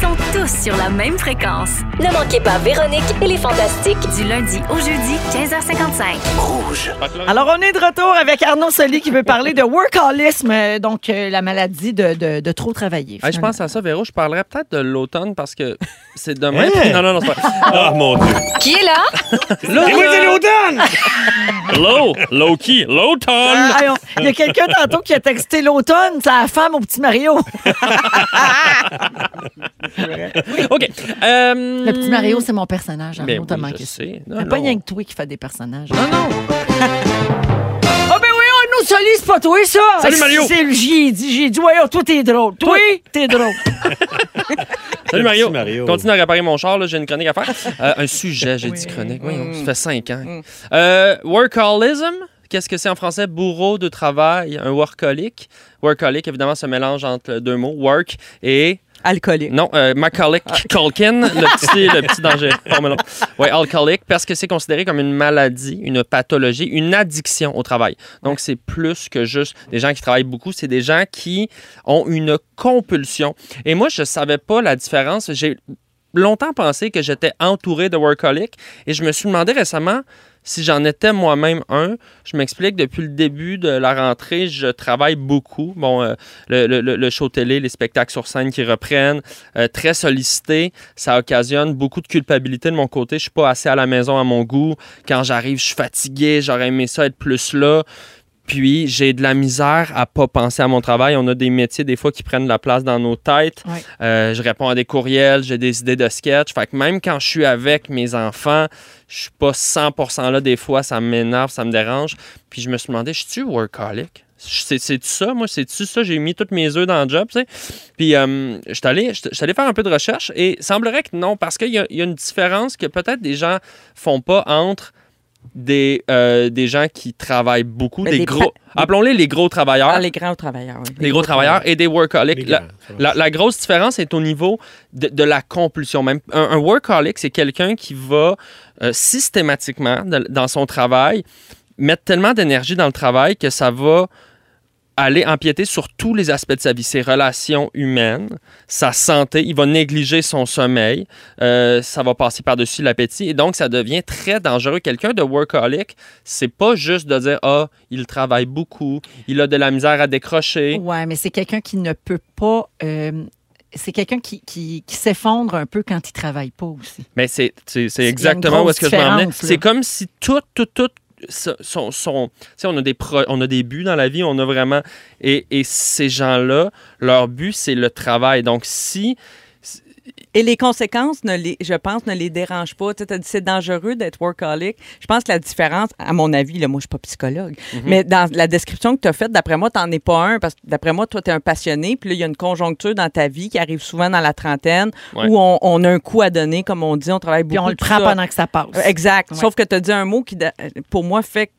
[SPEAKER 8] sont tous sur la même fréquence.
[SPEAKER 9] Ne manquez pas Véronique et les Fantastiques.
[SPEAKER 8] Du lundi au jeudi, 15h55.
[SPEAKER 1] Alors, on est de retour avec Arnaud Soli qui veut parler de workaholisme, euh, donc euh, la maladie de, de- de trop travailler.
[SPEAKER 3] Hey, Ah, je
[SPEAKER 1] finalement.
[SPEAKER 3] pense à ça, Véro. Je parlerai peut-être de l'automne parce que c'est demain. Non, non, non, c'est pas.
[SPEAKER 2] Ah, mon Dieu.
[SPEAKER 9] Qui est là?
[SPEAKER 2] Et oui, c'est l'automne!
[SPEAKER 3] L'eau, Loki, l'automne.
[SPEAKER 1] Ah, hey, on- Il y a quelqu'un tantôt qui a texté l'automne, c'est la femme au petit Mario.
[SPEAKER 3] OK. euh,
[SPEAKER 1] Le petit Mario, c'est mon personnage.
[SPEAKER 3] Ben
[SPEAKER 1] Arnaud,
[SPEAKER 3] oui,
[SPEAKER 1] t'as
[SPEAKER 3] je
[SPEAKER 1] manqué ça.
[SPEAKER 3] sais. Non,
[SPEAKER 1] Il n'y a pas
[SPEAKER 3] non.
[SPEAKER 1] rien que toi qui fait des personnages. Non, non. Ah, ben oui, on nous solide, c'est pas toi, ça.
[SPEAKER 3] Salut, Mario.
[SPEAKER 1] C'est le j'ai dit. J'ai dit, voyons, toi, t'es drôle. Toi, t'es drôle.
[SPEAKER 3] Salut
[SPEAKER 2] Le petit
[SPEAKER 3] Mario.
[SPEAKER 2] Mario.
[SPEAKER 3] Continue à réparer mon char, là, j'ai une chronique à faire. Euh, un sujet, j'ai dit chronique. Oui, ça fait cinq ans. Euh, workaholism, qu'est-ce que c'est en français? Bourreau de travail, un workaholic. Workaholic, évidemment, se mélange entre deux mots, work et...
[SPEAKER 5] Alcoolique.
[SPEAKER 3] Non, euh, Macaulay Culkin, le petit, le petit danger. Formule un. Ouais, alcoolique, parce que c'est considéré comme une maladie, une pathologie, une addiction au travail. Donc, c'est plus que juste des gens qui travaillent beaucoup, c'est des gens qui ont une compulsion. Et moi, je savais pas la différence. J'ai longtemps pensé que j'étais entouré de workaholics et je me suis demandé récemment si j'en étais moi-même un. Je m'explique, depuis le début de la rentrée, je travaille beaucoup. Bon, euh, le, le- le- le show télé, les spectacles sur scène qui reprennent, euh, très sollicité, ça occasionne beaucoup de culpabilité de mon côté. Je suis pas assez à la maison à mon goût. Quand j'arrive, je suis fatigué, j'aurais aimé ça être plus là. Puis j'ai de la misère à pas penser à mon travail. On a des métiers des fois qui prennent la place dans nos têtes.
[SPEAKER 1] Ouais.
[SPEAKER 3] Euh, je réponds à des courriels, j'ai des idées de sketch. Fait que même quand je suis avec mes enfants, je suis pas 100% là des fois, ça m'énerve, ça me dérange. Puis je me suis demandé, je suis workaholic? C'est- C'est-tu ça? Moi, c'est-tu ça? J'ai mis toutes mes œufs dans le job, tu sais. Puis, euh, je suis allé j'étais- j'étais allé faire un peu de recherche et semblerait que non, parce qu'il y, a- il y a une différence que peut-être des gens font pas entre des, euh, des gens qui travaillent beaucoup,
[SPEAKER 5] Mais
[SPEAKER 3] des,
[SPEAKER 5] des
[SPEAKER 3] gros. Appelons-les les gros travailleurs.
[SPEAKER 5] Ah,
[SPEAKER 3] les,
[SPEAKER 5] les grands travailleurs. oui.
[SPEAKER 3] gros, travailleurs et des workaholics.
[SPEAKER 2] Les
[SPEAKER 3] La-
[SPEAKER 2] grands, ça va.
[SPEAKER 3] la, la grosse différence est au niveau de, de la compulsion. Même un, un workaholic, c'est quelqu'un qui va euh, systématiquement de- dans son travail mettre tellement d'énergie dans le travail que ça va aller empiéter sur tous les aspects de sa vie, ses relations humaines, sa santé, il va négliger son sommeil, euh, ça va passer par-dessus l'appétit et donc ça devient très dangereux. Quelqu'un de workaholic, c'est pas juste de dire ah, il travaille beaucoup, il a de la misère à décrocher.
[SPEAKER 1] Ouais, mais c'est quelqu'un qui ne peut pas. euh, c'est quelqu'un qui, qui, qui s'effondre un peu quand il travaille pas aussi.
[SPEAKER 3] Mais c'est, c'est, c'est
[SPEAKER 1] y a une
[SPEAKER 3] exactement où
[SPEAKER 1] grosse
[SPEAKER 3] est-ce que je m'en
[SPEAKER 1] différence,
[SPEAKER 3] venais.
[SPEAKER 1] là.
[SPEAKER 3] C'est comme si tout, tout, tout se- sont. sont- tu sais, on a, des pro- on a des buts dans la vie, on a vraiment. Et, et ces gens-là, leur but, c'est le travail. Donc, si.
[SPEAKER 5] Et les conséquences, ne les, je pense, ne les dérangent pas. Tu sais, t'as dit, c'est dangereux d'être workaholic. Je pense que la différence, à mon avis, là, moi, je suis pas psychologue, mais dans la description que tu as faite, d'après moi, tu n'en es pas un, parce que d'après moi, toi, tu es un passionné, puis là, il y a une conjoncture dans ta vie qui arrive souvent dans la trentaine,
[SPEAKER 3] Ouais.
[SPEAKER 5] où on, on a un coup à donner, comme on dit, on travaille beaucoup.
[SPEAKER 1] Puis on le
[SPEAKER 5] tout
[SPEAKER 1] prend
[SPEAKER 5] ça.
[SPEAKER 1] pendant que ça passe.
[SPEAKER 3] Euh,
[SPEAKER 5] Euh, Exact.
[SPEAKER 1] Ouais.
[SPEAKER 5] Sauf que tu as dit un mot qui, da- pour moi, fait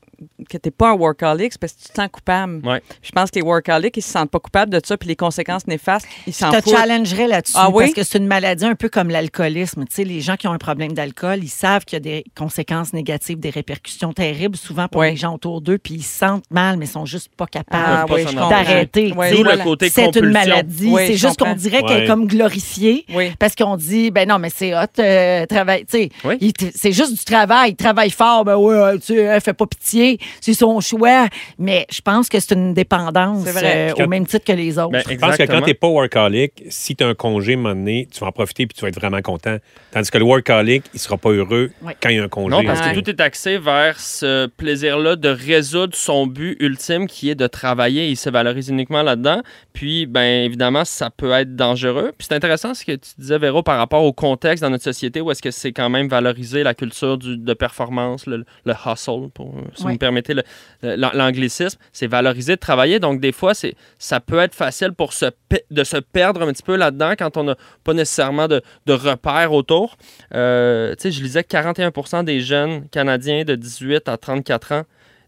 [SPEAKER 5] que tu pas un workaholic, c'est parce que tu te sens coupable.
[SPEAKER 3] Ouais.
[SPEAKER 5] Je pense que les workaholics, ils se sentent pas coupables de ça, puis les conséquences néfastes, ils s'en
[SPEAKER 1] Je te
[SPEAKER 5] foutent.
[SPEAKER 1] challengerais là-dessus
[SPEAKER 5] Ah oui?
[SPEAKER 1] parce que c'est une maladie un peu comme l'alcoolisme. Tu sais, les gens qui ont un problème d'alcool, ils savent qu'il y a des conséquences négatives, des répercussions terribles souvent pour
[SPEAKER 5] Ouais.
[SPEAKER 1] les gens autour d'eux, puis ils se sentent mal, mais sont juste pas
[SPEAKER 5] Ah,
[SPEAKER 1] capables.
[SPEAKER 3] Ils peuvent
[SPEAKER 5] oui,
[SPEAKER 3] pas
[SPEAKER 5] je
[SPEAKER 3] s'en
[SPEAKER 5] comprends.
[SPEAKER 1] d'arrêter.
[SPEAKER 5] Ouais,
[SPEAKER 1] Tu sais,
[SPEAKER 3] D'où
[SPEAKER 5] voilà.
[SPEAKER 3] le côté
[SPEAKER 1] C'est
[SPEAKER 3] compulsion.
[SPEAKER 1] une maladie.
[SPEAKER 5] Oui,
[SPEAKER 1] c'est
[SPEAKER 5] je
[SPEAKER 1] juste qu'on
[SPEAKER 5] comprends.
[SPEAKER 1] dirait qu'elle
[SPEAKER 2] Ouais.
[SPEAKER 1] est comme glorifiée.
[SPEAKER 5] Oui.
[SPEAKER 1] Parce qu'on dit, ben non, mais c'est hot, euh, travail, tu sais,
[SPEAKER 3] Oui.
[SPEAKER 1] il t- c'est juste du travail, il travaille fort, ben ouais, euh, tu sais, hein, fais pas pitié, c'est son choix. Mais je pense que c'est une dépendance
[SPEAKER 5] C'est vrai.
[SPEAKER 1] euh, au même titre que les autres.
[SPEAKER 3] Ben,
[SPEAKER 2] Je pense que quand
[SPEAKER 3] exactement.
[SPEAKER 2] t'es pas workaholic, si t'as un congé donné, tu vas en profiter puis tu vas être vraiment content. Tandis que le workaholic, il sera pas heureux
[SPEAKER 1] Ouais.
[SPEAKER 2] quand il y a un congé.
[SPEAKER 3] Non, parce que
[SPEAKER 5] Ouais.
[SPEAKER 3] tout est axé vers ce plaisir-là de résoudre son but ultime qui est de travailler. Il se valorise uniquement là-dedans. Puis, ben évidemment, ça peut être dangereux. Puis c'est intéressant ce que tu disais, Véro, par rapport au contexte dans notre société où est-ce que c'est quand même valorisé la culture du- de performance, le, le hustle, pour, euh, si vous
[SPEAKER 1] Ouais.
[SPEAKER 3] me permettez le- le- l'an- l'anglicisme. C'est valorisé de travailler. Donc, des fois, c'est ça peut être facile pour se pe- de se perdre un petit peu là-dedans quand on n'a pas nécessairement de, de repères autour. Euh, tu sais, je lisais que 41 des jeunes Canadiens de 18 à 34 ans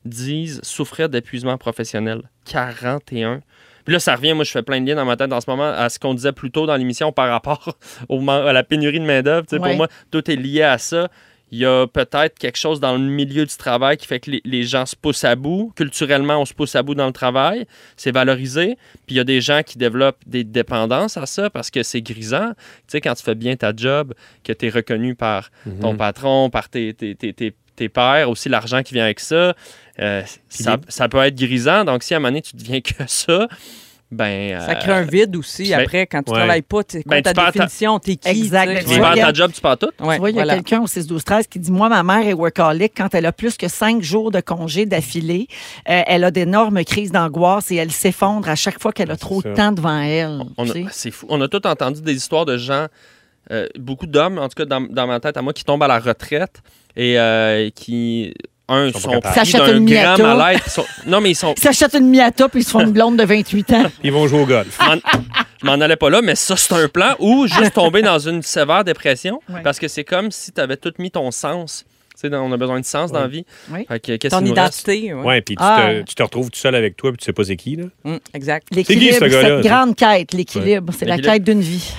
[SPEAKER 3] disent souffrir d'épuisement professionnel. 41. Puis là, ça revient, moi, je fais plein de liens dans ma tête en ce moment à ce qu'on disait plus tôt dans l'émission par rapport au man- à la pénurie de main-d'œuvre. Tu sais,
[SPEAKER 1] Ouais.
[SPEAKER 3] Pour moi, tout est lié à ça. Il y a peut-être quelque chose dans le milieu du travail qui fait que les, les gens se poussent à bout. Culturellement, on se pousse à bout dans le travail. C'est valorisé. Puis il y a des gens qui développent des dépendances à ça parce que c'est grisant. Tu sais, quand tu fais bien ta job, que tu es reconnu par
[SPEAKER 2] Mhm. Mm.
[SPEAKER 3] ton patron, par tes, tes, tes, tes- tes pairs, aussi l'argent qui vient avec ça, euh, ça, ça peut être grisant. Donc, si à un moment donné, tu deviens que ça, ben.
[SPEAKER 5] Ça
[SPEAKER 3] euh,
[SPEAKER 5] crée un vide aussi
[SPEAKER 3] ben,
[SPEAKER 5] après quand tu
[SPEAKER 2] ouais.
[SPEAKER 5] travailles pas, tu sais,
[SPEAKER 3] Ben,
[SPEAKER 5] quoi
[SPEAKER 3] tu perds
[SPEAKER 5] ta
[SPEAKER 3] ta-
[SPEAKER 5] définition, t'es qui
[SPEAKER 1] Exact,
[SPEAKER 5] tu sais.
[SPEAKER 1] ben,
[SPEAKER 3] Tu
[SPEAKER 1] Ouais.
[SPEAKER 3] perds ta
[SPEAKER 1] Regarde.
[SPEAKER 3] job, tu perds tout.
[SPEAKER 5] Ouais,
[SPEAKER 1] tu vois, il y a
[SPEAKER 5] voilà.
[SPEAKER 1] quelqu'un au 6-12-13 qui dit Moi, ma mère est workaholic. Quand elle a plus que cinq jours de congé d'affilée, euh, elle a d'énormes crises d'angoisse et elle s'effondre à chaque fois qu'elle a
[SPEAKER 2] Ouais,
[SPEAKER 1] trop
[SPEAKER 2] c'est
[SPEAKER 1] de
[SPEAKER 2] ça. bah,
[SPEAKER 1] temps devant elle.
[SPEAKER 3] On
[SPEAKER 1] tu sais.
[SPEAKER 3] a- C'est fou. On a tous entendu des histoires de gens, euh, beaucoup d'hommes, en tout cas dans, dans ma tête à moi, qui tombent à la retraite et euh, qui, un,
[SPEAKER 2] Ils sont
[SPEAKER 3] sont,
[SPEAKER 2] pas capables.
[SPEAKER 3] pris
[SPEAKER 1] S'achètent
[SPEAKER 3] d'un
[SPEAKER 1] une
[SPEAKER 3] grand
[SPEAKER 1] Miata.
[SPEAKER 3] mal-être. Ils sont- Non, mais ils sont.
[SPEAKER 1] Ils s'achètent une Miata puis ils se font une blonde de 28 ans.
[SPEAKER 2] Ils vont jouer au golf.
[SPEAKER 3] m'en- m'en allais pas là, mais ça, c'est un plan. Ou juste tomber dans une sévère dépression
[SPEAKER 1] Ouais.
[SPEAKER 3] parce que c'est comme si tu avais tout mis ton sens. Tu sais, dans- on a besoin de sens dans la vie.
[SPEAKER 1] Oui.
[SPEAKER 3] Fait que, qu'est-ce
[SPEAKER 5] Ton
[SPEAKER 3] qui nous reste?
[SPEAKER 5] identité. ouais.
[SPEAKER 2] Ouais, puis tu,
[SPEAKER 1] Ah.
[SPEAKER 2] te, tu te retrouves tout seul avec toi puis tu sais pas c'est qui. Là.
[SPEAKER 5] Mm, exact.
[SPEAKER 1] L'équilibre,
[SPEAKER 2] ce gars-là,
[SPEAKER 1] cette
[SPEAKER 2] ça?
[SPEAKER 1] grande quête, l'équilibre, c'est la
[SPEAKER 3] L'équilibre.
[SPEAKER 1] quête d'une vie.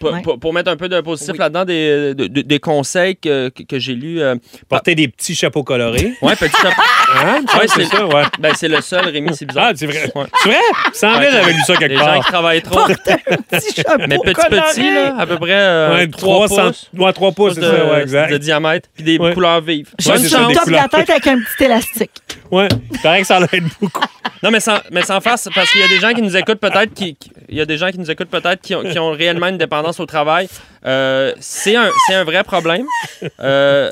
[SPEAKER 3] Pour,
[SPEAKER 1] Ouais.
[SPEAKER 3] pour- pour mettre un peu de positif
[SPEAKER 1] Oui.
[SPEAKER 3] là-dedans, des, de- de- des conseils que, que- que j'ai lus. euh,
[SPEAKER 2] Porter des petits chapeaux colorés.
[SPEAKER 3] Ouais, petit chapeau.
[SPEAKER 2] Hein? Tu
[SPEAKER 3] Ouais,
[SPEAKER 2] vois, c'est
[SPEAKER 3] c'est-
[SPEAKER 2] ça, ouais.
[SPEAKER 3] ben, c'est le seul, Rémi, c'est bizarre.
[SPEAKER 2] Ah, c'est vrai.
[SPEAKER 3] Ouais.
[SPEAKER 2] C'est vrai? Sans vrai, j'avais lu ça quelque
[SPEAKER 3] Les gens
[SPEAKER 2] part.
[SPEAKER 3] qui travaillent trop.
[SPEAKER 1] Petit chapeau
[SPEAKER 3] Mais petit,
[SPEAKER 1] coloré.
[SPEAKER 3] petit, là, à peu près euh,
[SPEAKER 2] Ouais,
[SPEAKER 3] 3
[SPEAKER 2] 3 cent-
[SPEAKER 3] pouces.
[SPEAKER 2] Ouais, 3 pouces,
[SPEAKER 3] pouces
[SPEAKER 2] c'est
[SPEAKER 3] de,
[SPEAKER 2] ça, ouais,
[SPEAKER 3] de
[SPEAKER 2] exact.
[SPEAKER 3] diamètre, puis des
[SPEAKER 2] Ouais.
[SPEAKER 3] couleurs vives.
[SPEAKER 1] Je
[SPEAKER 2] Ouais,
[SPEAKER 3] Bonne
[SPEAKER 2] c'est
[SPEAKER 1] suis
[SPEAKER 2] ça,
[SPEAKER 1] sur
[SPEAKER 3] chance.
[SPEAKER 1] le
[SPEAKER 2] des
[SPEAKER 1] top de la
[SPEAKER 2] couleurs.
[SPEAKER 1] tête avec un petit élastique.
[SPEAKER 2] Ouais, c'est vrai que ça l'aide beaucoup.
[SPEAKER 3] Non, mais sans, mais sans face, parce qu'il y a des gens qui nous écoutent peut-être qui, qui- il y a des gens qui nous écoutent peut-être qui, ont- qui ont réellement une dépendance au travail. Euh, c'est un, c'est un vrai problème. Euh,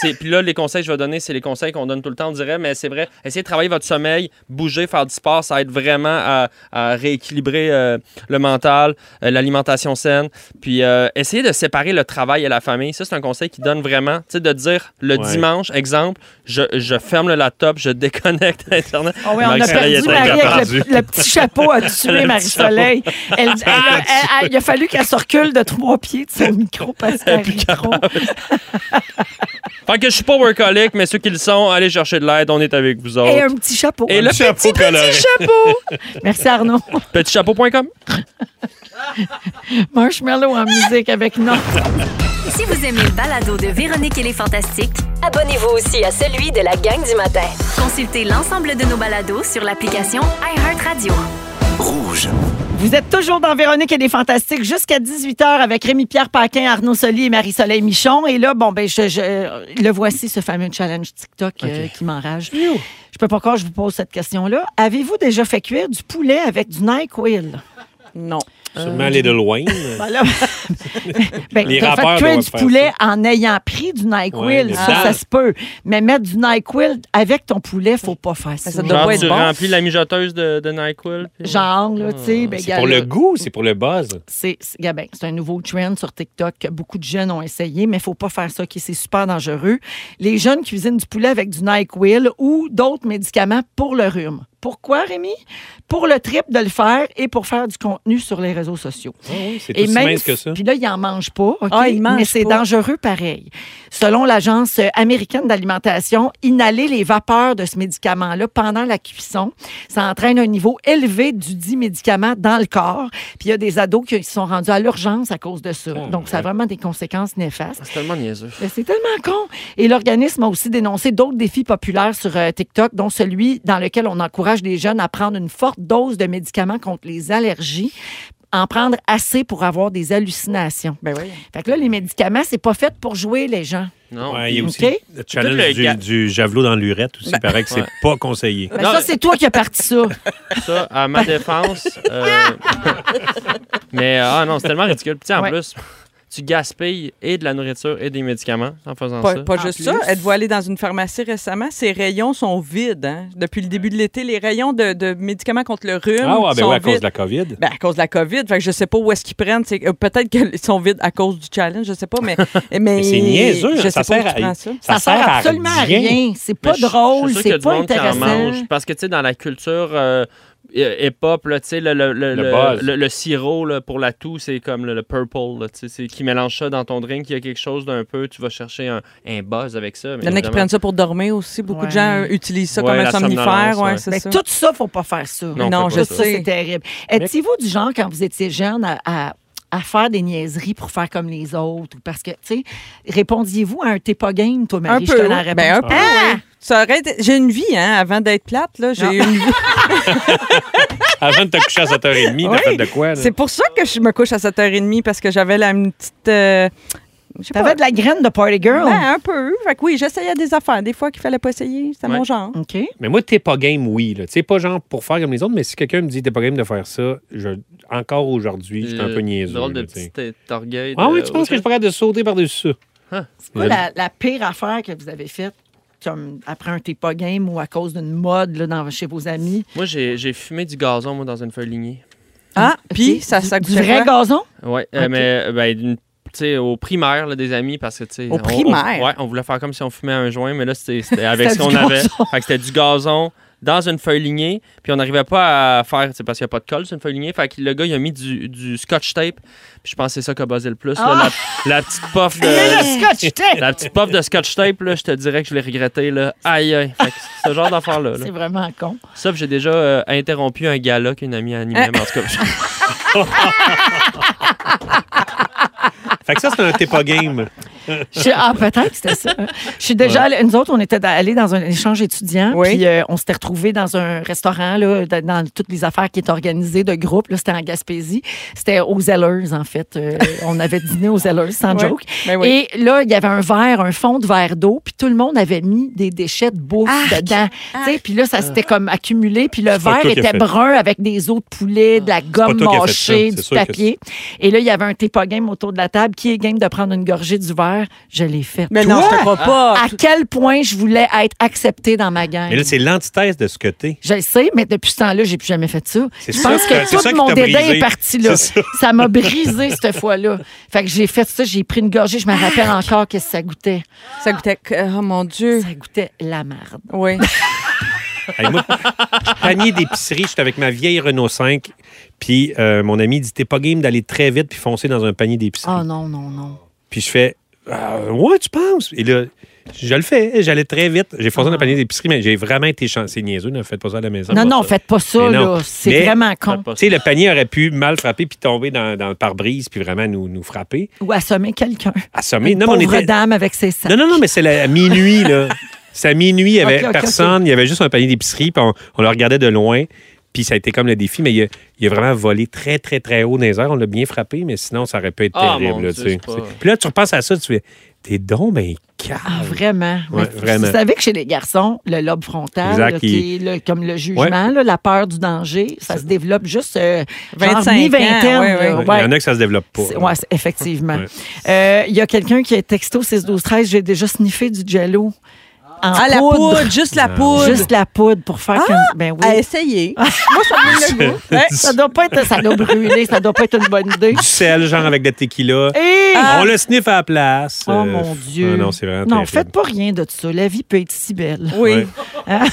[SPEAKER 3] c'est- Puis là, les conseils que je vais donner, c'est les conseils qu'on donne tout le temps, on dirait, mais c'est vrai, essayez de travailler votre sommeil, bouger, faire du sport, ça aide vraiment à, à rééquilibrer euh, le mental, euh, l'alimentation saine. Puis euh, essayez de séparer le travail et la famille. Ça, c'est un conseil qui donne vraiment, tu sais, de dire le
[SPEAKER 2] Ouais.
[SPEAKER 3] dimanche, exemple, je, je ferme le laptop, je déconnecte Internet.
[SPEAKER 1] Ah oui, on a
[SPEAKER 3] Marie-Soleil
[SPEAKER 1] perdu
[SPEAKER 3] était
[SPEAKER 1] Marie avec
[SPEAKER 2] perdue.
[SPEAKER 1] le, le petit chapeau à tuer
[SPEAKER 3] petit
[SPEAKER 1] Marie-Soleil. Elle- ah, elle- elle- elle- il a fallu qu'elle se recule de trois pieds de son micro parce qu'elle rit trop.
[SPEAKER 3] Fait que je suis pas workaholic, mais ceux qui le sont, allez chercher de l'aide, on est avec vous autres.
[SPEAKER 1] Et un petit chapeau.
[SPEAKER 3] Et le
[SPEAKER 2] chapeau
[SPEAKER 3] petit,
[SPEAKER 2] coloré.
[SPEAKER 3] petit chapeau.
[SPEAKER 1] Merci Arnaud.
[SPEAKER 3] Petitchapeau.com.
[SPEAKER 1] Marshmallow en musique avec non.
[SPEAKER 8] Si vous aimez le balado de Véronique et les Fantastiques,
[SPEAKER 9] Abonnez-vous aussi à celui de la gang du matin.
[SPEAKER 8] consultez l'ensemble de nos balados sur l'application iHeartRadio.
[SPEAKER 1] Vous êtes toujours dans Véronique et les Fantastiques jusqu'à 18h avec Rémi-Pierre Paquin, Arnaud Soli et Marie-Soleil Michon. Et là, bon, ben, je, je- le voici, ce fameux challenge TikTok euh, qui m'enrage. Je peux pas encore, je vous pose cette question-là. Avez-vous déjà fait cuire du poulet avec du NyQuil?
[SPEAKER 5] Non.
[SPEAKER 3] Ah.
[SPEAKER 2] Sûrement aller de loin.
[SPEAKER 1] Ben là, ben,
[SPEAKER 2] Les
[SPEAKER 1] t'as fait
[SPEAKER 2] rappeurs
[SPEAKER 1] cuire
[SPEAKER 2] doivent
[SPEAKER 1] du
[SPEAKER 2] faire
[SPEAKER 1] poulet en ayant pris du NyQuil,
[SPEAKER 2] Ouais, le
[SPEAKER 1] ça,
[SPEAKER 2] sale.
[SPEAKER 1] ça se peut. Mais mettre du NyQuil avec ton poulet, faut pas faire ça.
[SPEAKER 5] ça doit
[SPEAKER 3] Genre,
[SPEAKER 5] pas être
[SPEAKER 3] tu
[SPEAKER 5] bon.
[SPEAKER 3] remplis la mijoteuse de, de NyQuil. puis-
[SPEAKER 1] Genre, là, tu sais, ben,
[SPEAKER 2] Hmm. C'est
[SPEAKER 1] gars,
[SPEAKER 2] pour
[SPEAKER 1] là,
[SPEAKER 2] le goût, c'est pour le buzz. Ah
[SPEAKER 1] c'est c'est- gars, ben, c'est un nouveau trend sur TikTok que beaucoup de jeunes ont essayé, mais faut pas faire ça, qui c'est super dangereux. Les jeunes cuisinent du poulet avec du NyQuil ou d'autres médicaments pour le rhume. Pourquoi, Rémi? Pour le trip de le faire et pour faire du contenu sur les réseaux sociaux.
[SPEAKER 2] C'est
[SPEAKER 1] Et
[SPEAKER 2] aussi
[SPEAKER 1] même
[SPEAKER 2] mince que ça.
[SPEAKER 1] Puis là, ils n'en mangent pas, OK?
[SPEAKER 5] Ah, ils mangent
[SPEAKER 1] mais c'est
[SPEAKER 5] pas.
[SPEAKER 1] dangereux pareil. Selon l'Agence euh, américaine d'alimentation, inhaler les vapeurs de ce médicament-là pendant la cuisson, ça entraîne un niveau élevé du dit médicament dans le corps. Puis il y a des ados qui se sont rendus à l'urgence à cause de
[SPEAKER 2] Oh,
[SPEAKER 1] ça. Donc, ça a vraiment des conséquences néfastes.
[SPEAKER 3] C'est tellement niaiseux.
[SPEAKER 1] Mais Ben, c'est tellement con. Et l'organisme a aussi dénoncé d'autres défis populaires sur euh, TikTok, dont celui dans lequel on encourage les jeunes à prendre une forte dose de médicaments contre les allergies, en prendre assez pour avoir des hallucinations.
[SPEAKER 5] Ben oui.
[SPEAKER 1] Fait que là, les médicaments, c'est pas fait pour jouer les gens.
[SPEAKER 3] Non.
[SPEAKER 2] Ouais, il y a aussi
[SPEAKER 1] OK.
[SPEAKER 2] le
[SPEAKER 3] Tout le
[SPEAKER 2] challenge
[SPEAKER 3] ga-
[SPEAKER 2] du, du javelot dans l'urette aussi. Il paraît que c'est
[SPEAKER 3] ouais.
[SPEAKER 2] pas conseillé.
[SPEAKER 1] Ben,
[SPEAKER 3] Non,
[SPEAKER 1] ça, c'est toi qui as parti ça.
[SPEAKER 3] ça, à ma défense. euh, mais euh, ah non, c'est tellement ridicule. Puis, Tu sais, en
[SPEAKER 1] Ouais.
[SPEAKER 3] plus, tu gaspilles et de la nourriture et des médicaments en faisant
[SPEAKER 5] Pas,
[SPEAKER 3] ça.
[SPEAKER 5] pas
[SPEAKER 1] En
[SPEAKER 5] juste
[SPEAKER 1] plus.
[SPEAKER 5] ça. Êtes-vous allé dans une pharmacie récemment? Ces rayons sont vides. hein. Depuis le début de l'été, les rayons de, de médicaments contre le
[SPEAKER 1] Hum,
[SPEAKER 5] rhume
[SPEAKER 2] Ah, ouais, ben
[SPEAKER 5] sont
[SPEAKER 2] ouais, à
[SPEAKER 5] vides.
[SPEAKER 2] cause de la COVID.
[SPEAKER 5] Ben, à cause de la COVID. Fait que je sais pas où est-ce qu'ils prennent. C'est- euh, Peut-être qu'ils sont vides à cause du challenge, je sais pas, mais. mais,
[SPEAKER 2] c'est niaiseux,
[SPEAKER 5] Je sais
[SPEAKER 2] ça
[SPEAKER 5] pas où
[SPEAKER 2] sert
[SPEAKER 5] tu
[SPEAKER 2] à-
[SPEAKER 5] prends ça.
[SPEAKER 1] Ça, sert absolument à rien. C'est pas
[SPEAKER 3] Mais je-
[SPEAKER 1] drôle,
[SPEAKER 3] je suis sûr qu'il y a
[SPEAKER 1] c'est
[SPEAKER 3] du
[SPEAKER 1] pas
[SPEAKER 3] monde qui en
[SPEAKER 1] intéressant.
[SPEAKER 3] mange, parce que, tu sais, dans la culture euh, hi- hip-hop, là, tu sais, le, le, le,
[SPEAKER 2] Le
[SPEAKER 3] le-
[SPEAKER 2] buzz.
[SPEAKER 3] le- le sirop là, pour la toux, c'est comme le, le purple, là, tu sais, c'est- qui mélange ça dans ton drink. Il y a quelque chose d'un peu, tu vas chercher un, un buzz avec ça. mais
[SPEAKER 5] Il y en a qui
[SPEAKER 3] évidemment-
[SPEAKER 5] prennent ça pour dormir aussi. Beaucoup
[SPEAKER 1] Ouais.
[SPEAKER 5] de gens euh, utilisent ça
[SPEAKER 3] Ouais,
[SPEAKER 5] comme un
[SPEAKER 3] la
[SPEAKER 5] somnifère.
[SPEAKER 3] somnolence,
[SPEAKER 5] Ouais,
[SPEAKER 3] ouais.
[SPEAKER 5] c'est
[SPEAKER 1] Ben,
[SPEAKER 5] ça.
[SPEAKER 1] tout ça, faut pas faire ça.
[SPEAKER 3] Non,
[SPEAKER 5] non,
[SPEAKER 3] on
[SPEAKER 5] je
[SPEAKER 3] fait
[SPEAKER 1] Tout ça,
[SPEAKER 5] sais.
[SPEAKER 1] c'est terrible. Étiez-vous du genre, quand vous étiez jeune, à, à- à faire des niaiseries pour faire comme les autres? Ou parce que, tu sais, répondiez-vous à un t'es pas game, toi, Marie?
[SPEAKER 5] Un
[SPEAKER 1] Je
[SPEAKER 5] peu,
[SPEAKER 1] te la
[SPEAKER 5] oui.
[SPEAKER 1] réponds.
[SPEAKER 5] Ben, un peu,
[SPEAKER 1] Ah!
[SPEAKER 5] Ça aurait été- J'ai une vie, hein, avant d'être plate, là. J'ai une vie.
[SPEAKER 2] Avant de te coucher à 7h30, t'as
[SPEAKER 5] Oui.
[SPEAKER 2] fait de quoi? là?
[SPEAKER 5] C'est pour ça que je me couche à 7h30 parce que j'avais la une petite. euh, je sais
[SPEAKER 1] T'avais de la graine de Party Girl?
[SPEAKER 5] Ben, un peu. Fait que oui, j'essayais des affaires. Des fois qu'il fallait pas essayer. C'était
[SPEAKER 3] Ouais.
[SPEAKER 5] mon genre.
[SPEAKER 1] OK.
[SPEAKER 2] Mais moi, t'es pas game, oui. là. Tu sais, pas genre pour faire comme les autres, mais si quelqu'un me dit t'es pas game de faire ça, je- encore aujourd'hui, je suis un peu
[SPEAKER 3] Euh,
[SPEAKER 2] niaiseux.
[SPEAKER 3] Drôle de
[SPEAKER 2] là, tu sais.
[SPEAKER 3] petit euh, Hein? orgueil.
[SPEAKER 2] Ah
[SPEAKER 3] de-
[SPEAKER 2] oui, tu penses que je pourrais de sauter par-dessus ça?
[SPEAKER 1] C'est quoi la, la pire affaire que vous avez faite? Comme après un t'es pas game ou à cause d'une mode là, dans, chez vos amis.
[SPEAKER 3] Moi, j'ai j'ai fumé du gazon, moi, dans une feuille lignée.
[SPEAKER 5] Ah, puis
[SPEAKER 1] Tu sais,
[SPEAKER 5] ça,
[SPEAKER 1] du-
[SPEAKER 5] ça
[SPEAKER 1] Du
[SPEAKER 5] coûtait
[SPEAKER 1] vrai
[SPEAKER 5] quoi?
[SPEAKER 1] gazon?
[SPEAKER 3] Ouais, euh,
[SPEAKER 1] Ok.
[SPEAKER 3] mais euh, ben, d'une- tu sais, au primaire là, des amis parce que tu sais on-
[SPEAKER 5] Au
[SPEAKER 3] on-
[SPEAKER 5] primaire?
[SPEAKER 3] ouais on voulait faire comme si on fumait un joint mais là c'était c'était avec ce
[SPEAKER 1] C'était
[SPEAKER 3] qu'on
[SPEAKER 1] du
[SPEAKER 3] avait
[SPEAKER 1] gazon.
[SPEAKER 3] fait que c'était du gazon dans une feuille lignée puis on n'arrivait pas à faire c'est parce qu'il n'y a pas de colle sur une feuille lignée fait que le gars il a mis du, du scotch tape puis je pense que c'est ça qui a buzzé le plus là,
[SPEAKER 1] Ah!
[SPEAKER 3] la, la petite puff
[SPEAKER 1] Le
[SPEAKER 3] de
[SPEAKER 1] scotch tape!
[SPEAKER 3] la petite puff de scotch tape là je te dirais que je l'ai regretté là aïe aïe Fait que c'est ce genre d'affaire là,
[SPEAKER 1] C'est vraiment con.
[SPEAKER 3] ça puis j'ai déjà euh, interrompu un gala qu'une amie a
[SPEAKER 1] Ah!
[SPEAKER 3] animé mais en tout cas
[SPEAKER 2] Fait que ça, c'est un t'es pas game.
[SPEAKER 1] Je suis- ah, peut-être que c'était ça. Je suis déjà allée- nous autres, on était allés dans un échange étudiant,
[SPEAKER 5] Oui.
[SPEAKER 1] puis euh, on s'était retrouvés dans un restaurant, là, dans, dans toutes les affaires qui étaient organisées de groupe. Là, c'était en Gaspésie. C'était aux Zellers, en fait. Euh, on avait dîné aux Zellers, sans
[SPEAKER 5] Ouais.
[SPEAKER 1] joke.
[SPEAKER 5] Ben oui.
[SPEAKER 1] Et là, il y avait un verre, un fond de verre d'eau, puis tout le monde avait mis des déchets de bouffe
[SPEAKER 5] Ah,
[SPEAKER 1] dedans. Tu sais, puis là, ça s'était comme accumulé, puis le
[SPEAKER 2] pas
[SPEAKER 1] verre
[SPEAKER 2] toi qui as
[SPEAKER 1] était
[SPEAKER 2] fait.
[SPEAKER 1] brun avec des os de poulet, de la
[SPEAKER 5] Ah.
[SPEAKER 2] pas
[SPEAKER 1] gomme
[SPEAKER 2] toi qui as fait ça,
[SPEAKER 1] mâchée,
[SPEAKER 2] c'est
[SPEAKER 1] du
[SPEAKER 2] sûr que
[SPEAKER 1] papier. Et là, il y avait un thé pas game autour de la table qui est game de prendre une gorgée du verre affaires, je l'ai faites.
[SPEAKER 5] Mais
[SPEAKER 1] Toi,
[SPEAKER 5] non, je te crois pas.
[SPEAKER 1] à quel point je voulais être acceptée dans ma gang.
[SPEAKER 2] Ah, Mais là, c'est l'antithèse de ce que t'es.
[SPEAKER 1] Je le sais, mais depuis ce temps-là, j'ai plus jamais fait ça.
[SPEAKER 2] C'est
[SPEAKER 1] Je
[SPEAKER 2] ça
[SPEAKER 1] pense
[SPEAKER 2] que-
[SPEAKER 1] que
[SPEAKER 2] c'est ça
[SPEAKER 1] tout
[SPEAKER 2] qui
[SPEAKER 1] mon
[SPEAKER 2] t'a
[SPEAKER 1] dédain
[SPEAKER 2] brisé.
[SPEAKER 1] est parti là.
[SPEAKER 2] C'est ça.
[SPEAKER 1] Ça m'a brisé cette fois-là. Fait que j'ai fait ça, j'ai pris une gorgée, je me
[SPEAKER 2] Ah,
[SPEAKER 1] rappelle encore qu'est-ce que ça goûtait.
[SPEAKER 5] Ça goûtait. que- Oh mon Dieu.
[SPEAKER 1] Ça goûtait la merde.
[SPEAKER 5] Oui.
[SPEAKER 2] Hey, moi, panier d'épicerie, j'étais avec ma vieille Renault 5. Puis euh, mon ami dit T'es pas game d'aller très vite puis foncer dans un panier d'épicerie.
[SPEAKER 1] Oh non, non, non.
[SPEAKER 2] Puis je fais Ah, Ouais, tu penses Et là, je le fais. J'allais très vite. J'ai foncé dans le panier d'épicerie, mais j'ai vraiment été chanceux. niaiseux. Ne faites pas ça à la maison.
[SPEAKER 1] Non, non, faites pas ça,
[SPEAKER 2] Mais non.
[SPEAKER 1] là. C'est
[SPEAKER 2] Mais-
[SPEAKER 1] vraiment con.
[SPEAKER 2] Tu sais, le panier aurait pu mal frapper puis tomber dans, dans le pare-brise puis vraiment nous, nous frapper.
[SPEAKER 1] Ou assommer quelqu'un.
[SPEAKER 2] Assommer.
[SPEAKER 1] Une
[SPEAKER 2] Non, mais
[SPEAKER 1] pauvre
[SPEAKER 2] on était.
[SPEAKER 1] dame avec ses sacs.
[SPEAKER 2] Non, non, non, mais c'est la- à minuit, là. C'est à minuit, il n'y avait
[SPEAKER 1] Ok, ok,
[SPEAKER 2] personne, il y avait juste un panier d'épicerie, puis on, on le regardait de loin. Puis ça a été comme le défi, mais il a, il a vraiment volé très, très, très haut dans les airs. On l'a bien frappé, mais sinon, ça aurait pu être
[SPEAKER 3] Ah,
[SPEAKER 2] terrible.
[SPEAKER 3] mon
[SPEAKER 2] là,
[SPEAKER 3] Dieu,
[SPEAKER 2] tu sais.
[SPEAKER 3] c'est pas-
[SPEAKER 2] C'est- Puis là, tu repenses à ça, tu fais T'es donc, mais cave.
[SPEAKER 1] Ah, vraiment?
[SPEAKER 2] Mm. Ouais,
[SPEAKER 1] Mais
[SPEAKER 2] vraiment.
[SPEAKER 1] Vous savez que chez les garçons, le lobe frontal,
[SPEAKER 2] Exact,
[SPEAKER 1] là,
[SPEAKER 2] qui-
[SPEAKER 1] qui est le- comme le jugement, là, la peur du danger, ça se développe juste euh, genre
[SPEAKER 5] 25 ans,
[SPEAKER 1] mi-vingtaine.
[SPEAKER 5] ouais,
[SPEAKER 1] là.
[SPEAKER 2] Ouais, Il y en a que ça se développe pas.
[SPEAKER 1] C'est- ouais, c'est- effectivement.
[SPEAKER 2] Ouais.
[SPEAKER 1] Euh, Il y a quelqu'un qui a texto 6 12 13 j'ai déjà sniffé du jello en
[SPEAKER 5] Ah, la
[SPEAKER 1] poudre.
[SPEAKER 5] poudre, Euh, juste la poudre. Ah!
[SPEAKER 1] Juste la poudre pour faire comme- ben oui.
[SPEAKER 5] À essayer. Moi, ça me donne le goût. Ouais.
[SPEAKER 1] Ça doit pas être ça doit brûler, ça doit pas être une bonne idée. Eh!
[SPEAKER 2] Du sel, genre avec de la tequila.
[SPEAKER 1] Et
[SPEAKER 2] On le sniff à la place.
[SPEAKER 1] Oh
[SPEAKER 2] Euh,
[SPEAKER 1] mon Dieu.
[SPEAKER 2] ah non, c'est vraiment
[SPEAKER 1] Non,
[SPEAKER 2] terrible.
[SPEAKER 1] faites pas rien de ça. La vie peut être si belle.
[SPEAKER 5] Oui.
[SPEAKER 1] Hein?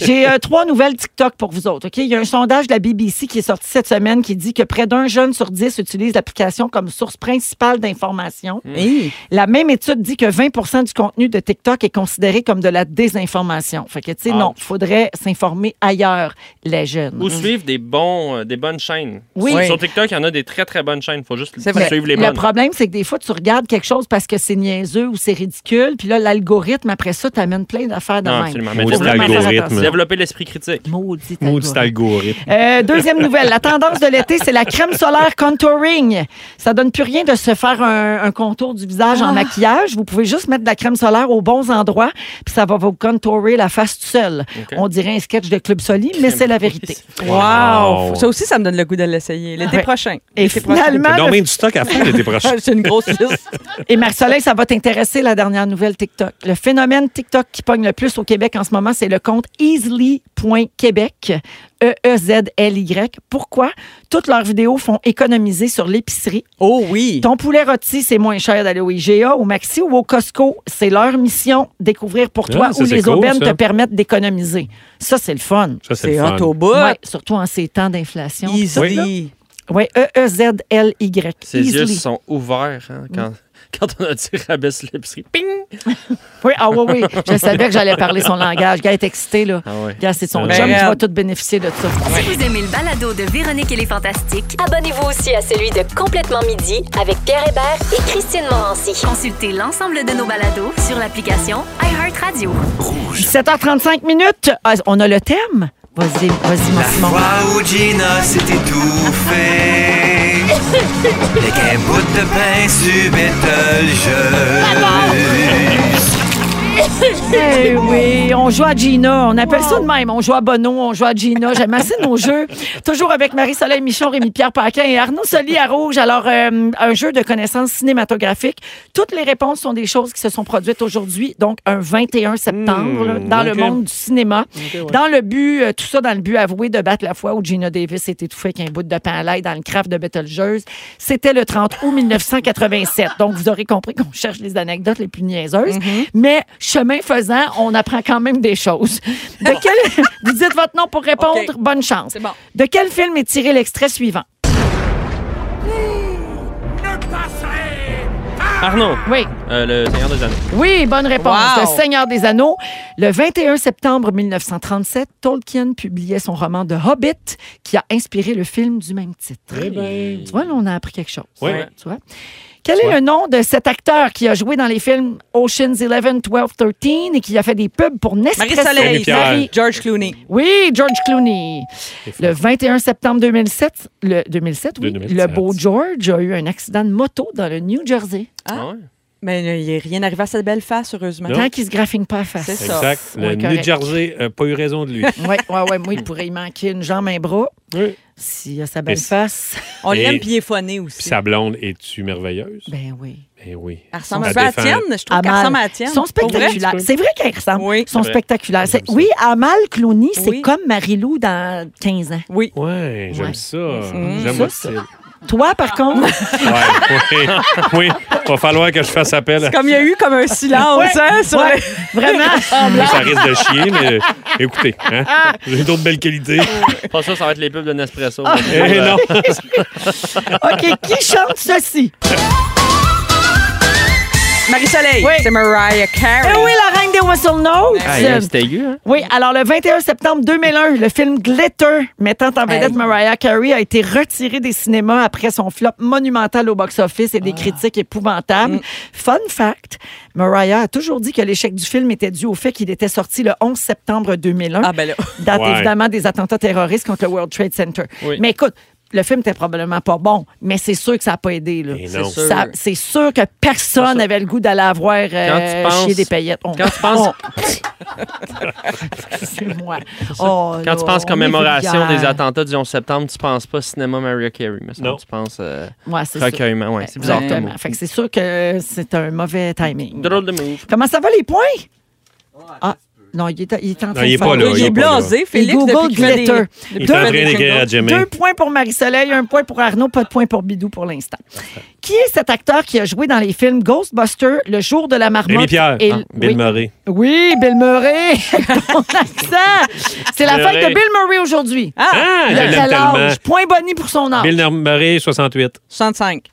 [SPEAKER 1] J'ai euh, trois nouvelles TikTok pour vous autres. ok? Il y a un sondage de la BBC qui est sorti cette semaine qui dit que près d'un jeune sur dix utilise l'application comme source principale d'information.
[SPEAKER 3] Hmm.
[SPEAKER 5] Hey.
[SPEAKER 1] La même étude dit que 20 du contenu de TikTok est considéré comme de la désinformation. Fait que, tu sais, non, il faudrait s'informer ailleurs, les jeunes.
[SPEAKER 3] Ah. Ou suivre des, bons, euh, des bonnes chaînes.
[SPEAKER 1] Oui.
[SPEAKER 3] Sur- Sur TikTok, il y en a des très, très bonnes chaînes. faut juste
[SPEAKER 5] C'est vrai.
[SPEAKER 3] suivre les
[SPEAKER 1] le
[SPEAKER 3] bonnes.
[SPEAKER 1] problème, c'est que des fois, tu regardes quelque chose parce que c'est niaiseux ou c'est ridicule, puis là, l'algorithme, après ça, t'amène plein d'affaires de
[SPEAKER 3] Non,
[SPEAKER 1] même.
[SPEAKER 3] Ah, absolument. Mais
[SPEAKER 2] Maudit
[SPEAKER 3] faut
[SPEAKER 1] vraiment faire
[SPEAKER 2] algorithme.
[SPEAKER 1] attention.
[SPEAKER 3] Développer l'esprit critique.
[SPEAKER 1] Maudit
[SPEAKER 2] Maudit
[SPEAKER 1] algorithme.
[SPEAKER 2] algorithme.
[SPEAKER 1] Euh, deuxième nouvelle, la tendance de l'été, c'est la crème solaire contouring. Ça donne plus rien de se faire un, un contour du visage en maquillage. Vous pouvez juste mettre de la crème solaire aux bons endroits, puis ça va vous contourer la face tout seul.
[SPEAKER 3] Ok.
[SPEAKER 1] On dirait un sketch de Club Soli, mais c'est la vérité.
[SPEAKER 5] Wow.
[SPEAKER 2] Wow.
[SPEAKER 5] Ça aussi, ça me donne le goût de l'essayer. L'été
[SPEAKER 1] Ouais.
[SPEAKER 5] prochain.
[SPEAKER 1] Et
[SPEAKER 5] L'été prochain.
[SPEAKER 2] T'as
[SPEAKER 1] finalement,
[SPEAKER 2] donc
[SPEAKER 1] le-
[SPEAKER 2] bien du stock à faire l'été prochain.
[SPEAKER 5] C'est une grosse liste.
[SPEAKER 1] et Marc-Soleil, ça va t'intéresser, la dernière nouvelle TikTok. Le phénomène TikTok qui pogne le plus au Québec en ce moment, c'est le compte easily.québec, E E-E-Z-L-Y. Pourquoi? Toutes leurs vidéos font économiser sur l'épicerie
[SPEAKER 5] Oh oui.
[SPEAKER 1] Ton poulet rôti, c'est moins cher d'aller au IGA, au Maxi ou au Costco. C'est leur mission, découvrir pour toi
[SPEAKER 2] Ah, ça,
[SPEAKER 1] où
[SPEAKER 2] c'est
[SPEAKER 1] les
[SPEAKER 2] cool,
[SPEAKER 1] aubaines
[SPEAKER 2] ça.
[SPEAKER 1] te permettent d'économiser. Ça, c'est le fun.
[SPEAKER 2] Ça, c'est
[SPEAKER 5] C'est
[SPEAKER 2] le fun.
[SPEAKER 5] hot au bout.
[SPEAKER 1] Ouais, surtout en ces temps d'inflation. E
[SPEAKER 5] Easy.
[SPEAKER 1] Oui, E-E-Z-L-Y.
[SPEAKER 3] Ses yeux
[SPEAKER 1] Easily.
[SPEAKER 3] se sont ouverts hein, quand, quand on a dit rabaisse l'épicerie. Ping!
[SPEAKER 1] Oui, ah oui, oui. Je savais que j'allais parler son langage. Gars est excité, là.
[SPEAKER 3] Ah ouais.
[SPEAKER 1] Gars, c'est son
[SPEAKER 3] Ben,
[SPEAKER 1] chum qui va
[SPEAKER 5] regarde.
[SPEAKER 1] tout bénéficier de ça.
[SPEAKER 8] Si vous aimez le balado de Véronique et les Fantastiques,
[SPEAKER 9] Abonnez-vous aussi à celui de Complètement Midi avec Pierre Hébert et Christine Morancy.
[SPEAKER 8] consultez l'ensemble de nos balados sur l'application iHeartRadio.
[SPEAKER 1] 7h35 minutes. Ah, on a le thème? Vas-y, vas-y, mon Simon.
[SPEAKER 11] Waouh, Gina, c'est étouffé. Avec un bout de pain
[SPEAKER 1] Eh oui, on joue à Gina. On appelle ça de même. On joue à Bono, on joue à Gina. J'aime assez nos jeux. Toujours avec Marie-Soleil Michon, Rémi-Pierre Paquin et Arnaud Soli à Rouge. Alors, euh, un jeu de connaissances cinématographiques. Toutes les réponses sont des choses qui se sont produites aujourd'hui, donc un 21 septembre, là, dans le
[SPEAKER 2] ok.
[SPEAKER 1] monde du cinéma. hein? Dans le but, euh, tout ça dans le but avoué de battre la foi où Gina Davis s'est étouffée avec un bout de pain à l'ail dans le craft de Betelgeuse. C'était le 30 août 1987. Donc, vous aurez compris qu'on cherche les anecdotes les plus niaiseuses.
[SPEAKER 5] Mm-hmm.
[SPEAKER 1] Mais, chemin faisant, on apprend quand même des choses. De quel... vous dites votre nom pour répondre.
[SPEAKER 5] Ok.
[SPEAKER 1] Bonne chance.
[SPEAKER 5] C'est bon.
[SPEAKER 1] De quel film est tiré l'extrait suivant?
[SPEAKER 3] Arnaud,
[SPEAKER 1] Oui.
[SPEAKER 3] euh, le Seigneur des Anneaux.
[SPEAKER 1] Oui, bonne réponse.
[SPEAKER 5] Wow.
[SPEAKER 1] Le Seigneur des Anneaux. Le 21 septembre 1937, Tolkien publiait son roman de Hobbit qui a inspiré le film du même titre. Tu vois, là, on a appris quelque chose.
[SPEAKER 2] Oui.
[SPEAKER 1] Tu vois? Quel est le nom de cet acteur qui a joué dans les films Ocean's 11, 12, 13 et qui a fait des pubs pour Nespresso?
[SPEAKER 5] Marie-Soleil.
[SPEAKER 2] Rémi-Pierre.
[SPEAKER 1] Marie-
[SPEAKER 5] George Clooney.
[SPEAKER 1] Oui, George Clooney. Le 21 septembre 2007, le, 2007, oui,
[SPEAKER 2] 2007.
[SPEAKER 1] le beau George a eu un accident de moto dans le New Jersey.
[SPEAKER 5] Ah.
[SPEAKER 3] Ah ouais.
[SPEAKER 5] Mais euh, il n'est rien arrivé à sa belle face, heureusement.
[SPEAKER 2] Non.
[SPEAKER 1] Tant qu'il se graffine pas à face.
[SPEAKER 5] C'est ça.
[SPEAKER 2] Exact. Le
[SPEAKER 1] Ouais,
[SPEAKER 2] New
[SPEAKER 1] correct.
[SPEAKER 2] Jersey n'a pas eu raison de lui.
[SPEAKER 1] Oui, ouais, ouais, moi, il pourrait y manquer une jambe, un bras.
[SPEAKER 2] Oui.
[SPEAKER 1] S'il a sa belle
[SPEAKER 2] Et-
[SPEAKER 1] face,
[SPEAKER 5] On
[SPEAKER 2] Et-
[SPEAKER 5] l'aime, puis il est phoné aussi.
[SPEAKER 2] Puis sa blonde, es-tu merveilleuse?
[SPEAKER 1] ben oui.
[SPEAKER 2] Ben oui.
[SPEAKER 5] Elle ressemble un
[SPEAKER 2] Elle
[SPEAKER 5] peu à la
[SPEAKER 2] défend-
[SPEAKER 5] tienne. Je trouve qu'elle
[SPEAKER 1] Amal.
[SPEAKER 5] ressemble à la tienne.
[SPEAKER 1] Ils sont
[SPEAKER 5] Pour vrai?
[SPEAKER 1] spectaculaires. C'est vrai qu'elles ressemblent.
[SPEAKER 5] Oui.
[SPEAKER 1] Ils sont
[SPEAKER 2] C'est vrai.
[SPEAKER 1] spectaculaires. C'est-
[SPEAKER 2] J'aime ça.
[SPEAKER 1] Oui, Amal Clooney, c'est
[SPEAKER 5] Oui.
[SPEAKER 1] comme Marie-Lou dans 15 ans.
[SPEAKER 5] Oui.
[SPEAKER 2] Ouais, j'aime
[SPEAKER 1] Ouais.
[SPEAKER 2] ça.
[SPEAKER 1] Mm. Ça,
[SPEAKER 2] J'aime votre
[SPEAKER 1] ça.
[SPEAKER 2] style.
[SPEAKER 1] Toi, par contre,
[SPEAKER 2] Ouais, oui, oui. Va falloir que je fasse appel. à-
[SPEAKER 5] Comme il y a eu comme un silence hein, sur
[SPEAKER 1] ouais,
[SPEAKER 5] le-
[SPEAKER 1] vraiment,
[SPEAKER 2] Ça risque de chier, mais écoutez, hein, j'ai d'autres belles qualités.
[SPEAKER 3] Pas sûr, ça va être les pubs de Nespresso.
[SPEAKER 1] Ah.
[SPEAKER 2] Eh non.
[SPEAKER 1] OK, qui chante ceci?
[SPEAKER 5] Marie-Soleil.
[SPEAKER 1] Oui.
[SPEAKER 5] C'est Mariah Carey.
[SPEAKER 1] Eh oui, la reine des Whistle Notes.
[SPEAKER 3] c'est aigu, hein?
[SPEAKER 1] Oui, alors le 21 septembre 2001, le film Glitter, mettant en vedette Mariah Carey, a été retiré des cinémas après son flop monumental au box-office et
[SPEAKER 5] Ah.
[SPEAKER 1] des critiques
[SPEAKER 5] Mm.
[SPEAKER 1] épouvantables. Fun fact, Mariah a toujours dit que l'échec du film était dû au fait qu'il était sorti le 11 septembre 2001,
[SPEAKER 5] Ah, ben là.
[SPEAKER 1] date
[SPEAKER 2] Ouais.
[SPEAKER 1] évidemment des attentats terroristes contre le World Trade Center.
[SPEAKER 3] Oui.
[SPEAKER 1] Mais écoute, le film était probablement pas bon, mais c'est sûr que ça n'a pas aidé. là.
[SPEAKER 2] Eh
[SPEAKER 3] C'est
[SPEAKER 2] non.
[SPEAKER 3] sûr.
[SPEAKER 1] Ça- C'est sûr que personne n'avait le goût d'aller avoir euh,
[SPEAKER 3] Quand tu penses-
[SPEAKER 1] chier des paillettes. On-
[SPEAKER 3] Quand tu penses,
[SPEAKER 1] Excuse-moi. Oh,
[SPEAKER 3] quand
[SPEAKER 1] là,
[SPEAKER 3] tu penses
[SPEAKER 1] on est
[SPEAKER 3] commémoration
[SPEAKER 1] vulgaire.
[SPEAKER 3] des attentats du 11 septembre, tu penses pas cinéma Mariah Carey, mais
[SPEAKER 2] Non.
[SPEAKER 3] ça, tu penses euh,
[SPEAKER 1] Ouais, c'est ça.
[SPEAKER 3] recueillement. Ouais, c'est bizarre comme
[SPEAKER 1] Exactement.
[SPEAKER 3] mot.
[SPEAKER 1] Fait que c'est sûr que c'est un mauvais timing.
[SPEAKER 3] Drôle de move.
[SPEAKER 1] Comment ça va les points? Ah, non, il est, il est en train
[SPEAKER 2] il
[SPEAKER 1] de
[SPEAKER 2] est pas
[SPEAKER 1] faire-
[SPEAKER 2] là,
[SPEAKER 5] Il est
[SPEAKER 2] pas là.
[SPEAKER 5] blasé, Félix.
[SPEAKER 1] Google
[SPEAKER 5] depuis qu'il fait des-
[SPEAKER 1] Glitter.
[SPEAKER 5] depuis
[SPEAKER 2] Il
[SPEAKER 5] qu'il
[SPEAKER 2] est en
[SPEAKER 5] fait
[SPEAKER 2] train
[SPEAKER 5] des
[SPEAKER 2] d'écrire à
[SPEAKER 5] jingles.
[SPEAKER 2] Jimmy.
[SPEAKER 1] Deux points pour Marie-Soleil, un point pour Arnaud, pas de point pour Bidou pour l'instant. Qui est cet acteur qui a joué dans les films Ghostbusters, Le jour de la marmotte?
[SPEAKER 2] Rémi Pierre,
[SPEAKER 1] et-
[SPEAKER 2] Ah, Bill
[SPEAKER 1] oui.
[SPEAKER 2] Murray.
[SPEAKER 1] Oui, Bill Murray. Ton accent. C'est la
[SPEAKER 2] Bill
[SPEAKER 1] fête de
[SPEAKER 2] Murray.
[SPEAKER 1] Bill Murray aujourd'hui. hein?
[SPEAKER 2] Ah, je
[SPEAKER 1] Le
[SPEAKER 2] l'aime
[SPEAKER 1] quel
[SPEAKER 2] tellement.
[SPEAKER 1] âge? Point boni pour son âge.
[SPEAKER 2] Bill Murray, 68.
[SPEAKER 5] 65.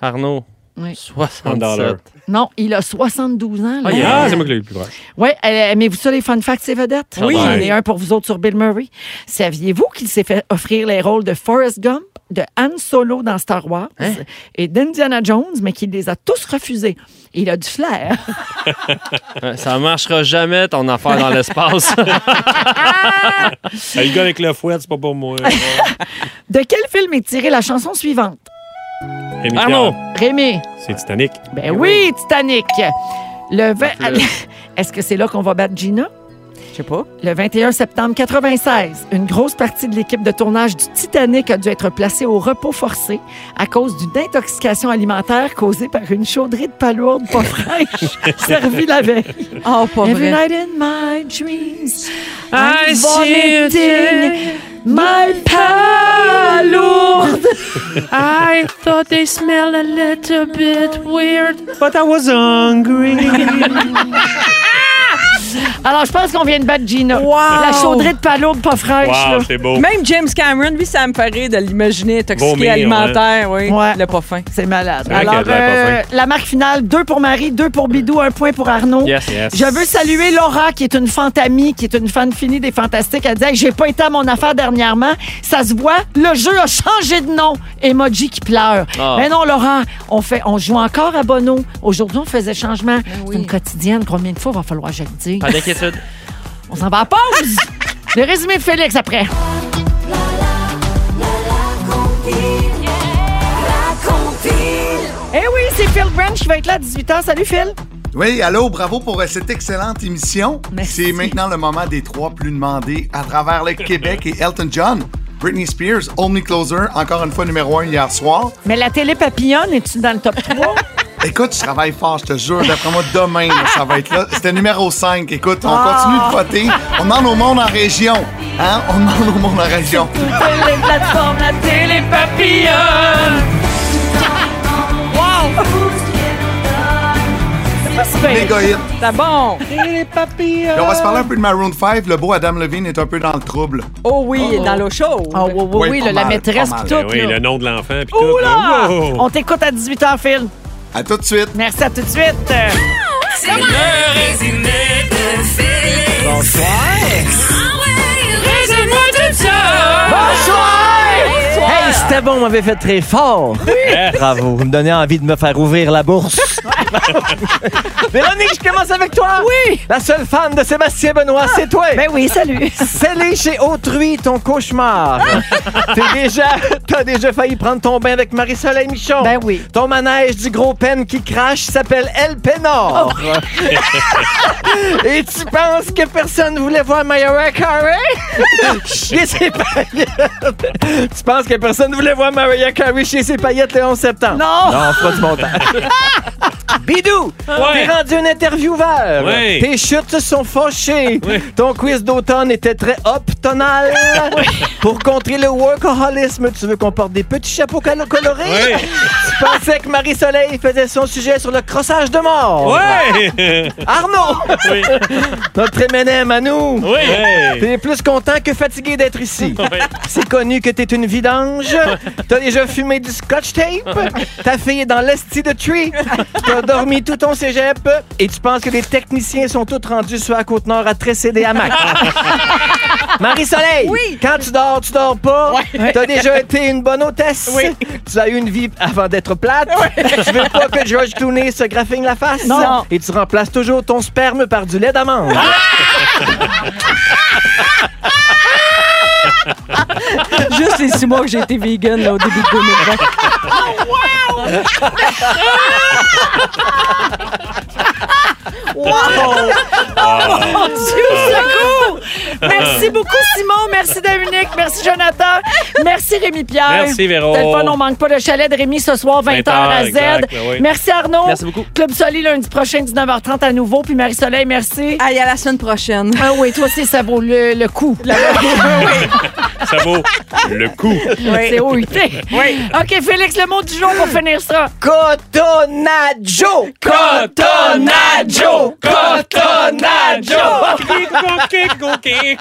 [SPEAKER 3] Arnaud,
[SPEAKER 1] Oui.
[SPEAKER 3] 67.
[SPEAKER 1] Non, il a 72 ans. là.
[SPEAKER 3] Ah, il est-
[SPEAKER 2] Ah, c'est moi qui l'ai eu le plus proche.
[SPEAKER 1] Oui, euh, aimez-vous ça, les fun facts et vedettes?
[SPEAKER 3] Oui.
[SPEAKER 1] J'en ai un pour vous autres sur Bill Murray. Saviez-vous qu'il s'est fait offrir les rôles de Forrest Gump, de Han Solo dans Star Wars et d'Indiana Jones, mais qu'il les a tous refusés? Il a du flair.
[SPEAKER 3] Euh, Ça marchera jamais ton affaire dans l'espace.
[SPEAKER 2] Ah, le gars avec le fouet, c'est pas pour moi.
[SPEAKER 1] De quel film est tirée la chanson suivante?
[SPEAKER 2] Rémi
[SPEAKER 3] Arnaud,
[SPEAKER 2] Pierre,
[SPEAKER 1] Rémi?
[SPEAKER 2] c'est Titanic.
[SPEAKER 1] Ben oui, Titanic! Le vingt-
[SPEAKER 3] En plus.
[SPEAKER 1] Est-ce que c'est là qu'on va battre Gina?
[SPEAKER 5] Je sais pas.
[SPEAKER 1] Le 21 septembre 96, une grosse partie de l'équipe de tournage du Titanic a dû être placée au repos forcé à cause d'une intoxication alimentaire causée par une chaudrée de palourdes pas fraîches servie la veille.
[SPEAKER 5] Oh, pas
[SPEAKER 1] Every
[SPEAKER 5] vrai.
[SPEAKER 1] night in my dreams,
[SPEAKER 3] I
[SPEAKER 1] I'm
[SPEAKER 3] see it
[SPEAKER 1] vomiting my palourde.
[SPEAKER 3] I thought they smelled a little bit weird.
[SPEAKER 2] But I was hungry.
[SPEAKER 1] Alors, je pense qu'on vient de battre Gina. La chaudrée de palourdes pas fraîches. là.
[SPEAKER 2] Wow, c'est beau.
[SPEAKER 5] Même James Cameron, lui, ça me paraît de l'imaginer intoxiqué
[SPEAKER 2] Oh. Vomir,
[SPEAKER 5] alimentaire, oui.
[SPEAKER 1] Ouais.
[SPEAKER 5] Il a pas faim.
[SPEAKER 1] C'est malade.
[SPEAKER 2] C'est vrai
[SPEAKER 1] Alors,
[SPEAKER 2] qu'elle a l'air pas
[SPEAKER 1] euh, la marque finale, deux pour Marie, deux pour Bidou, un point pour Arnaud.
[SPEAKER 3] Yes, yes.
[SPEAKER 1] Je veux saluer Laura, qui est une fantamie, qui est une fan finie des Fantastiques. Elle dit Hey, J'ai pas été à mon affaire dernièrement. Ça se voit, le jeu a changé de nom. Emoji qui pleure.
[SPEAKER 3] Ah.
[SPEAKER 1] Mais non, Laurent, on, fait, on joue encore à Bono. Aujourd'hui, on faisait changement. C'est une quotidienne. Combien de fois va falloir que je le dise?
[SPEAKER 3] Pas d'inquiétude.
[SPEAKER 1] On s'en va à pause. le résumé de Félix après. Eh oui, c'est Phil Branch qui va être là à 18h. Salut, Phil.
[SPEAKER 12] Oui, allô, bravo pour euh, cette excellente émission.
[SPEAKER 1] Merci.
[SPEAKER 12] C'est maintenant le moment des trois plus demandés à travers le Québec et Elton John. Britney Spears, Only Closer, encore une fois numéro un hier soir.
[SPEAKER 1] Mais la télé papillonne, es-tu dans le top 3?
[SPEAKER 12] Écoute, je travaille fort, je te jure. D'après moi, demain, là, ça va être là. C'était numéro 5. Écoute, on continue de voter. On demande au monde en région. Hein? On demande au monde en région.
[SPEAKER 1] les plateformes, la télé papillonne. wow! C'est pas super.
[SPEAKER 12] Méga hit.
[SPEAKER 5] C'est bon.
[SPEAKER 1] Télé papillonne.
[SPEAKER 12] Et on va se parler un peu de Maroon 5. Le beau Adam Levine est un peu dans le trouble.
[SPEAKER 5] Oh oui, il est dans l'eau chaude.
[SPEAKER 1] Ah oui, oui, oui,
[SPEAKER 12] Ouais,
[SPEAKER 1] là,
[SPEAKER 12] pas
[SPEAKER 1] la
[SPEAKER 12] mal,
[SPEAKER 1] maîtresse
[SPEAKER 12] pas mal. Eh
[SPEAKER 1] qui
[SPEAKER 2] Ben
[SPEAKER 1] tout.
[SPEAKER 2] oui,
[SPEAKER 1] là.
[SPEAKER 2] le nom de l'enfant. puis tout,
[SPEAKER 1] Ouh là!
[SPEAKER 2] là.
[SPEAKER 12] Oh!
[SPEAKER 2] Wow!
[SPEAKER 1] On t'écoute à 18h, Phil.
[SPEAKER 12] À tout de suite.
[SPEAKER 1] Merci, à tout de suite.
[SPEAKER 7] Hey, c'était bon, on m'avait fait très fort. Bravo. Vous me donnez envie de me faire ouvrir la bourse. Véronique, je commence avec toi. Oui. La seule femme de Sébastien Benoît, c'est toi.
[SPEAKER 1] Ben oui, salut.
[SPEAKER 7] Sceller chez autrui ton cauchemar. T'es déjà, t'as déjà failli prendre ton bain avec Marie-Soleil Michon.
[SPEAKER 1] Ben oui.
[SPEAKER 7] Ton manège du gros pen qui crache s'appelle El Pénor.
[SPEAKER 1] Oh.
[SPEAKER 7] Et tu penses que personne voulait voir hein? Mariah Carey? chez ses paillettes. Tu penses que personne voulait voir Mariah Carey chez ses paillettes le 11 septembre?
[SPEAKER 1] Non.
[SPEAKER 7] Non, c'est pas du montage. Bidou,
[SPEAKER 2] Ouais.
[SPEAKER 7] t'es rendu un intervieweur.
[SPEAKER 2] Ouais.
[SPEAKER 7] Tes chutes sont fauchées. Ton quiz d'automne était très optonal. Pour contrer le workaholisme, tu veux qu'on porte des petits chapeaux colo- colorés.
[SPEAKER 2] Ouais.
[SPEAKER 7] Tu pensais que Marie-Soleil faisait son sujet sur le crossage de mort.
[SPEAKER 2] Ouais!
[SPEAKER 7] Arnaud,
[SPEAKER 2] Oui.
[SPEAKER 7] notre M&M à nous.
[SPEAKER 2] Oui!
[SPEAKER 7] T'es plus content que fatigué d'être ici.
[SPEAKER 2] Ouais.
[SPEAKER 7] C'est connu que t'es une vidange. T'as déjà fumé du scotch tape. Ta fille est dans l'esti de tree. T'as dormi tout ton cégep. Et tu penses que les techniciens sont tous rendus sur la côte nord à tresser des hamacs. Marie-Soleil, quand tu dors, tu dors pas. T'as déjà été une bonne hôtesse. Tu as eu une vie avant d'être plate. Tu veux pas que George Clooney se graffigne la face.
[SPEAKER 5] Non.
[SPEAKER 7] Et tu remplaces toujours ton sperme par du lait d'amande.
[SPEAKER 5] Juste les six mois que j'ai été vegan là, au début de 2020.
[SPEAKER 1] Oh,
[SPEAKER 2] Oh.
[SPEAKER 1] Oh,
[SPEAKER 2] Ah.
[SPEAKER 1] Merci beaucoup, Simon. Merci, Dominique. Merci, Jonathan. Merci, Rémi-Pierre.
[SPEAKER 2] Merci, Véro.
[SPEAKER 1] C'était le fun. On manque pas le chalet de Rémi ce soir, 20h
[SPEAKER 2] 20
[SPEAKER 1] à Z.
[SPEAKER 2] exact, ben oui.
[SPEAKER 1] Merci, Arnaud.
[SPEAKER 3] Merci beaucoup.
[SPEAKER 1] Club Soli, lundi prochain, 19h30 à nouveau. Puis Marie-Soleil, merci.
[SPEAKER 5] Allez, à la semaine prochaine.
[SPEAKER 1] Ah oui, toi aussi, ça vaut le, le coup.
[SPEAKER 2] Ça vaut le coup.
[SPEAKER 1] C'est OUT. Oui. OK, Félix, le mot du jour pour finir ça.
[SPEAKER 7] Cotonaggio! Cotonaggio! Cotonaggio!
[SPEAKER 2] Kick, go, kick, go, kick.